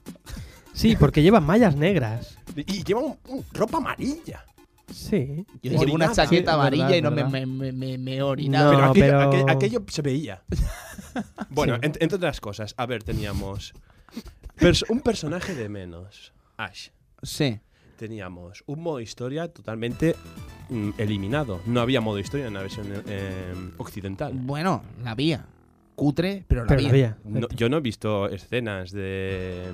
Speaker 2: Sí, porque lleva mallas negras.
Speaker 4: Y lleva un- un- ropa amarilla.
Speaker 2: Sí.
Speaker 1: Yo llevo una
Speaker 4: Orinaba.
Speaker 1: chaqueta
Speaker 3: Sí,
Speaker 1: amarilla
Speaker 3: verdad,
Speaker 1: y no me,
Speaker 3: verdad.
Speaker 1: me, me, me- me he orinado.
Speaker 2: No,
Speaker 4: pero, aquello,
Speaker 2: pero-
Speaker 4: aque- aquello se veía. bueno,
Speaker 2: Sí.
Speaker 4: ent- entre otras cosas, a ver, teníamos pers- un personaje de menos, Ash.
Speaker 1: Sí.
Speaker 4: Teníamos un modo historia totalmente mm, eliminado. No había modo historia en la versión eh, occidental.
Speaker 1: Bueno, la había. Cutre, pero la
Speaker 2: Pero la
Speaker 1: había.
Speaker 2: había.
Speaker 4: No- yo no he visto escenas de...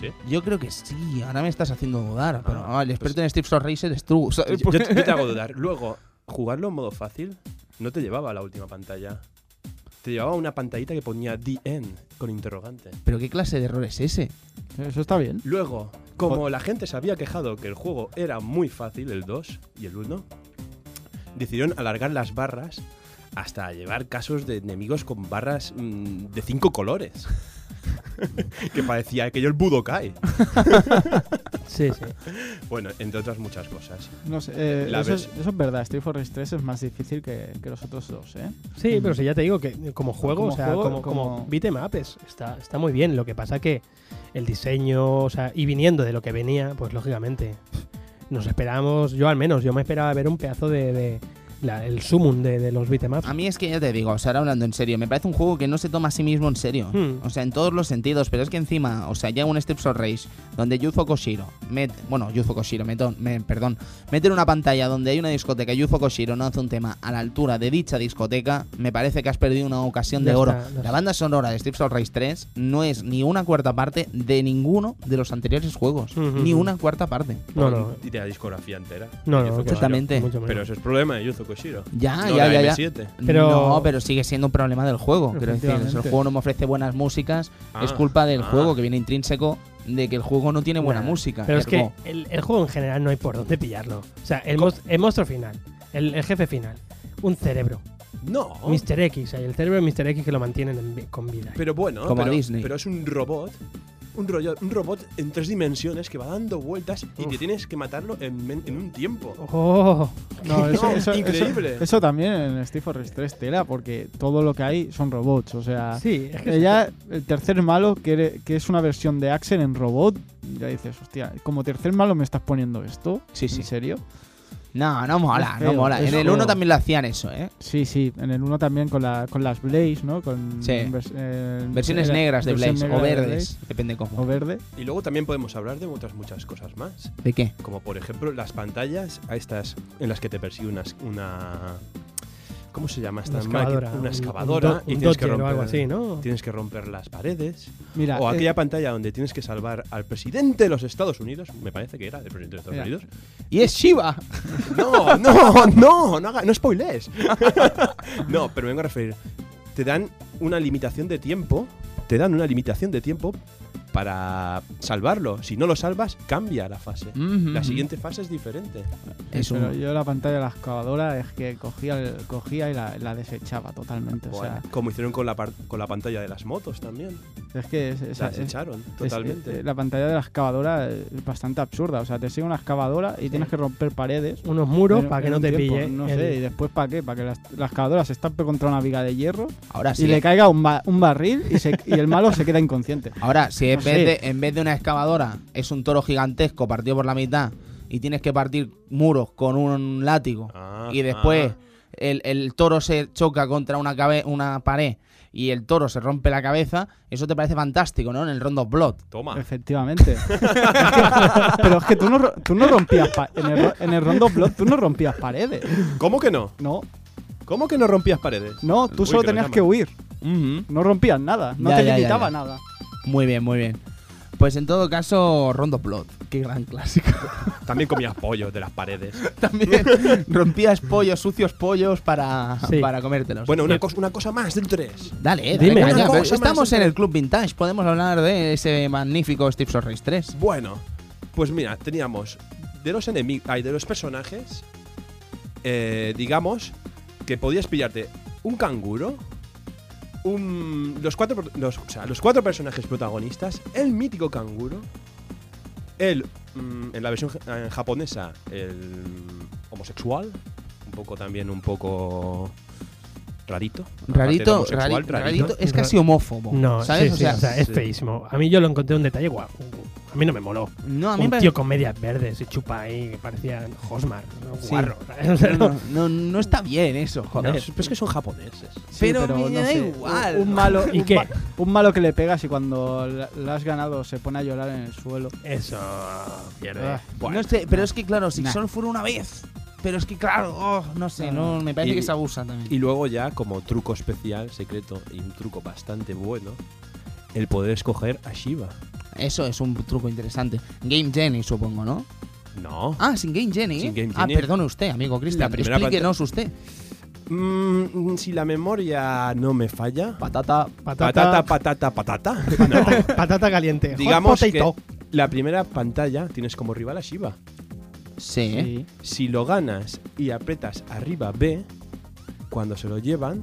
Speaker 4: ¿Sí?
Speaker 1: Yo creo que sí. Ahora me estás haciendo dudar. pero
Speaker 4: Ah,
Speaker 1: ah, el
Speaker 4: pues-
Speaker 1: experto en Steve Short Racer es tú.
Speaker 4: Yo, yo te yo te hago dudar. Luego, jugarlo en modo fácil no te llevaba a la última pantalla. Te llevaba una pantallita que ponía The End con interrogante.
Speaker 1: Pero qué clase de error es ese.
Speaker 3: Eso está bien.
Speaker 4: Luego, como la gente se había quejado que el juego era muy fácil, el 2 y el 1, decidieron alargar las barras hasta llevar casos de enemigos con barras mm, de cinco colores. que parecía aquello el Budokai.
Speaker 2: Sí, sí.
Speaker 4: Bueno, entre otras muchas cosas.
Speaker 3: No sé, eh,
Speaker 4: La
Speaker 3: eso, es,
Speaker 4: vers-
Speaker 3: eso es verdad. Street for Rage 3 es más difícil que, que los otros dos, ¿eh?
Speaker 2: Sí, pero si ya te digo que eh, como juego,
Speaker 3: Como
Speaker 2: o sea,
Speaker 3: juego,
Speaker 2: como,
Speaker 3: como-
Speaker 2: como beat 'em up es- está, está muy bien. Lo que pasa que el diseño, o sea, y viniendo de lo que venía, pues lógicamente nos esperábamos, yo al menos, yo me esperaba ver un pedazo de, de la- el sumum de, de los beat 'em ups.
Speaker 1: A mí es que ya te digo, o sea, ahora hablando en serio, me parece un juego que no se toma a sí mismo en serio.
Speaker 2: Hmm.
Speaker 1: O sea, en todos los sentidos, pero es que encima, o sea, llega un Steps of Rage donde Yuzo Koshiro, met- bueno, Yuzo Koshiro, meto- me- perdón, meter una pantalla donde hay una discoteca y Yuzo Koshiro no hace un tema a la altura de dicha discoteca, me parece que has perdido una ocasión de
Speaker 2: Ya
Speaker 1: oro.
Speaker 2: está, ya
Speaker 1: la
Speaker 2: está.
Speaker 1: banda sonora de Steps of Rage 3 no es ni una cuarta parte de ninguno de los anteriores juegos.
Speaker 2: Ujú.
Speaker 1: Ni una cuarta parte.
Speaker 2: No, no,
Speaker 4: Y de la discografía entera.
Speaker 2: no,
Speaker 4: Y
Speaker 2: no,
Speaker 4: fue
Speaker 2: que-
Speaker 1: Exactamente.
Speaker 2: mucho menos.
Speaker 4: Pero eso es problema de Yuzo Koshiro.
Speaker 1: Ya,
Speaker 4: no
Speaker 1: Ah, ya,
Speaker 4: la
Speaker 1: ya, ya.
Speaker 4: M7.
Speaker 2: Pero-
Speaker 1: No, pero sigue siendo un problema del juego. Quiero decir, si el
Speaker 3: Efectivamente.
Speaker 1: juego no me ofrece buenas músicas,
Speaker 4: Ah,
Speaker 1: es culpa del
Speaker 4: ah.
Speaker 1: juego que viene intrínseco de que el juego no tiene buena
Speaker 2: Nah,
Speaker 1: música.
Speaker 2: Pero es que
Speaker 1: ergo.
Speaker 2: el, el juego en general no hay por dónde pillarlo. O sea, el, mos- el monstruo final, el, el jefe final, un cerebro,
Speaker 4: No.
Speaker 2: Mr. X, el cerebro de Mr. X que lo mantienen en vi- con vida.
Speaker 4: Oh. Pero bueno,
Speaker 1: Como a
Speaker 4: pero,
Speaker 1: Disney.
Speaker 4: pero es un robot. Un, rollo, un robot en tres dimensiones que va dando vueltas y que tienes que matarlo en, men- en un tiempo.
Speaker 2: ¡Oh!
Speaker 3: No, eso,
Speaker 4: No,
Speaker 3: eso-
Speaker 4: increíble.
Speaker 3: Eso, eso también en Street for Rage 3 tela, porque todo lo que hay son robots. O
Speaker 4: Ah.
Speaker 3: sea,
Speaker 2: Sí, es que
Speaker 3: ya el tercer malo, que, ere- que es una versión de Axel en robot, ya dices, hostia, como tercer malo me estás poniendo esto.
Speaker 1: Sí, sí.
Speaker 3: ¿En serio?
Speaker 1: No, no mola,
Speaker 3: Es
Speaker 1: no
Speaker 3: feo,
Speaker 1: mola.
Speaker 3: es
Speaker 1: En el
Speaker 3: feo.
Speaker 1: 1 también lo hacían eso, ¿eh?
Speaker 3: Sí, sí, en el 1 también con, la, con las Blaze, ¿no? Con
Speaker 1: Sí.
Speaker 3: vers- eh,
Speaker 1: Versiones
Speaker 3: era-
Speaker 1: negras de
Speaker 3: versión
Speaker 1: Blaze
Speaker 3: negra
Speaker 1: o
Speaker 3: de
Speaker 1: verdes, depende
Speaker 3: Blaze, o
Speaker 1: cómo.
Speaker 3: verde.
Speaker 4: Y luego también podemos hablar de otras muchas cosas más.
Speaker 1: ¿De qué?
Speaker 4: Como por ejemplo las pantallas a estas en las que te persigue una. una ¿Cómo se llama esta
Speaker 2: Una
Speaker 4: máquina?
Speaker 2: excavadora.
Speaker 4: Una
Speaker 2: un-
Speaker 4: excavadora.
Speaker 2: un do-
Speaker 4: y
Speaker 2: un
Speaker 4: tienes que,
Speaker 2: Dodger
Speaker 4: romper,
Speaker 2: o algo así, ¿no?
Speaker 4: tienes que romper las paredes.
Speaker 3: Mira,
Speaker 4: O
Speaker 3: eh,
Speaker 4: aquella pantalla donde tienes que salvar al presidente de los Estados Unidos. Me parece que era el presidente de Estados
Speaker 3: Era.
Speaker 4: Unidos.
Speaker 1: Y es Shiva.
Speaker 4: No, no, no, no, haga- no spoilees. No, pero vengo a referir. Te dan una limitación de tiempo. Te dan una limitación de tiempo para salvarlo. Si no lo salvas, cambia la fase.
Speaker 3: Mm.
Speaker 4: La siguiente fase es diferente.
Speaker 1: es
Speaker 3: eh, pero
Speaker 1: un-
Speaker 3: yo la pantalla de la excavadora es que cogía, el- cogía y la, la desechaba totalmente.
Speaker 4: Bueno, como hicieron con la, par- con la pantalla de las motos también.
Speaker 3: O sea, es que es, es-
Speaker 4: la
Speaker 3: es-
Speaker 4: echaron
Speaker 3: es-
Speaker 4: totalmente.
Speaker 3: eh, la pantalla de la excavadora es bastante absurda. O sea, te sigue una excavadora y tienes que romper paredes.
Speaker 2: Unos muros
Speaker 3: en-
Speaker 2: para que
Speaker 3: en
Speaker 2: no
Speaker 3: un
Speaker 2: te
Speaker 3: tiempo,
Speaker 2: pille. ¿eh?
Speaker 3: No
Speaker 2: el-
Speaker 3: sé, y después para qué, para que las- la, excavadora se estampe contra una viga de hierro
Speaker 1: Ahora
Speaker 3: y
Speaker 1: sí.
Speaker 3: le caiga un, ba- un barril y, se- y el malo se queda inconsciente.
Speaker 1: Ahora, si en,
Speaker 3: No
Speaker 1: vez
Speaker 3: sé.
Speaker 1: de, en vez de una excavadora es un toro gigantesco partido por la mitad y tienes que partir muros con un látigo
Speaker 4: Ah,
Speaker 1: y después
Speaker 4: ah.
Speaker 1: el, el toro se choca contra una, cabe- una pared y el toro se rompe la cabeza, eso te parece fantástico, ¿no? En el Rondo Blood.
Speaker 4: Toma.
Speaker 3: Efectivamente. Es que- pero es que tú no, ro- tú no rompías pa- en, el, ro- en el rondo blog, tú no rompías paredes.
Speaker 4: ¿Cómo que no?
Speaker 3: No,
Speaker 4: ¿Cómo que no rompías paredes?
Speaker 3: no, tú
Speaker 4: Uy,
Speaker 3: solo
Speaker 4: que lo
Speaker 3: tenías
Speaker 4: llaman.
Speaker 3: que huir. No rompías nada, no
Speaker 1: Ya,
Speaker 3: te
Speaker 1: ya, ya,
Speaker 3: limitaba
Speaker 1: ya.
Speaker 3: nada.
Speaker 1: Muy bien, muy bien. Pues en todo caso, Rondo Blood. Qué gran clásico.
Speaker 4: También comías pollos de las paredes.
Speaker 1: También rompías pollos, sucios pollos para,
Speaker 2: Sí.
Speaker 1: para comértelos.
Speaker 4: Bueno, una, cosa- una cosa más del 3.
Speaker 1: Dale, eh,
Speaker 2: Dime.
Speaker 1: dale caña.
Speaker 4: Una cosa
Speaker 1: Estamos
Speaker 4: más,
Speaker 1: en
Speaker 4: otra.
Speaker 1: el Club Vintage, podemos hablar de ese magnífico Steve Sorris 3.
Speaker 4: Bueno, pues mira, teníamos de los enemigos, de los personajes, eh, digamos que podías pillarte un canguro, un, los cuatro, pro- los, o sea, los cuatro personajes protagonistas, el mítico canguro, el mm, en la versión ja- eh, japonesa el homosexual, un poco también un poco rarito, aparte de
Speaker 1: Rarito,
Speaker 4: homosexual,
Speaker 1: rari- rarito, es casi homófobo.
Speaker 2: No,
Speaker 1: ¿sabes?
Speaker 2: sí,
Speaker 1: o
Speaker 2: sí,
Speaker 1: sea,
Speaker 2: o sea, es
Speaker 4: sí.
Speaker 2: feísimo. A mí yo lo encontré un detalle guau. A mí no me moló.
Speaker 1: no, a mí
Speaker 2: Un
Speaker 1: me-
Speaker 2: tío con medias verdes y chupa ahí que parecía Hosmar, ¿no?
Speaker 1: Sí.
Speaker 2: guarro. ¿sabes? O sea,
Speaker 1: no, no, no, no está bien eso, joder.
Speaker 4: Joder, pero es que son japoneses.
Speaker 3: Sí,
Speaker 1: Pero me da
Speaker 3: sé,
Speaker 1: igual.
Speaker 3: Un, un malo,
Speaker 2: ¿Y
Speaker 3: un
Speaker 2: qué?
Speaker 3: ma- un malo que le pegas y cuando la- la has ganado se pone a llorar en el suelo.
Speaker 2: Eso.
Speaker 3: Ah,
Speaker 4: Bueno.
Speaker 1: no sé, pero es que claro, si
Speaker 3: Nah.
Speaker 1: solo fuera una vez. Pero es que claro, oh, no sé,
Speaker 3: No,
Speaker 1: no, me parece
Speaker 4: Y-
Speaker 1: que se abusa también.
Speaker 4: Y luego ya como truco especial, secreto y un truco bastante bueno, el poder escoger a Shiva.
Speaker 1: Eso es un truco interesante. Game Jenny, supongo, ¿no?
Speaker 4: No.
Speaker 1: Ah, sin Game Jenny.
Speaker 4: Sin Game
Speaker 1: ah,
Speaker 4: Genie.
Speaker 1: perdone usted, amigo
Speaker 4: La
Speaker 1: Cristian.
Speaker 4: primera
Speaker 1: Explíquenos usted.
Speaker 4: Mm, si la memoria no me falla.
Speaker 1: Patata.
Speaker 4: Patata, patata,
Speaker 2: Patata,
Speaker 4: patata. No.
Speaker 2: patata caliente. Hot
Speaker 4: Digamos que
Speaker 2: potato.
Speaker 4: la primera pantalla tienes como rival a Shiva.
Speaker 1: Sí. ¿eh?
Speaker 2: ¿eh?
Speaker 3: Sí.
Speaker 4: Si lo ganas y apretas arriba B, cuando se lo llevan,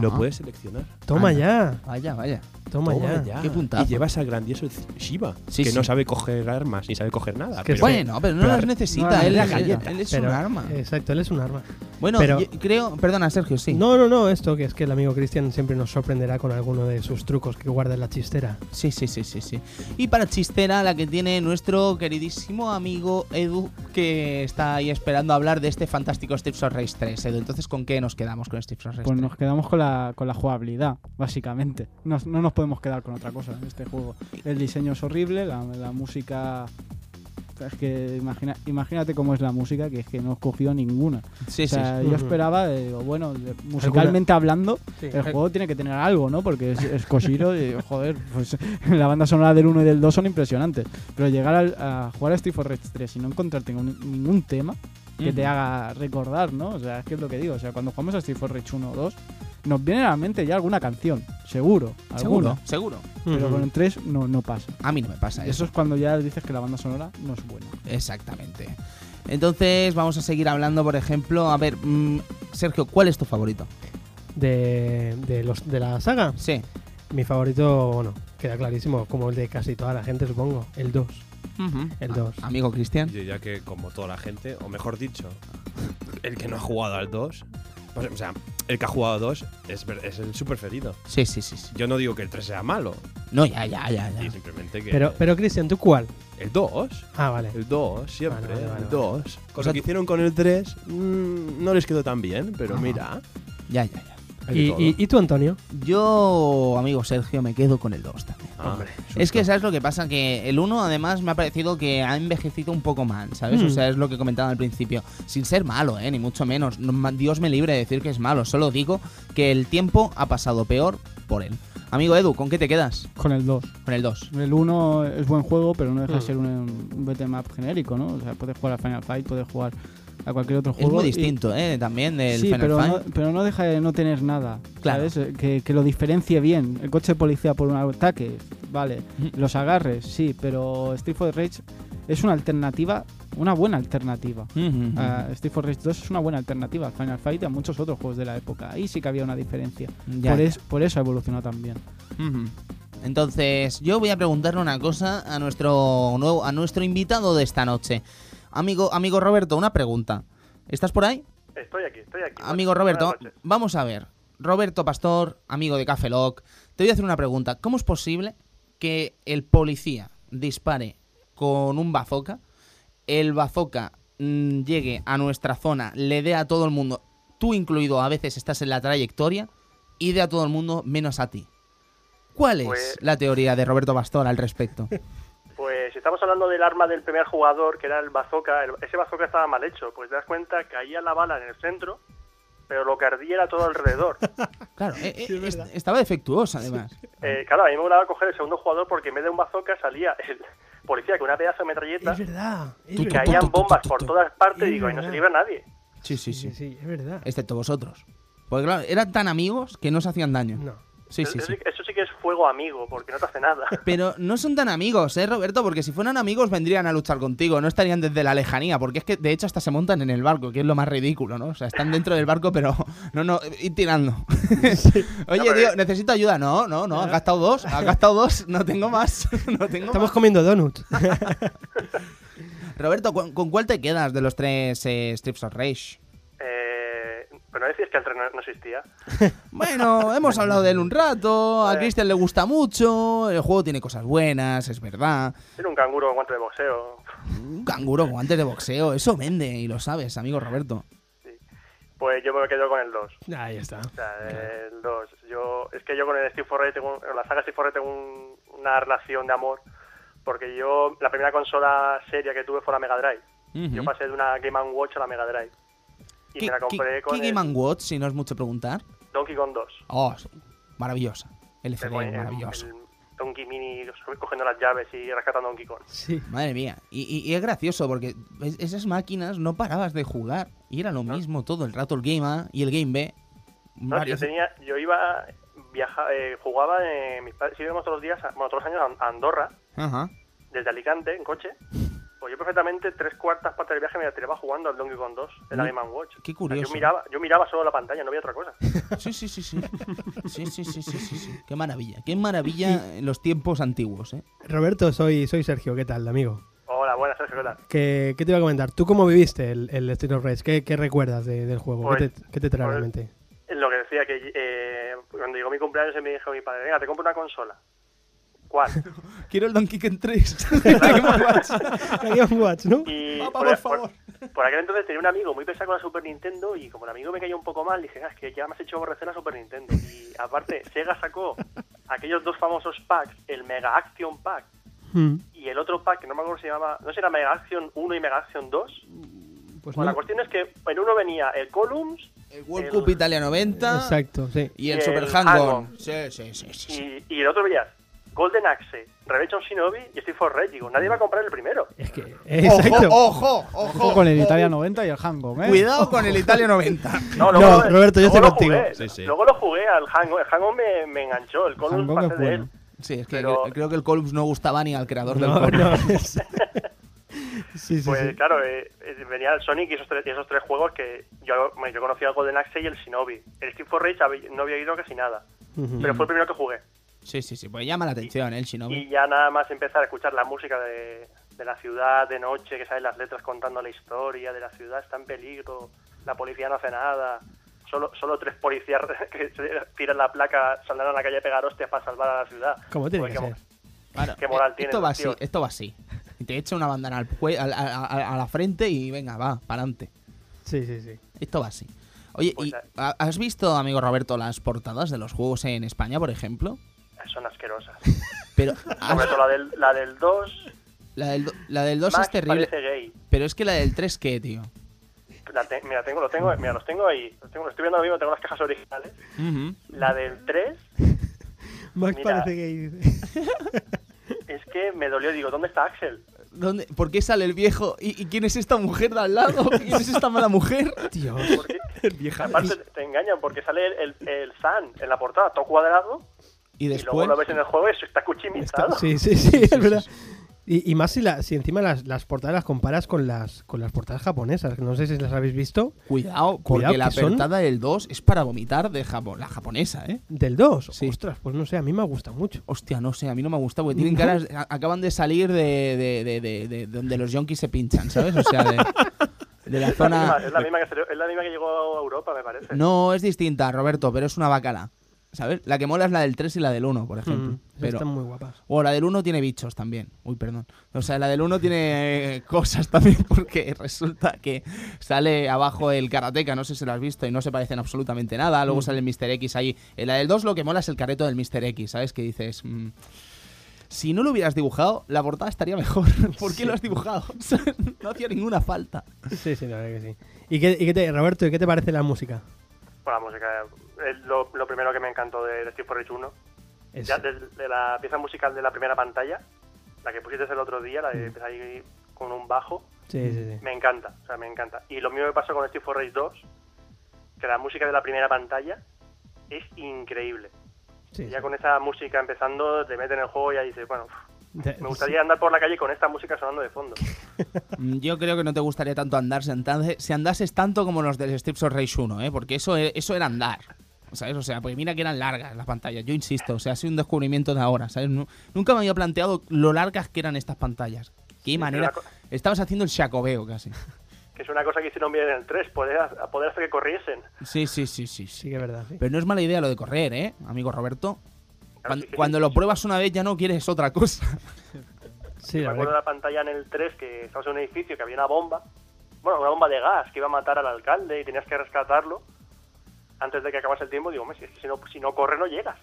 Speaker 4: lo
Speaker 1: Ajá.
Speaker 4: puedes seleccionar.
Speaker 2: Toma
Speaker 1: Anda.
Speaker 2: ya.
Speaker 1: Vaya, vaya.
Speaker 2: Toma, ya.
Speaker 1: Qué puntazo.
Speaker 4: Y llevas al grandioso Shiva,
Speaker 1: Sí,
Speaker 4: que no
Speaker 1: sí.
Speaker 4: sabe coger armas ni sabe coger nada.
Speaker 2: Es que
Speaker 4: pero-
Speaker 1: bueno, pero no
Speaker 2: pero-
Speaker 1: las necesita.
Speaker 3: no las
Speaker 1: él,
Speaker 3: necesita.
Speaker 1: él- él es
Speaker 2: Pero-
Speaker 1: un arma.
Speaker 2: Exacto, él es un arma.
Speaker 1: bueno,
Speaker 2: pero-
Speaker 1: yo creo. Perdona, Sergio, sí.
Speaker 2: No, no, no, esto que es que el amigo Cristian siempre nos sorprenderá con alguno de sus trucos que guarda en la chistera.
Speaker 1: Sí, sí, sí, sí, sí. Y para chistera, la que tiene nuestro queridísimo amigo Edu, que está ahí esperando hablar de este fantástico Steve Race 3. Edu, entonces, ¿con qué nos quedamos con Steve Race 3?
Speaker 3: Pues nos quedamos con la, con la jugabilidad, básicamente. Nos- no nos podemos quedar con otra cosa en este juego. El diseño es horrible, la, la música... Es que imagina- imagínate cómo es la música, que es que no escogió ninguna.
Speaker 1: sí, sí,
Speaker 3: O sea,
Speaker 2: sí.
Speaker 3: yo
Speaker 2: Ujú.
Speaker 3: esperaba, eh, digo, bueno, de- musicalmente hablando, el juego tiene que tener algo, ¿no? Porque es, es Koshiro y, joder, pues la banda sonora del 1 y del 2 son impresionantes. Pero llegar al- a jugar a Street for Rage 3 y no encontrarte ningún, ningún tema que te
Speaker 1: Ujú.
Speaker 3: haga recordar, ¿no? O sea, es que es lo que digo. O sea, cuando jugamos a Street for Rage 1 o 2, nos viene a la mente ya alguna canción, seguro.
Speaker 1: seguro,
Speaker 3: Alguna.
Speaker 1: seguro.
Speaker 3: Pero con el 3 no, no pasa.
Speaker 1: A mí no me pasa
Speaker 3: Eso es cuando ya dices que la banda sonora no es buena.
Speaker 1: Exactamente. Entonces vamos a seguir hablando, por ejemplo, a ver, mm, Sergio, ¿cuál es tu favorito?
Speaker 2: de, de los, de la saga,
Speaker 1: Sí.
Speaker 2: mi favorito, bueno, queda clarísimo, como el de casi toda la gente, supongo, el 2. El
Speaker 1: A-
Speaker 2: dos.
Speaker 1: Ah, Amigo Cristian.
Speaker 4: Yo diría que como toda la gente, o mejor dicho, el que no ha jugado al 2, pues, o sea, el que ha jugado al 2 es, ver- es el su preferido.
Speaker 1: Sí, sí, sí, sí.
Speaker 4: Yo no digo que el 3 sea malo,
Speaker 1: No, ya, ya, ya. ya.
Speaker 4: y simplemente que...
Speaker 2: Pero, pero Cristian, ¿tú cuál?
Speaker 4: El 2.
Speaker 2: Ah, vale.
Speaker 4: El 2, siempre.
Speaker 2: Vale, vale, vale,
Speaker 4: el 2.
Speaker 1: O
Speaker 4: Cosa
Speaker 1: sea,
Speaker 4: que
Speaker 1: tú-
Speaker 4: hicieron con el 3 no les quedó tan bien, pero
Speaker 1: Ajá.
Speaker 4: mira.
Speaker 1: Ya, ya, ya.
Speaker 4: hay de
Speaker 2: ¿Y,
Speaker 4: todo.
Speaker 2: y, y tú, Antonio?
Speaker 1: Yo, amigo Sergio, me quedo con el 2 también.
Speaker 4: Ah,
Speaker 2: Hombre.
Speaker 4: susto.
Speaker 1: Es que, ¿sabes lo que pasa? Que el 1 además me ha parecido que ha envejecido un poco mal, ¿sabes? O
Speaker 2: Mm.
Speaker 1: sea, es lo que comentaba al principio. Sin ser malo, ¿eh? Ni mucho menos. No, ma- Dios me libre de decir que es malo. Solo digo que el tiempo ha pasado peor por él. Amigo Edu, ¿con qué te quedas?
Speaker 3: Con el 2.
Speaker 1: Con el 2.
Speaker 3: El 1 es buen juego, pero no deja de
Speaker 2: Mm.
Speaker 3: ser un, un beat'em up genérico, ¿no? O sea, puedes jugar a Final Fight, puedes jugar a cualquier otro
Speaker 1: Es
Speaker 3: juego.
Speaker 1: muy
Speaker 3: y-
Speaker 1: distinto, ¿eh? También del
Speaker 3: sí,
Speaker 1: Final
Speaker 3: pero
Speaker 1: Fight.
Speaker 3: no, pero no deja de no tener nada.
Speaker 1: Claro.
Speaker 3: ¿sabes? Eh, Que, que lo diferencie bien. El coche de policía por un ataque, vale.
Speaker 1: Ujú.
Speaker 3: Los agarres, sí, pero Street for Rage es una alternativa, una buena alternativa.
Speaker 1: Ujú, ujú.
Speaker 3: A Street for Rage 2 es una buena alternativa a Final Fight y a muchos otros juegos de la época. Ahí sí que había una diferencia.
Speaker 1: Ya,
Speaker 3: por,
Speaker 1: ya.
Speaker 3: es- por eso ha evolucionado también.
Speaker 1: Ujú. Entonces, yo voy a preguntarle una cosa a nuestro nuevo, a nuestro invitado de esta noche. Amigo, amigo Roberto, una pregunta. ¿Estás por ahí?
Speaker 5: Estoy aquí, estoy aquí. pues,
Speaker 1: Amigo
Speaker 5: Buenas
Speaker 1: Roberto,
Speaker 5: noches.
Speaker 1: vamos a ver. Roberto Pastor, amigo de Café Lock, te voy a hacer una pregunta. ¿Cómo es posible que el policía dispare con un bazooka, el bazooka mm, llegue a nuestra zona, le dé a todo el mundo, tú incluido, a veces estás en la trayectoria, y dé a todo el mundo menos a ti? ¿Cuál es
Speaker 5: Pues-
Speaker 1: la teoría de Roberto Pastor al respecto?
Speaker 5: Pues estamos hablando del arma del primer jugador, que era el bazooka. El- ese bazooka estaba mal hecho, pues te das cuenta, caía la bala en el centro, pero lo que ardía era todo alrededor.
Speaker 1: Claro, eh, eh, est- estaba defectuosa además.
Speaker 5: Eh, claro, a mí me gustaba coger el segundo jugador porque en vez de un bazooka salía el policía con una pedazo de metralleta,
Speaker 2: verdad.
Speaker 1: Tú, tú, tú,
Speaker 5: caían bombas por todas partes
Speaker 2: Es
Speaker 5: y digo, y no se
Speaker 2: verdad.
Speaker 5: libra nadie.
Speaker 1: Sí, sí, Este.
Speaker 2: Sí,
Speaker 1: sí.
Speaker 2: sí, es verdad.
Speaker 1: Excepto vosotros. Porque claro, eran tan amigos que no se hacían daño.
Speaker 2: No.
Speaker 1: Sí, sí,
Speaker 5: Eso-
Speaker 1: sí.
Speaker 5: Eso sí que es fuego amigo, porque no te hace nada.
Speaker 1: Pero no son tan amigos, ¿eh, Roberto? Porque si fueran amigos vendrían a luchar contigo, no estarían desde la lejanía, porque es que de hecho hasta se montan en el barco, que es lo más ridículo, ¿no? O sea, están dentro del barco, pero no, no, ir tirando. Oye,
Speaker 5: pero
Speaker 1: tío,
Speaker 5: es-
Speaker 1: necesito ayuda. No, no, no, has gastado dos, has gastado dos, no tengo más, no tengo
Speaker 2: Estamos comiendo donuts.
Speaker 1: más. Roberto, ¿cu- ¿con cuál te quedas de los tres eh, Strips of Rage?
Speaker 5: Eh, pero no decías que el tren no- no existía.
Speaker 1: Bueno, hemos hablado de él un rato, a
Speaker 5: Bueno.
Speaker 1: Christian le gusta mucho, el juego tiene cosas buenas, es verdad.
Speaker 5: Era un canguro con guante de boxeo.
Speaker 1: Un canguro con antes de boxeo, eso vende y lo sabes, amigo Roberto.
Speaker 5: Pues yo me quedo con el 2.
Speaker 2: Ahí está.
Speaker 5: O sea, el 2. Yo, es que yo con el Steve Forrest tengo, con la saga Steve Forrest tengo un- una relación de amor. Porque yo, la primera consola seria que tuve fue la Mega Drive. Yo
Speaker 1: Ujú.
Speaker 5: pasé de una Game Watch a la Mega Drive. Y
Speaker 1: ¿Qué,
Speaker 5: me la compré
Speaker 1: qué-
Speaker 5: con
Speaker 1: qué
Speaker 5: el
Speaker 1: Game and Watch, si no es mucho preguntar?
Speaker 5: Donkey Kong 2.
Speaker 1: Oh, sí, maravillosa. El FD,
Speaker 5: Tengo el-
Speaker 1: maravilloso.
Speaker 5: el Donkey Mini cogiendo las llaves y rescatando a Donkey Kong.
Speaker 2: Sí.
Speaker 1: Madre mía. Y, y- y es gracioso porque es- esas máquinas no parabas de jugar y era lo mismo todo el rato el Game A y el Game B.
Speaker 5: No,
Speaker 1: Varias-
Speaker 5: yo tenía, yo iba, viaja, eh, jugaba, eh, mis padres, si íbamos todos los días, a- bueno, todos los años a a Andorra,
Speaker 1: Ajá.
Speaker 5: desde Alicante en coche, pues yo perfectamente tres cuartas partes del viaje me la tiraba jugando al Donkey Kong 2 en la
Speaker 1: Mm,
Speaker 5: Game Watch.
Speaker 1: qué
Speaker 5: O sea,
Speaker 1: curioso.
Speaker 5: Yo miraba, yo miraba solo la pantalla, no veía otra cosa.
Speaker 1: Sí, sí, sí, sí. Sí, sí, sí, sí, sí, sí. Qué maravilla. Qué maravilla en los tiempos antiguos, ¿eh?
Speaker 2: Roberto, soy, soy Sergio. ¿Qué tal, amigo?
Speaker 5: Hola, buenas, Sergio, ¿qué tal?
Speaker 2: ¿Qué, qué te iba a comentar? ¿Tú cómo viviste el, el Street of Rage? ¿Qué, qué recuerdas de- del juego? ¿Qué
Speaker 5: Pues-
Speaker 2: te, qué te trae a la
Speaker 5: pues-
Speaker 2: mente?
Speaker 5: Es Lo que decía que eh, cuando llegó mi cumpleaños me dijo mi padre, venga, te compro una consola. ¿Cuál?
Speaker 1: Quiero el Donkey Kong 3.
Speaker 2: La Game Watch, ¿no?
Speaker 5: Y
Speaker 1: Papá,
Speaker 5: por,
Speaker 1: por favor.
Speaker 5: por- por aquel entonces tenía un amigo muy pesado con la Super Nintendo y como el amigo me cayó un poco mal, dije, "Ah, es que ya me has hecho aborrecer la Super Nintendo. Y aparte, Sega sacó aquellos dos famosos packs, el Mega Action Pack
Speaker 2: Mm.
Speaker 5: y el otro pack que no me acuerdo si se llamaba, no sé, era Mega Action 1 y Mega Action 2.
Speaker 2: Pues
Speaker 5: Bueno, la
Speaker 2: no.
Speaker 5: cuestión es que en uno venía el Columns
Speaker 1: El World
Speaker 5: El-
Speaker 1: Cup Italia 90.
Speaker 2: Exacto, sí.
Speaker 1: Y el,
Speaker 5: Y el
Speaker 1: Super Hang-On.
Speaker 5: Hang-On.
Speaker 1: Sí, sí, sí, sí, sí.
Speaker 5: y, y el otro veías Golden Axe, Revenge on Shinobi y Steve for Red. Digo, nadie va a comprar el primero.
Speaker 2: Es que. Exacto.
Speaker 1: Ojo, ojo,
Speaker 3: Ojo
Speaker 1: ojo.
Speaker 3: con el Italia 90 y el Hangom, ¿eh?
Speaker 1: Cuidado con el Italia 90.
Speaker 5: No,
Speaker 2: No, Roberto, yo
Speaker 5: luego
Speaker 2: estoy
Speaker 5: lo
Speaker 2: contigo.
Speaker 5: jugué,
Speaker 4: Sí, sí.
Speaker 5: Luego lo jugué al Hang-On. El Hang-On me, me enganchó, el Columns
Speaker 3: Hangom
Speaker 5: pasé
Speaker 3: es
Speaker 5: de
Speaker 3: bueno.
Speaker 5: él.
Speaker 1: Sí, es que
Speaker 5: Pero-
Speaker 1: cre- creo que el Columns no gustaba ni al creador del
Speaker 2: No,
Speaker 1: Columns.
Speaker 2: no. Sí, sí, sí.
Speaker 5: Pues claro, eh, eh, venía el Sonic y esos tres, y esos tres juegos que yo, bueno, yo conocía el Golden Axe y el Shinobi. El Steve for Rage habí- no había ido casi nada,
Speaker 2: Ujú.
Speaker 5: pero fue el primero que jugué.
Speaker 1: Sí, sí, sí. Pues llama la atención, ¿eh, el Shinobi.
Speaker 5: Y ya nada más empezar a escuchar la música de, de la ciudad de noche, que salen las letras contando la historia de la ciudad, está en peligro, la policía no hace nada. Solo, solo tres policías que se tiran la placa saldrán a la calle a pegar hostias para salvar a la ciudad.
Speaker 2: Como tiene
Speaker 5: Pues
Speaker 2: que
Speaker 5: qué mo-
Speaker 2: ser.
Speaker 1: Claro,
Speaker 5: qué moral
Speaker 1: eh,
Speaker 5: tiene,
Speaker 1: Esto va
Speaker 5: los
Speaker 1: así,
Speaker 5: tíos.
Speaker 1: esto va así. y te echa una bandana al cue- al- a, a- a la frente y venga, va, para adelante.
Speaker 2: Sí, sí, sí.
Speaker 1: Esto va así. Oye,
Speaker 5: Pues
Speaker 1: ¿y
Speaker 5: la-
Speaker 1: ha- ¿has visto, amigo Roberto, las portadas de los juegos en España, por ejemplo?
Speaker 5: Son asquerosas.
Speaker 1: Pero
Speaker 5: Sobre
Speaker 1: has-
Speaker 5: todo la del, la del 2.
Speaker 1: la del, do- la del 2
Speaker 5: Max
Speaker 1: es terrible.
Speaker 5: Parece gay.
Speaker 1: Pero es que la del 3, ¿qué, tío?
Speaker 5: La te- mira, tengo, lo tengo, mira, los tengo ahí. Los tengo, los estoy viendo ahora mismo, tengo las cajas originales. La del 3
Speaker 2: Max
Speaker 5: Mira.
Speaker 2: parece que dice.
Speaker 5: es que me dolió. Digo, ¿dónde está Axel?
Speaker 1: ¿Dónde- ¿Por qué sale el viejo? ¿Y, y quién es esta mujer de al lado? ¿Quién es esta mala mujer?
Speaker 2: Dios.
Speaker 5: Porque, aparte te engañan porque sale el, el, el San en la portada, todo cuadrado,
Speaker 1: Y
Speaker 5: y luego
Speaker 1: después.
Speaker 5: lo ves en el juego y eso está
Speaker 2: Está-
Speaker 5: cuchimizado.
Speaker 2: sí, sí, sí, es verdad. Y, y más si, la- si encima las, las portadas las comparas con las, con las portadas japonesas, que no sé si las habéis visto,
Speaker 1: Cuidado, porque
Speaker 2: Cuidado,
Speaker 1: la
Speaker 2: que son-
Speaker 1: portada del 2 es para vomitar de Japón, la japonesa, ¿eh?
Speaker 2: del 2.
Speaker 1: Sí.
Speaker 2: Ostras, pues no sé, a mí me gusta mucho.
Speaker 1: Hostia, no sé, a mí no me ha gustado, porque tienen
Speaker 2: ¿No?
Speaker 1: caras. a- acaban de salir de, de- de- de- de donde los yonkis se pinchan, ¿sabes? O sea, de, de la
Speaker 5: Es la, misma,
Speaker 1: zona.
Speaker 5: es, la misma que, se- es la misma que llegó a Europa, me parece.
Speaker 1: No, es distinta, Roberto, pero es una bacala. ¿Sabes? La que mola es la del 3 y la del 1, por ejemplo.
Speaker 2: Mm, esas
Speaker 1: pero,
Speaker 2: Están muy guapas.
Speaker 1: O la del 1 tiene bichos también. Uy, perdón. O sea, la del 1 tiene eh, cosas también porque resulta que sale abajo el Karateka, no sé si lo has visto, y no se parecen absolutamente nada. Luego sale el Mr. X ahí. En la del 2 lo que mola es el carreto del Mr. X, ¿sabes? Que dices... mm, si no lo hubieras dibujado, la portada estaría mejor. ¿Por qué lo has dibujado? O sea, no hacía ninguna falta.
Speaker 2: Sí, sí, la verdad que sí. ¿Y, qué, y qué te, Roberto, ¿y qué te parece la música?
Speaker 5: Bueno, la música Pues es eh, lo, lo primero que me encantó de, de Steve Forrest 1.
Speaker 2: Es-
Speaker 5: Ya desde de la pieza musical de la primera pantalla, la que pusiste el otro día, la que empieza ahí con un bajo,
Speaker 2: sí, sí, Mm. sí.
Speaker 5: me encanta, o sea, me encanta. Y lo mismo me pasó con Steve Forrest 2, que la música de la primera pantalla es increíble.
Speaker 2: sí,
Speaker 5: Ya
Speaker 2: sí.
Speaker 5: con esa música empezando, te meten en el juego y ya dices, bueno,
Speaker 2: Te-
Speaker 5: me gustaría andar por la calle con esta música sonando de fondo.
Speaker 1: Mm, Yo creo que no te gustaría tanto andar si, andase- si andases tanto como los del Strips of Rage 1, ¿eh? porque eso, e- eso era andar. ¿Sabes? O sea, porque mira que eran largas las pantallas, yo insisto, o sea, ha sido un descubrimiento de ahora, ¿sabes? Nu- Nunca me había planteado lo largas que eran estas pantallas. Qué manera.
Speaker 5: pero la
Speaker 1: Estabas haciendo el chacobeo casi.
Speaker 5: Que es una cosa que hicieron bien en el 3, poder, ha- poder hacer que corriesen.
Speaker 1: Sí, sí, sí, sí,
Speaker 2: Sí
Speaker 1: sí.
Speaker 2: que es verdad, sí.
Speaker 1: Pero no es mala idea lo de correr, ¿eh, amigo Roberto? Cuan-
Speaker 5: sí, sí.
Speaker 1: cuando lo pruebas una vez ya no quieres otra cosa.
Speaker 2: Sí,
Speaker 5: Me
Speaker 2: la
Speaker 5: acuerdo
Speaker 2: verdad.
Speaker 5: de la pantalla en el 3 que estabas en un edificio que había una bomba, bueno, una bomba de gas que iba a matar al alcalde y tenías que rescatarlo antes de que acabase el tiempo. Digo, hombre, si, es que si no, si no corre no llegas.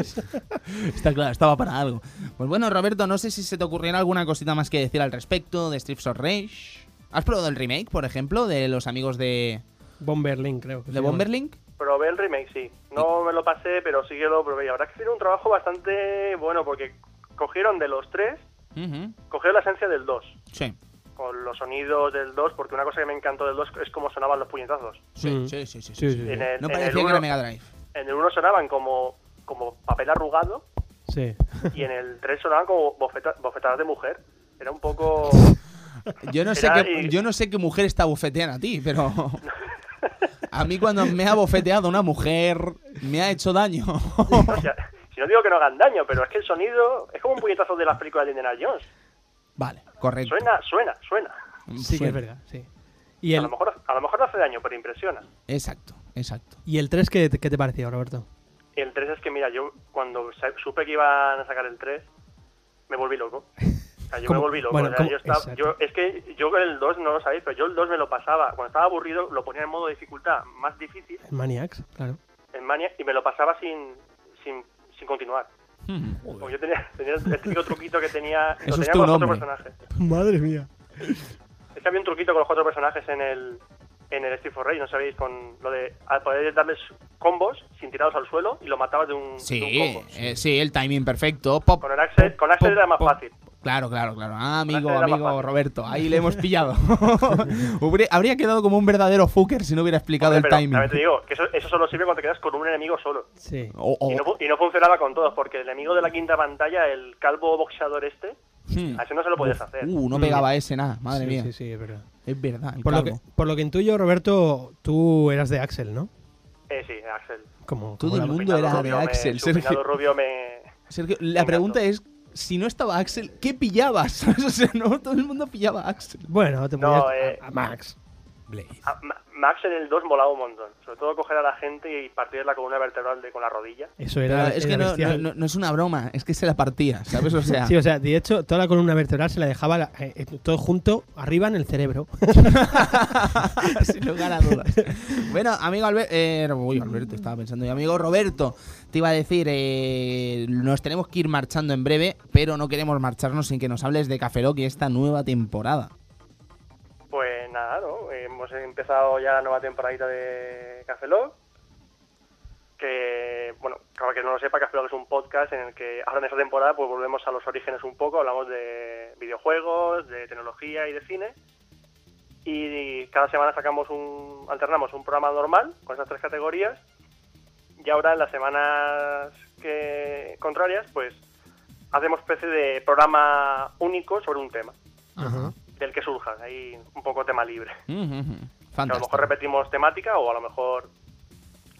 Speaker 1: Está claro, estaba para algo. Pues bueno, Roberto, no sé si se te ocurriera alguna cosita más que decir al respecto de Strips of Rage. ¿Has probado el remake, por ejemplo, de los amigos de,
Speaker 2: Bomberlin, creo. que
Speaker 1: de
Speaker 2: se llama.
Speaker 1: Bomberlink?
Speaker 5: Probé el remake, sí. No me lo pasé, pero sí que lo probé. Y la verdad es que tiene un trabajo bastante bueno porque cogieron de los 3,
Speaker 1: Ujú,
Speaker 5: cogieron la esencia del 2,
Speaker 1: Sí,
Speaker 5: con los sonidos del 2, porque una cosa que me encantó del 2 es cómo sonaban los puñetazos.
Speaker 1: sí,
Speaker 2: Mm.
Speaker 1: sí, sí, sí,
Speaker 2: Sí,
Speaker 1: sí.
Speaker 2: sí,
Speaker 5: En el,
Speaker 1: No
Speaker 5: en el
Speaker 1: parecía que
Speaker 5: uno-
Speaker 1: era Mega Drive.
Speaker 5: en el 1 sonaban como, como papel arrugado.
Speaker 2: sí.
Speaker 5: y en el 3 sonaban como bofeta- bofetadas de mujer. Era un poco.
Speaker 1: Yo no, sé
Speaker 5: Era
Speaker 1: qué,
Speaker 5: y-
Speaker 1: yo no sé qué mujer está bofeteando a ti, pero... A mí cuando me ha bofeteado una mujer, me ha hecho daño.
Speaker 5: o sea, si no digo que no hagan daño, pero es que el sonido es como un puñetazo de las películas de Indiana Jones.
Speaker 1: Vale, correcto.
Speaker 5: Suena, suena, suena.
Speaker 2: Sí que es
Speaker 1: Suena.
Speaker 2: verdad, sí. ¿Y
Speaker 5: A,
Speaker 2: el,
Speaker 5: lo mejor, a lo mejor no hace daño, pero impresiona.
Speaker 1: Exacto, exacto.
Speaker 2: ¿Y el 3 qué, qué te pareció, Roberto?
Speaker 5: El 3 es que, mira, yo cuando sa- supe que iban a sacar el 3, me volví loco. O sea, yo
Speaker 2: ¿Cómo?
Speaker 5: me volví loco.
Speaker 2: Bueno,
Speaker 5: o sea,
Speaker 2: ¿cómo?
Speaker 5: yo estaba,
Speaker 2: Exacto.
Speaker 5: yo, es que yo con el 2 no lo sabéis, pero yo el 2 me lo pasaba. Cuando estaba aburrido, lo ponía en modo dificultad más difícil,
Speaker 2: El Maniacs, claro.
Speaker 5: en Mania, y me lo pasaba sin, sin, sin continuar.
Speaker 1: Hmm.
Speaker 5: Como yo tenía, tenía el típico truquito que tenía, lo
Speaker 1: Eso es
Speaker 5: tenía
Speaker 1: tu
Speaker 5: con los
Speaker 1: nombre.
Speaker 5: cuatro personajes.
Speaker 2: Madre mía.
Speaker 5: Es que había un truquito con los cuatro personajes en el en el Steve Forrest, no sabéis, con lo de al poder darles combos sin tirados al suelo y lo matabas de un,
Speaker 1: Sí,
Speaker 5: de un combo.
Speaker 1: eh, sí, el timing perfecto. Pop,
Speaker 5: Con el Axel, con Axel
Speaker 1: pop,
Speaker 5: era más
Speaker 1: pop.
Speaker 5: fácil.
Speaker 1: Claro, claro, claro. Ah, amigo,
Speaker 5: Gracias, era más
Speaker 1: amigo
Speaker 5: fácil.
Speaker 1: Roberto, ahí le hemos pillado. Hubiera- Habría quedado como un verdadero fucker si no hubiera explicado
Speaker 5: Pero
Speaker 1: el
Speaker 5: también te
Speaker 1: timing.
Speaker 5: digo que eso, eso solo sirve cuando te quedas con un enemigo solo.
Speaker 2: Sí.
Speaker 1: O- o-
Speaker 5: Y, no, fu- y no funcionaba con todos, porque el enemigo de la quinta pantalla, el calvo boxeador este,
Speaker 1: Hmm.
Speaker 5: a ese no se lo podías hacer.
Speaker 1: Uh, no pegaba ese nada, madre
Speaker 2: Sí,
Speaker 1: mía.
Speaker 2: Sí, sí, es verdad.
Speaker 1: Es verdad. el
Speaker 2: Por lo, que,
Speaker 1: calvo.
Speaker 2: por lo que intuyo, Roberto, tú eras de Axel, ¿no?
Speaker 5: Eh, sí, Axel.
Speaker 2: Como,
Speaker 1: Todo
Speaker 2: como
Speaker 1: el
Speaker 2: la-
Speaker 1: mundo
Speaker 5: Peinado
Speaker 1: era de
Speaker 5: rubio me-
Speaker 1: Axel,
Speaker 5: su peinado
Speaker 1: Sergio.
Speaker 5: rubio me...
Speaker 1: Sergio, la
Speaker 5: encantó.
Speaker 1: pregunta es: si no estaba Axel, ¿qué pillabas? o sea, no, todo el mundo pillaba a Axel.
Speaker 2: Bueno, te
Speaker 5: No,
Speaker 2: ponías
Speaker 5: eh,
Speaker 2: a, a Max.
Speaker 4: Blade.
Speaker 5: Ah, Ma- Max en el 2 molaba un montón. Sobre todo coger a la gente y partirla con una vertebral de, con la rodilla.
Speaker 2: Eso
Speaker 1: Pero
Speaker 2: era.
Speaker 1: es
Speaker 2: era
Speaker 1: que no,
Speaker 2: bestial.
Speaker 1: no- no- no es una broma, es que se la partía, ¿sabes? O sea,
Speaker 2: Sí, o sea, de hecho, toda la columna vertebral se la dejaba la- eh, eh, todo junto arriba en el cerebro.
Speaker 1: sin lugar a dudas. Bueno, amigo Alberto, uy, Alberto, estaba pensando, mi amigo Roberto, te iba a decir, eh, nos tenemos que ir marchando en breve, pero no queremos marcharnos sin que nos hables de Café Lock y esta nueva temporada.
Speaker 5: Pues nada, ¿no? Hemos empezado ya la nueva temporadita de Café Lock. Que, bueno, para que no lo sepa, Café Lock es un podcast en el que ahora en esta temporada pues volvemos a los orígenes un poco. Hablamos de videojuegos, de tecnología y de cine. Y cada semana sacamos un, alternamos un programa normal con esas tres categorías. Y ahora en las semanas que contrarias, pues hacemos especie de programa único sobre un tema
Speaker 1: Ajá.
Speaker 5: del que surja, ahí un poco tema libre. Que a lo
Speaker 1: Fantástico.
Speaker 5: mejor repetimos temática o a lo mejor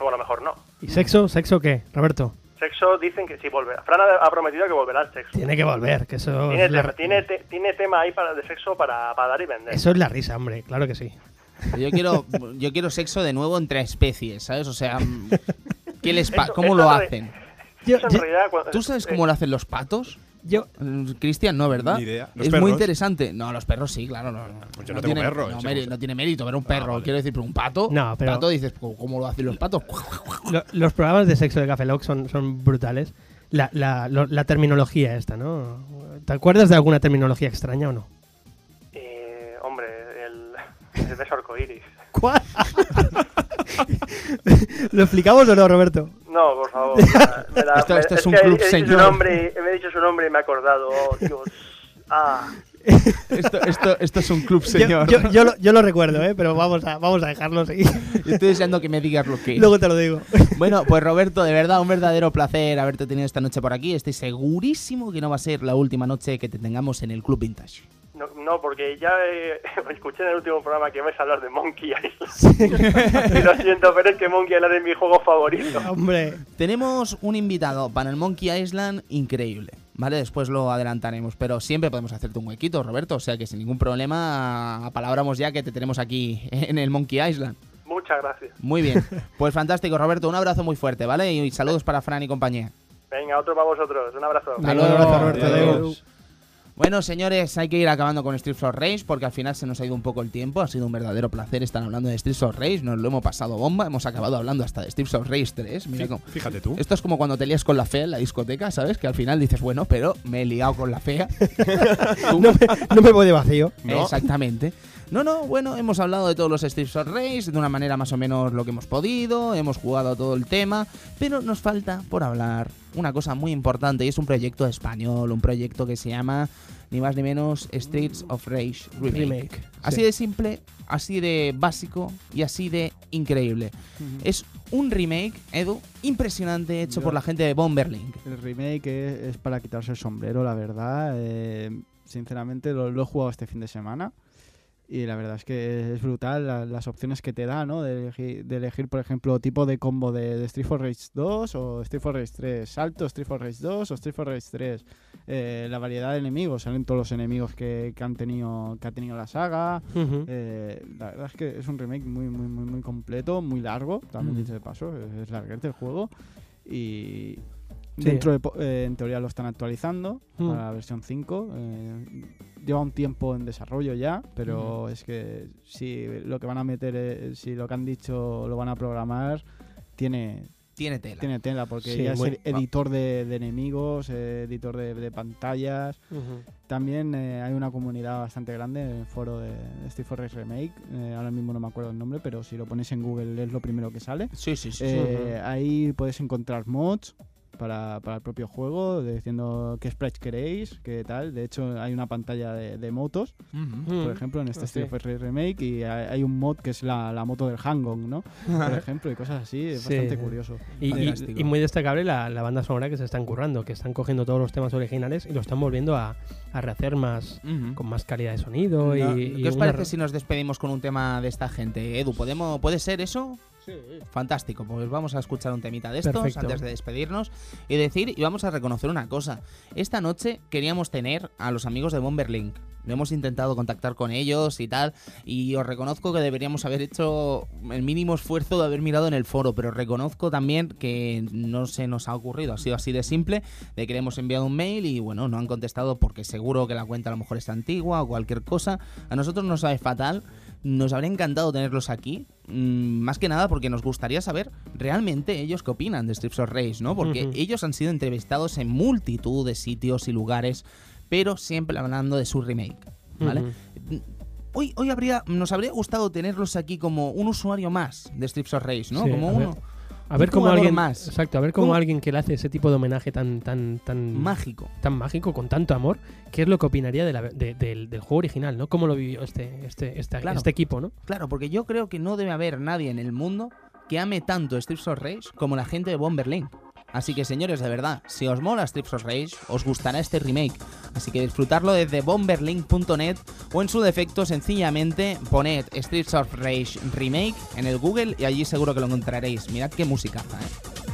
Speaker 5: o a lo mejor no.
Speaker 2: ¿Y sexo? ¿Sexo qué, Roberto?
Speaker 5: Sexo dicen que sí volverá. Fran ha ha prometido que volverá al sexo.
Speaker 2: Tiene que volver, que eso.
Speaker 1: pues
Speaker 5: Tiene,
Speaker 2: es la-
Speaker 5: tema, tiene, te- tiene tema ahí para, de sexo para, para dar y vender.
Speaker 2: Eso es la risa, hombre, claro que sí.
Speaker 1: Yo quiero, yo quiero sexo de nuevo entre especies, ¿sabes? O sea, mm, ¿qué les pa-
Speaker 5: Eso-
Speaker 1: ¿cómo
Speaker 5: eso
Speaker 1: lo
Speaker 5: no de-
Speaker 1: hacen?
Speaker 2: Yo,
Speaker 5: Eso en
Speaker 2: yo-
Speaker 5: realidad, cuando-
Speaker 1: ¿Tú sabes
Speaker 5: eh,
Speaker 1: cómo lo hacen los patos?
Speaker 2: yo-
Speaker 1: Mm, Cristian, no, ¿verdad?
Speaker 6: Ni idea.
Speaker 1: Es
Speaker 6: Los
Speaker 1: muy
Speaker 6: perros.
Speaker 1: interesante. No, los perros sí, claro. No, no,
Speaker 6: Pues
Speaker 1: no
Speaker 6: yo no tengo
Speaker 1: tiene,
Speaker 6: perro, ese
Speaker 1: No,
Speaker 6: Ah,
Speaker 1: meri-
Speaker 6: cosa.
Speaker 1: no tiene mérito ver un perro. Quiero decir, pero un pato.
Speaker 2: No, pero-
Speaker 1: Pato dices, "¿Cómo- ¿cómo lo hacen los patos?
Speaker 2: lo- los programas de sexo de Café Lock son, son brutales. La, la- lo- la terminología esta, ¿no? ¿Te acuerdas de alguna terminología extraña o no?
Speaker 5: eh, hombre, el, el beso arcoíris.
Speaker 2: ¿Cuál? ¿Lo explicamos o no, Roberto?
Speaker 5: No, por favor. me la- me la-
Speaker 1: Esto-
Speaker 5: me-
Speaker 1: esto es
Speaker 5: es
Speaker 1: un
Speaker 5: que he-
Speaker 1: club
Speaker 5: he dicho
Speaker 1: señor.
Speaker 5: su nombre y- me he dicho su nombre y me he acordado. Oh, Dios. Ah,
Speaker 1: esto, esto, esto es un club,
Speaker 2: Yo-
Speaker 1: señor.
Speaker 2: Yo, yo lo, yo lo recuerdo, ¿eh? pero vamos a, vamos a dejarlo así.
Speaker 1: Estoy deseando que me digas lo que es.
Speaker 2: Luego te lo digo.
Speaker 1: Bueno, pues Roberto, de verdad, un verdadero placer haberte tenido esta noche por aquí. Estoy segurísimo que no va a ser la última noche que te tengamos en el Club Vintage.
Speaker 5: no, no, porque ya eh, escuché en el último programa que vais a hablar de Monkey Island. Y lo siento, pero es que Monkey Island es mi juego favorito.
Speaker 2: Hombre,
Speaker 1: Tenemos un invitado para el Monkey Island increíble. Vale, después lo adelantaremos, pero siempre podemos hacerte un huequito, Roberto. O sea que sin ningún problema apalabramos ya que te tenemos aquí en el Monkey Island.
Speaker 5: Muchas gracias.
Speaker 1: Muy bien. Pues fantástico, Roberto. Un abrazo muy fuerte, ¿vale? Y saludos para Fran y compañía.
Speaker 5: Venga, otro para vosotros. Un abrazo.
Speaker 1: Hasta
Speaker 2: luego,
Speaker 1: luego.
Speaker 2: Roberto,
Speaker 1: Adiós.
Speaker 2: adiós.
Speaker 1: Bueno, señores, hay que ir acabando con Street of Rage porque al final se nos ha ido un poco el tiempo. Ha sido un verdadero placer estar hablando de Street of Rage. Nos lo hemos pasado bomba. Hemos acabado hablando hasta de Street of Rage 3. Mira cómo-
Speaker 6: Fíjate
Speaker 4: Uh.
Speaker 6: tú.
Speaker 1: Esto es como cuando te lías con la fea en la discoteca, ¿sabes? Que al final dices, bueno, pero me he liado con la fea. Tú-
Speaker 2: no me, no me voy de vacío.
Speaker 6: ¿No?
Speaker 1: Exactamente. No, no, bueno, hemos hablado de todos los Streets of Rage, de una manera más o menos lo que hemos podido, hemos jugado todo el tema, pero nos falta por hablar una cosa muy importante y es un proyecto español, un proyecto que se llama ni más ni menos Streets of Rage Remake.
Speaker 2: Remake.
Speaker 1: Así
Speaker 2: Sí.
Speaker 1: de simple, así de básico y así de increíble. Es un remake, Edu, impresionante hecho
Speaker 3: Yo-
Speaker 1: por la gente de Bomberlink.
Speaker 3: El remake es, es para quitarse el sombrero, la verdad. Eh, sinceramente, lo, lo he jugado este fin de semana. Y la verdad es que es brutal la- las opciones que te da, ¿no? De elegir, de elegir, por ejemplo, tipo de combo de, de Street for Rage 2 o Street for Rage 3. Salto, Street for Rage 2 o Street for Rage 3. Eh, la variedad de enemigos. Salen todos los enemigos que, que han tenido, que ha tenido la saga. Eh, la verdad es que es un remake muy, muy, muy, muy completo, muy largo, también
Speaker 1: Mm.
Speaker 3: dicho de paso, es- es larguete el juego. Y
Speaker 2: Sí.
Speaker 3: dentro de po- eh, en teoría lo están actualizando
Speaker 2: Mm.
Speaker 3: para la versión 5. eh, lleva un tiempo en desarrollo ya, pero es que si lo que van a meter, eh, si lo que han dicho lo van a programar, tiene,
Speaker 1: Tiene tela.
Speaker 3: tiene tela, porque
Speaker 2: Sí,
Speaker 3: ya es
Speaker 2: muy-
Speaker 3: el editor de, de enemigos, eh, editor de- de pantallas.
Speaker 1: Eh,
Speaker 3: También eh, hay una comunidad bastante grande en el foro de Steve Forrest Remake. eh, ahora mismo no me acuerdo el nombre, pero si lo pones en Google es lo primero que sale.
Speaker 1: Sí, sí, sí.
Speaker 3: Eh, Ahí puedes encontrar mods para, para el propio juego, de- diciendo qué sprites queréis, qué tal. De hecho, hay una pantalla de, de motos,
Speaker 1: Ujú.
Speaker 3: por ejemplo, en este
Speaker 2: Ah,
Speaker 3: Street
Speaker 2: sí.
Speaker 3: Fighter Remake, y hay hay un mod que es la, la moto del Hangong, ¿no? Por ejemplo, y cosas así, es
Speaker 2: Sí.
Speaker 3: bastante curioso.
Speaker 2: Y, y-
Speaker 1: Fantástico.
Speaker 2: y muy destacable la, la banda sonora que se están currando, que están cogiendo todos los temas originales y lo están volviendo a, a rehacer más
Speaker 1: Ujú.
Speaker 2: con más calidad de sonido. y,
Speaker 1: No,
Speaker 2: y
Speaker 1: ¿Qué os
Speaker 2: una
Speaker 1: parece
Speaker 2: re-
Speaker 1: si nos despedimos con un tema de esta gente? Edu, ¿podemos, ¿puede ser eso? Fantástico, pues vamos a escuchar un temita de estos
Speaker 2: Perfecto.
Speaker 1: antes de despedirnos y decir, y vamos a reconocer una cosa. Esta noche queríamos tener a los amigos de Bomberlink. Lo hemos intentado contactar con ellos y tal, y os reconozco que deberíamos haber hecho el mínimo esfuerzo de haber mirado en el foro, pero reconozco también que no se nos ha ocurrido, ha sido así de simple, de que le hemos enviado un mail y bueno, no han contestado porque seguro que la cuenta a lo mejor está antigua o cualquier cosa. A nosotros nos sabe fatal, nos habría encantado tenerlos aquí, mm, más que nada porque nos gustaría saber realmente ellos qué opinan de Strips of Rage, ¿no? Porque
Speaker 2: Ujú.
Speaker 1: ellos han sido entrevistados en multitud de sitios y lugares, pero siempre hablando de su remake, ¿vale? Hoy, hoy habría, nos habría gustado tenerlos aquí como un usuario más de Strips of Rage, ¿no?
Speaker 2: Sí,
Speaker 1: como
Speaker 2: a ver.
Speaker 1: uno
Speaker 2: A ver
Speaker 1: Un
Speaker 2: cómo
Speaker 1: jugador
Speaker 2: alguien
Speaker 1: más.
Speaker 2: Exacto, a ver cómo
Speaker 1: Un-
Speaker 2: alguien que le hace ese tipo de homenaje tan tan tan
Speaker 1: mágico.
Speaker 2: tan mágico con tanto amor, ¿qué es lo que opinaría de la- de- del, del juego original, ¿no? ¿Cómo lo vivió este este este,
Speaker 1: Claro.
Speaker 2: este equipo, ¿no?
Speaker 1: Claro, porque yo creo que no debe haber nadie en el mundo que ame tanto Strips of Rage como la gente de Bomberlink. Así que señores, de verdad, si os mola Strips of Rage, os gustará este remake. Así que disfrutarlo desde bomberlink.net o en su defecto sencillamente poned Strips of Rage Remake en el Google y allí seguro que lo encontraréis. Mirad qué musicaza, ¿eh?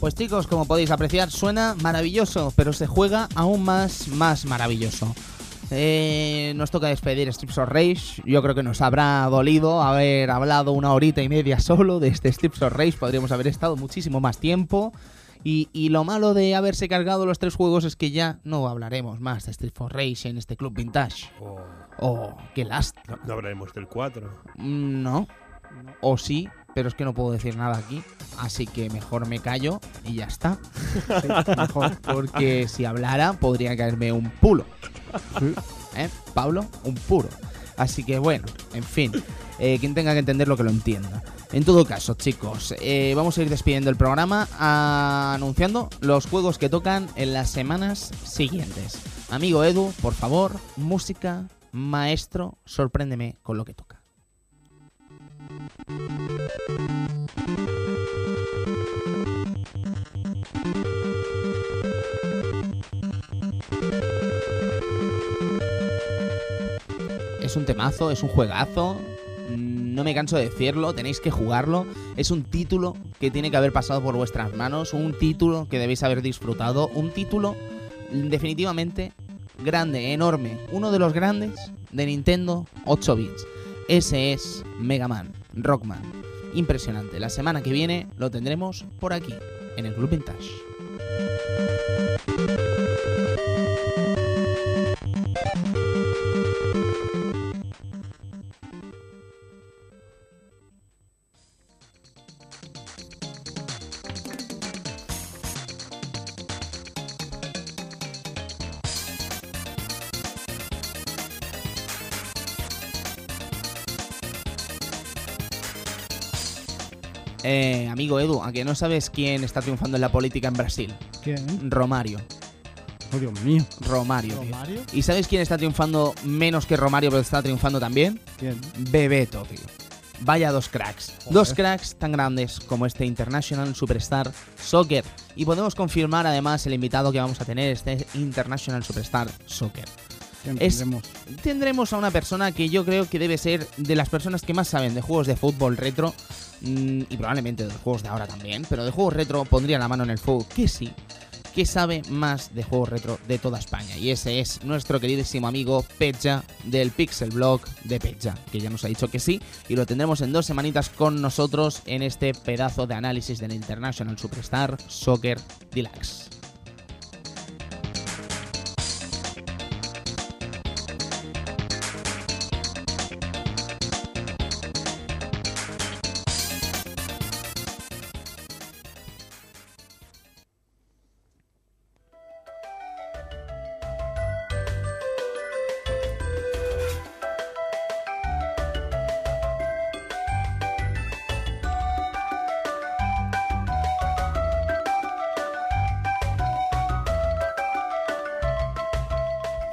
Speaker 1: Pues chicos, como podéis apreciar, suena maravilloso, pero se juega aún más, más maravilloso. Eh, nos toca despedir Strips of Rage. Yo creo que nos habrá dolido haber hablado una horita y media solo de este Strips of Rage. Podríamos haber estado muchísimo más tiempo. Y, y lo malo de haberse cargado los tres juegos es que ya no hablaremos más de Strips of Rage en este club vintage.
Speaker 4: Oh,
Speaker 1: Oh, qué lástima.
Speaker 4: no, no hablaremos del 4.
Speaker 1: Mm, No. O sí, pero es que no puedo decir nada aquí. Así que mejor me callo y ya está.
Speaker 3: Mejor.
Speaker 1: Porque si hablara podría caerme un pulo. ¿Eh? Pablo, un puro. Así que bueno, en fin. eh, quien tenga que entenderlo que lo entienda. En todo caso, chicos, eh, vamos a ir despidiendo el programa ah, anunciando los juegos que tocan en las semanas siguientes. Amigo Edu, por favor, música, maestro, sorpréndeme con lo que toca. Es un temazo, es un juegazo. mm, No me canso de decirlo, tenéis que jugarlo. Es un título que tiene que haber pasado por vuestras manos, un título que debéis haber disfrutado, un título mm, definitivamente grande, enorme, uno de los grandes de Nintendo 8 bits. Ese es Mega Man, Rockman. Impresionante. La semana que viene lo tendremos por aquí, en el Club Vintage. Eh, amigo Edu, a que no sabes quién está triunfando en la política en Brasil.
Speaker 3: ¿Quién?
Speaker 1: Romario.
Speaker 3: Oh, Dios mío.
Speaker 1: Romario. tío. ¿Y sabes quién está triunfando menos que Romario, pero está triunfando también?
Speaker 3: ¿Quién?
Speaker 1: Bebeto, tío. Vaya dos cracks. Dos cracks tan grandes como este International Superstar Soccer. Y podemos confirmar además el invitado que vamos a tener, este International Superstar Soccer.
Speaker 3: ¿Quién
Speaker 1: Es-
Speaker 3: tendremos?
Speaker 1: Tendremos a una persona que yo creo que debe ser de las personas que más saben de juegos de fútbol retro mm, y probablemente de los juegos de ahora también, pero de juegos retro pondría la mano en el fuego que sí, que sabe más de juegos retro de toda España. Y ese es nuestro queridísimo amigo Pecha del Pixel Blog de Pecha, que ya nos ha dicho que sí y lo tendremos en dos semanitas con nosotros en este pedazo de análisis del International Superstar Soccer Deluxe.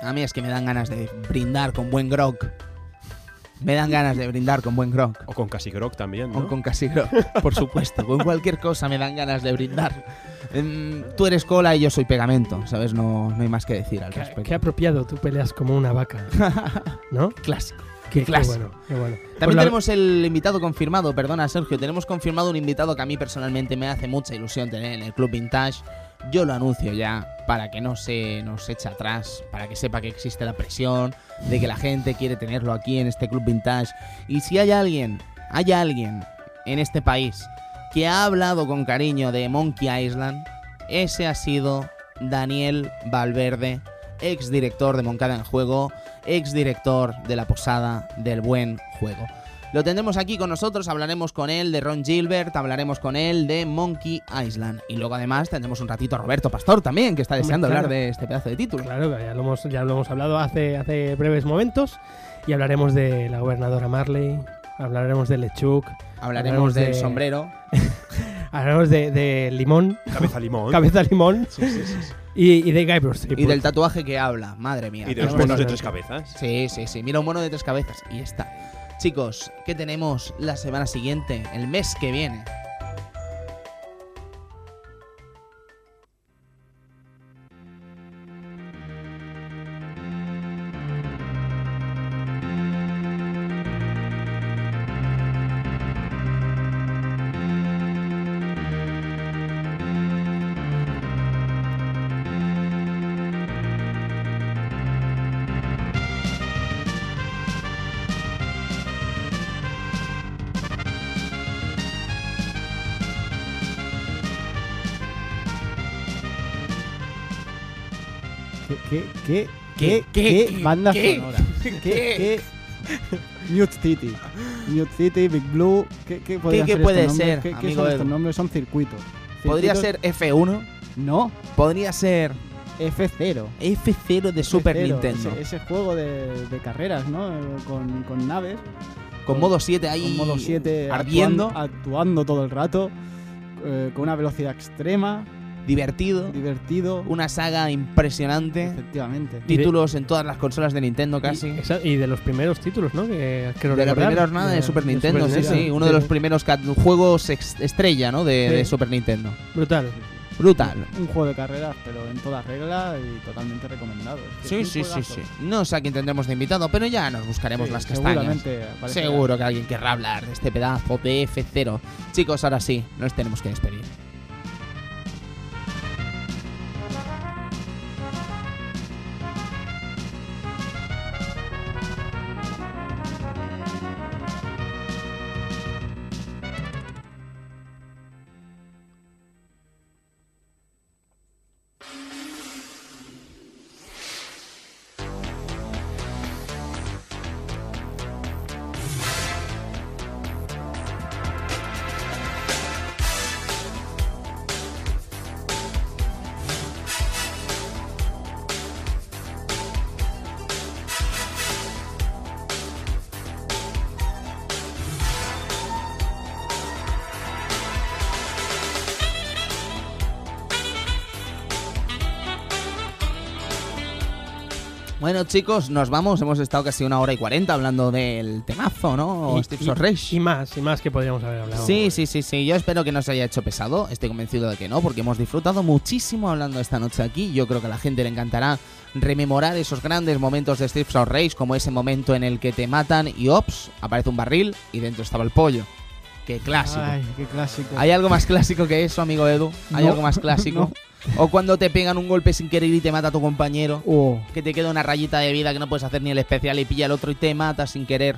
Speaker 1: A mí es que me dan ganas de brindar con buen grog. Me dan ganas de brindar con buen grog.
Speaker 4: O con Casi Grog también, ¿no?
Speaker 1: O con casi grog, por supuesto. Con cualquier cosa me dan ganas de brindar. Em, tú eres cola y yo soy pegamento, ¿sabes? No, no hay más que decir al
Speaker 2: Qué,
Speaker 1: respecto.
Speaker 2: qué apropiado, tú peleas como una vaca. ¿No?
Speaker 1: Clásico.
Speaker 2: Qué, qué
Speaker 1: Clásico.
Speaker 2: bueno, qué bueno. Pues
Speaker 1: También
Speaker 2: la-
Speaker 1: tenemos el invitado confirmado, perdona Sergio, tenemos confirmado un invitado que a mí personalmente me hace mucha ilusión tener en el Club Vintage. Yo lo anuncio ya para que no se nos eche atrás, para que sepa que existe la presión de que la gente quiere tenerlo aquí en este Club Vintage. Y si hay alguien, hay alguien en este país que ha hablado con cariño de Monkey Island, ese ha sido Daniel Valverde, ex director de Moncada en Juego, ex director de la Posada del Buen Juego. Lo tendremos aquí con nosotros, hablaremos con él de Ron Gilbert, hablaremos con él de Monkey Island. Y luego además tendremos un ratito a Roberto Pastor también, que está
Speaker 2: Hombre,
Speaker 1: deseando
Speaker 2: claro.
Speaker 1: hablar de este pedazo de título.
Speaker 2: Claro, ya lo hemos, ya lo hemos hablado hace, hace breves momentos y hablaremos de la gobernadora Marley, hablaremos de Lechuk,
Speaker 1: Hablaremos
Speaker 2: Hablaremos de-
Speaker 1: del sombrero.
Speaker 2: hablaremos de, de Limón,
Speaker 4: Cabeza limón.
Speaker 2: Cabeza Limón
Speaker 4: Sí, sí, sí, sí.
Speaker 2: y, y de Guybrush
Speaker 1: Y
Speaker 2: Threepwood.
Speaker 1: del tatuaje que habla, madre mía.
Speaker 4: Y de los
Speaker 1: Tenemos-
Speaker 4: monos de tres cabezas.
Speaker 1: Sí, sí, sí. Mira un mono de tres cabezas y ya está. Chicos, ¿qué tenemos la semana siguiente? El mes que viene.
Speaker 3: ¿Qué, qué, qué,
Speaker 1: ¿Qué,
Speaker 3: qué,
Speaker 1: qué,
Speaker 3: qué,
Speaker 1: qué,
Speaker 3: banda
Speaker 1: qué?
Speaker 3: sonora? ¿Qué, qué? Newt City. Newt City, Big Blue. ¿Qué, qué, podrían
Speaker 1: qué
Speaker 3: ser
Speaker 1: puede
Speaker 3: estos
Speaker 1: ser,
Speaker 3: nombres? ¿Qué, qué
Speaker 1: amigo
Speaker 3: son
Speaker 1: Edu?
Speaker 3: estos nombres? Son circuitos.
Speaker 1: Podría
Speaker 3: Circuitos-
Speaker 1: ser F1,
Speaker 3: No,
Speaker 1: podría ser
Speaker 3: F0.
Speaker 1: F0 de Super
Speaker 3: F0,
Speaker 1: Nintendo.
Speaker 3: Ese, ese juego de, de carreras, ¿no? Eh, Con, con naves.
Speaker 1: Con modo 7 ahí
Speaker 3: con modo 7
Speaker 1: ardiendo,
Speaker 3: Actuando, todo el rato. eh, con una velocidad extrema.
Speaker 1: divertido,
Speaker 3: Divertido.
Speaker 1: una saga impresionante,
Speaker 3: Efectivamente.
Speaker 1: títulos en todas las consolas de Nintendo casi.
Speaker 2: Y, esa- y de los primeros títulos, ¿no? Que creo
Speaker 1: de la
Speaker 2: recordar.
Speaker 1: primera jornada de Super Nintendo,
Speaker 2: Super
Speaker 1: sí, sí,
Speaker 2: Nintendo.
Speaker 1: uno de los primeros cat- juegos ex- estrella, ¿no? De,
Speaker 2: Sí.
Speaker 1: de Super Nintendo.
Speaker 2: Brutal.
Speaker 1: Brutal.
Speaker 3: Un juego de carreras, pero en toda regla y totalmente recomendado. Es que
Speaker 1: Sí,
Speaker 3: es un
Speaker 1: sí, sí,
Speaker 3: juegazo.
Speaker 1: sí. No sé a quién tendremos de invitado, pero ya nos buscaremos
Speaker 3: Sí,
Speaker 1: las castañas.
Speaker 3: seguramente aparecerá.
Speaker 1: Seguro que alguien querrá hablar de este pedazo de F0. Chicos, ahora sí, nos tenemos que despedir. Bueno, chicos, nos vamos. Hemos estado casi una hora y cuarenta hablando del temazo, ¿no?
Speaker 2: Y-
Speaker 1: Oh, Steve
Speaker 2: y-
Speaker 1: of Rage.
Speaker 2: Y más, y más que podríamos haber hablado.
Speaker 1: Sí, sí, sí, sí. Yo espero que no se haya hecho pesado. Estoy convencido de que no, porque hemos disfrutado muchísimo hablando esta noche aquí. Yo creo que a la gente le encantará rememorar esos grandes momentos de Streets of Rage, como ese momento en el que te matan y ops, aparece un barril y dentro estaba el pollo. Qué clásico.
Speaker 3: Ay, qué clásico.
Speaker 1: ¿Hay algo más clásico que eso, amigo Edu? ¿Hay
Speaker 3: No,
Speaker 1: algo más clásico? O cuando te pegan un golpe sin querer y te mata tu compañero,
Speaker 3: Oh,
Speaker 1: que te queda una rayita de vida que no puedes hacer ni el especial y pilla el otro y te mata sin querer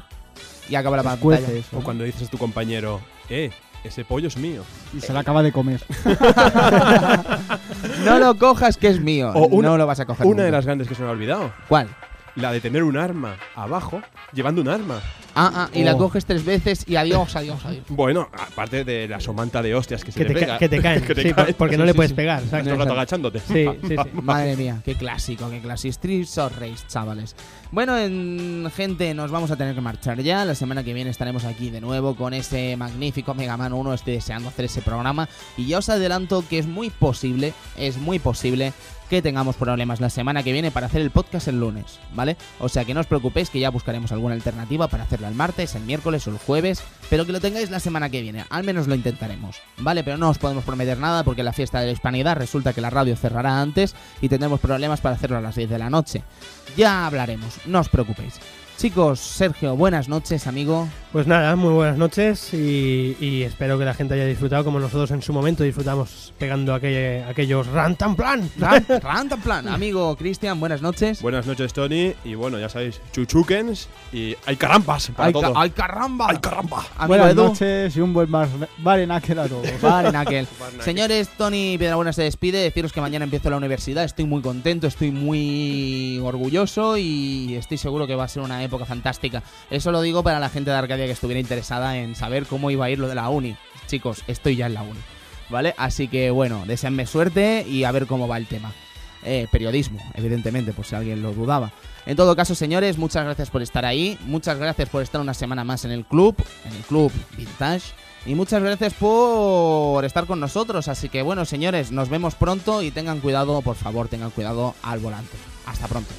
Speaker 1: y acaba la pantalla.
Speaker 3: cuece eso.
Speaker 4: O cuando dices a tu compañero, eh, ese pollo es mío.
Speaker 3: Y se la acaba de comer.
Speaker 1: No lo cojas que es mío.
Speaker 4: O una-
Speaker 1: no lo vas a coger.
Speaker 4: Una de
Speaker 1: nunca.
Speaker 4: las grandes que se me ha olvidado.
Speaker 1: ¿Cuál?
Speaker 4: La de tener un arma abajo, llevando un arma.
Speaker 1: Ah, ah, y la
Speaker 2: Oh.
Speaker 1: coges tres veces y adiós, adiós, adiós.
Speaker 4: Bueno, aparte de la somanta de hostias que se
Speaker 2: Que
Speaker 4: le
Speaker 2: te,
Speaker 4: pega.
Speaker 2: ca- que te caen,
Speaker 4: Que te
Speaker 2: sí,
Speaker 4: caen.
Speaker 2: por- porque no
Speaker 4: Sí,
Speaker 2: le
Speaker 4: sí,
Speaker 2: puedes
Speaker 4: sí.
Speaker 2: pegar.
Speaker 4: Estás
Speaker 2: exacto.
Speaker 4: todo el rato agachándote.
Speaker 2: Sí, sí, sí.
Speaker 1: Madre mía, qué clásico, qué clásico. Streets of Rage, chavales. Bueno, en- gente, nos vamos a tener que marchar ya. La semana que viene estaremos aquí de nuevo con ese magnífico Mega Man 1. Estoy deseando hacer ese programa. Y ya os adelanto que es muy posible, es muy posible que tengamos problemas la semana que viene para hacer el podcast el lunes, ¿vale? O sea que no os preocupéis que ya buscaremos alguna alternativa para hacerla el martes, el miércoles o el jueves, pero que lo tengáis la semana que viene, al menos lo intentaremos, ¿vale? Pero no os podemos prometer nada porque la fiesta de la hispanidad resulta que la radio cerrará antes y tendremos problemas para hacerlo a las 10 de la noche. Ya hablaremos, no os preocupéis. Chicos, Sergio, buenas noches, amigo.
Speaker 2: Pues nada, muy buenas noches y, y espero que la gente haya disfrutado como nosotros en su momento disfrutamos pegando aquelle- aquellos rantan plan.
Speaker 1: Ran- Random plan, amigo Cristian, buenas noches.
Speaker 4: Buenas noches, Tony. Y bueno, ya sabéis, chuchukens y hay carampas para
Speaker 1: ¡Ay,
Speaker 4: todo.
Speaker 1: ca- ay, caramba!
Speaker 4: ¡Ay, caramba!
Speaker 1: Amigo
Speaker 3: Buenas
Speaker 1: Edu.
Speaker 3: noches y un buen mar- Barenacker a todos.
Speaker 1: Vale, Nakel.
Speaker 4: Vale, Nakel.
Speaker 1: Señores, Tony Piedrabuena se despide. Deciros que mañana empiezo la universidad. Estoy muy contento, estoy muy orgulloso y estoy seguro que va a ser una época fantástica. Eso lo digo para la gente de Arcadia que estuviera interesada en saber cómo iba a ir lo de la uni. Chicos, estoy ya en la uni. ¿Vale? Así que bueno, deseadme suerte y a ver cómo va el tema. Eh, periodismo, evidentemente, por si alguien lo dudaba. En todo caso, señores, muchas gracias por estar ahí, muchas gracias por estar una semana más en el club, en el club Vintage, y muchas gracias por estar con nosotros. Así que bueno, señores, nos vemos pronto y tengan cuidado, por favor, tengan cuidado al volante. Hasta pronto.